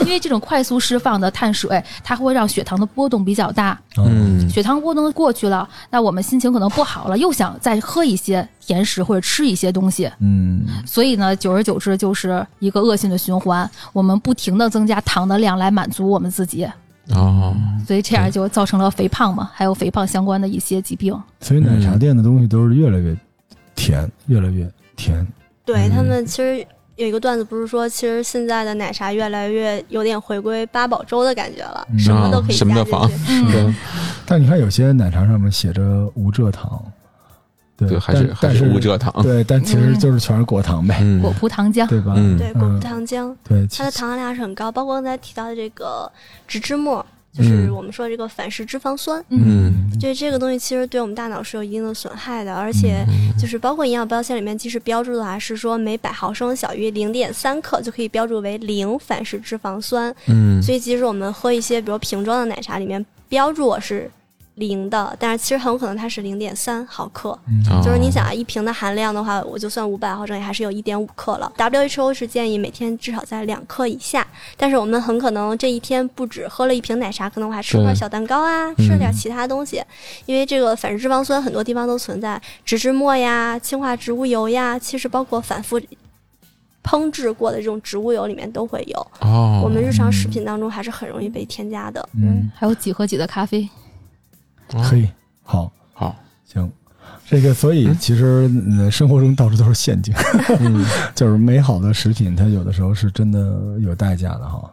[SPEAKER 4] 因为这种快速释放的碳水，它会让血糖的波动比较大。
[SPEAKER 5] 嗯，
[SPEAKER 4] 血糖波动过去了，那我们心情可能不好了，又想再喝一些甜食或者吃一些东西。
[SPEAKER 1] 嗯，
[SPEAKER 4] 所以呢，久而久之就是一个恶性的循环，我们不停的增加糖的量来满足我们自己，
[SPEAKER 5] 哦，
[SPEAKER 4] 所以这样就造成了肥胖嘛，还有肥胖相关的一些疾病。
[SPEAKER 1] 所以奶茶店的东西都是越来越甜，越来越甜。
[SPEAKER 3] 对他
[SPEAKER 5] 嗯
[SPEAKER 3] 们其实有一个段子，不是说其实现在的奶茶越来越有点回归八宝粥的感觉了，
[SPEAKER 1] 嗯
[SPEAKER 3] 什么都可以
[SPEAKER 5] 什么
[SPEAKER 3] 加
[SPEAKER 5] 都
[SPEAKER 3] 进
[SPEAKER 5] 放
[SPEAKER 3] 去。
[SPEAKER 5] 对，
[SPEAKER 1] 但你看有些奶茶上面写着无蔗糖，对，
[SPEAKER 5] 对，还是
[SPEAKER 1] 但
[SPEAKER 5] 还
[SPEAKER 1] 但
[SPEAKER 5] 是
[SPEAKER 1] 是
[SPEAKER 5] 无蔗糖，
[SPEAKER 1] 对，但其实就是全是果糖呗，
[SPEAKER 5] 嗯
[SPEAKER 4] 果葡糖浆，
[SPEAKER 1] 对吧？
[SPEAKER 5] 嗯
[SPEAKER 3] 对，
[SPEAKER 1] 嗯
[SPEAKER 3] 果葡糖浆，
[SPEAKER 1] 对，其
[SPEAKER 3] 它的
[SPEAKER 1] 实
[SPEAKER 3] 糖含量是很高，包括刚才提到的这个植脂末，就是
[SPEAKER 5] 嗯
[SPEAKER 3] 我们说这个反式脂肪酸。
[SPEAKER 5] 嗯，
[SPEAKER 3] 对这个东西，其实对我们大脑是有一定的损害的，而且
[SPEAKER 5] 嗯
[SPEAKER 3] 就是包括营养标签里面，即使标注的话是说每百毫升小于零点三克就可以标注为零反式脂肪酸，
[SPEAKER 5] 嗯，
[SPEAKER 3] 所以即使我们喝一些比如瓶装的奶茶，里面标注我是零的，但是其实很有可能它是零点三毫克。
[SPEAKER 1] 嗯
[SPEAKER 5] 哦
[SPEAKER 3] 就是你想啊，一瓶的含量的话，我就算五百毫升也还是有一点五克了。WHO 是建议每天至少在两克以下，但是我们很可能这一天不止喝了一瓶奶茶，可能我还吃了块
[SPEAKER 5] 对
[SPEAKER 3] 小蛋糕啊，
[SPEAKER 5] 嗯
[SPEAKER 3] 吃了点其他东西，因为这个反式脂肪酸很多地方都存在，植脂末呀、氢化植物油呀，其实包括反复烹制过的这种植物油里面都会有。
[SPEAKER 5] 哦，
[SPEAKER 3] 我们日常食品当中还是很容易被添加的。
[SPEAKER 1] 嗯，
[SPEAKER 4] 还有几喝几的咖啡，
[SPEAKER 3] 嗯
[SPEAKER 1] 可以，好，
[SPEAKER 5] 哦好，
[SPEAKER 1] 行。这个，所以其实呃生活中到处都是陷阱，
[SPEAKER 5] 嗯，
[SPEAKER 1] 就是美好的食品，它有的时候是真的有代价的哈。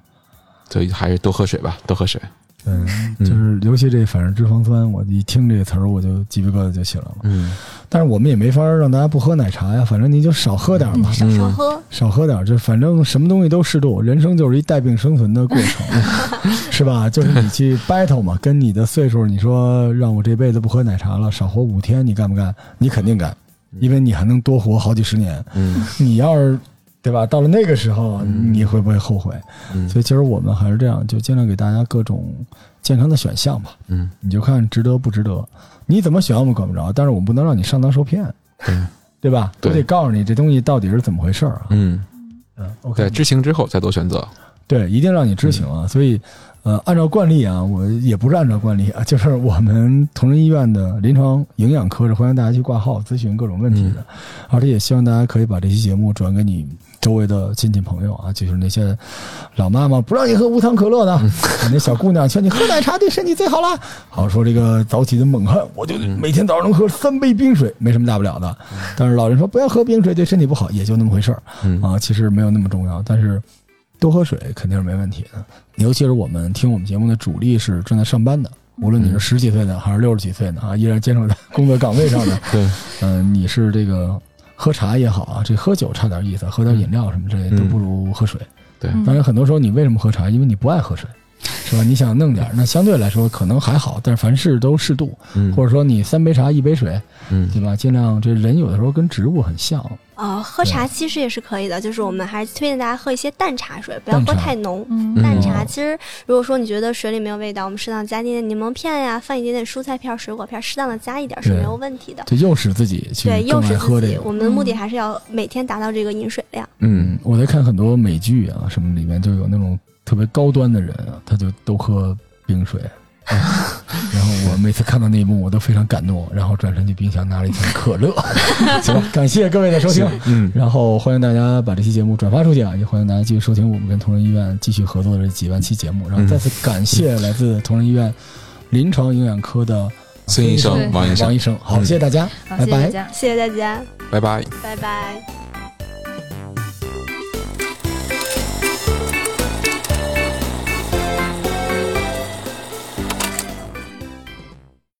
[SPEAKER 5] 所以还是多喝水吧，多喝水，
[SPEAKER 1] 嗯，就是尤其这反式脂肪酸，我一听这个词儿，我就鸡皮疙瘩就起来了。
[SPEAKER 5] 嗯，
[SPEAKER 1] 但是我们也没法儿让大家不喝奶茶呀，反正您就少喝点儿嘛，
[SPEAKER 5] 嗯
[SPEAKER 3] 少少喝，
[SPEAKER 1] 少喝点儿，就反正什么东西都适度，人生就是一带病生存的过程，是吧？就是你去 battle 嘛，跟你的岁数，你说让我这辈子不喝奶茶了，少活五天，你干不干？你肯定干，因为你还能多活好几十年。
[SPEAKER 5] 嗯，
[SPEAKER 1] 你要是对吧？到了那个时候，你会不会后悔？
[SPEAKER 5] 嗯
[SPEAKER 1] 所以其实我们还是这样，就尽量给大家各种健康的选项吧，
[SPEAKER 5] 嗯，
[SPEAKER 1] 你就看值得不值得。你怎么选我们管不着，但是我们不能让你上当受骗，
[SPEAKER 5] 对
[SPEAKER 1] 对吧？
[SPEAKER 5] 对
[SPEAKER 1] 我得告诉你这东西到底是怎么回事儿啊。
[SPEAKER 5] 嗯，
[SPEAKER 1] 嗯，OK，
[SPEAKER 5] 对，知情之后再做选择，
[SPEAKER 1] 对，一定让你知情啊。所以，呃，按照惯例啊，我也不是按照惯例啊， 就是我们同仁医院的临床营养科是欢迎大家去挂号咨询各种问题的，而且也希望大家可以把这期节目转给你周围的亲戚朋友啊，就是那些老妈妈不让你喝无糖可乐的， 那小姑娘劝你喝奶茶对身体最好啦。好说这个早起的猛汉，我就每天早上能喝三杯冰水，没什么大不了的。但是老人说不要喝冰水对身体不好，也就那么回事儿
[SPEAKER 5] 嗯
[SPEAKER 1] 啊，其实没有那么重要，但是。多喝水肯定是没问题的。尤其是我们听我们节目的主力是正在上班的，无论
[SPEAKER 5] 嗯
[SPEAKER 1] 你是十几岁的还是六十几岁的啊，依然坚守在工作岗位上 的，
[SPEAKER 5] 对，
[SPEAKER 1] 嗯、你是这个喝茶也好啊，这喝酒差点意思，喝点饮料什么之类的
[SPEAKER 5] 嗯
[SPEAKER 1] 都不如喝水。
[SPEAKER 5] 对
[SPEAKER 3] 嗯
[SPEAKER 1] 当然很多时候你为什么喝茶？因为你不爱喝水。是吧？你想弄点儿，那相对来说可能还好，但是凡事都适度，
[SPEAKER 5] 嗯，
[SPEAKER 1] 或者说你三杯茶一杯水，
[SPEAKER 5] 嗯，
[SPEAKER 1] 对吧？尽量这人有的时候跟植物很像，
[SPEAKER 3] 呃，喝茶其实也是可以的，就是我们还是推荐大家喝一些淡茶水，不要
[SPEAKER 1] 淡
[SPEAKER 3] 喝
[SPEAKER 1] 茶
[SPEAKER 3] 太浓。
[SPEAKER 4] 嗯
[SPEAKER 5] 嗯
[SPEAKER 3] 淡茶其实，如果说你觉得水里没有味道，我们适当加一点柠檬片呀，放一点点蔬菜片、水果片，适当的加一点是
[SPEAKER 1] 对
[SPEAKER 3] 没有问题的。
[SPEAKER 1] 就诱使自己去
[SPEAKER 3] 对，
[SPEAKER 1] 更
[SPEAKER 3] 又
[SPEAKER 1] 爱
[SPEAKER 3] 是
[SPEAKER 1] 喝这
[SPEAKER 3] 自己，
[SPEAKER 1] 个。
[SPEAKER 3] 我们的目的还是要每天达到这个饮水量。
[SPEAKER 5] 嗯
[SPEAKER 1] 嗯，我在看很多美剧啊什么里面就有那种特别高端的人啊，他就都喝冰 水。然后我每次看到那一幕，我都非常感动，然后转身去冰箱拿了一瓶可 乐。行吧，感谢各位的收听，
[SPEAKER 5] 嗯，
[SPEAKER 1] 然后欢迎大家把这期节目转发出去啊，也欢迎大家继续收听我们跟同仁医院继续合作的这几万期节目。然后再次感谢来自同仁医院临床营养科的
[SPEAKER 5] 孙医
[SPEAKER 4] 对
[SPEAKER 5] 生，王医
[SPEAKER 1] 王
[SPEAKER 5] 生
[SPEAKER 1] 医，生。好，
[SPEAKER 5] 嗯
[SPEAKER 1] 谢谢大家，
[SPEAKER 4] 好，
[SPEAKER 1] 拜
[SPEAKER 4] 谢谢大
[SPEAKER 1] 拜。
[SPEAKER 4] 家。
[SPEAKER 3] 谢谢大家，
[SPEAKER 5] 拜拜。
[SPEAKER 3] 拜拜。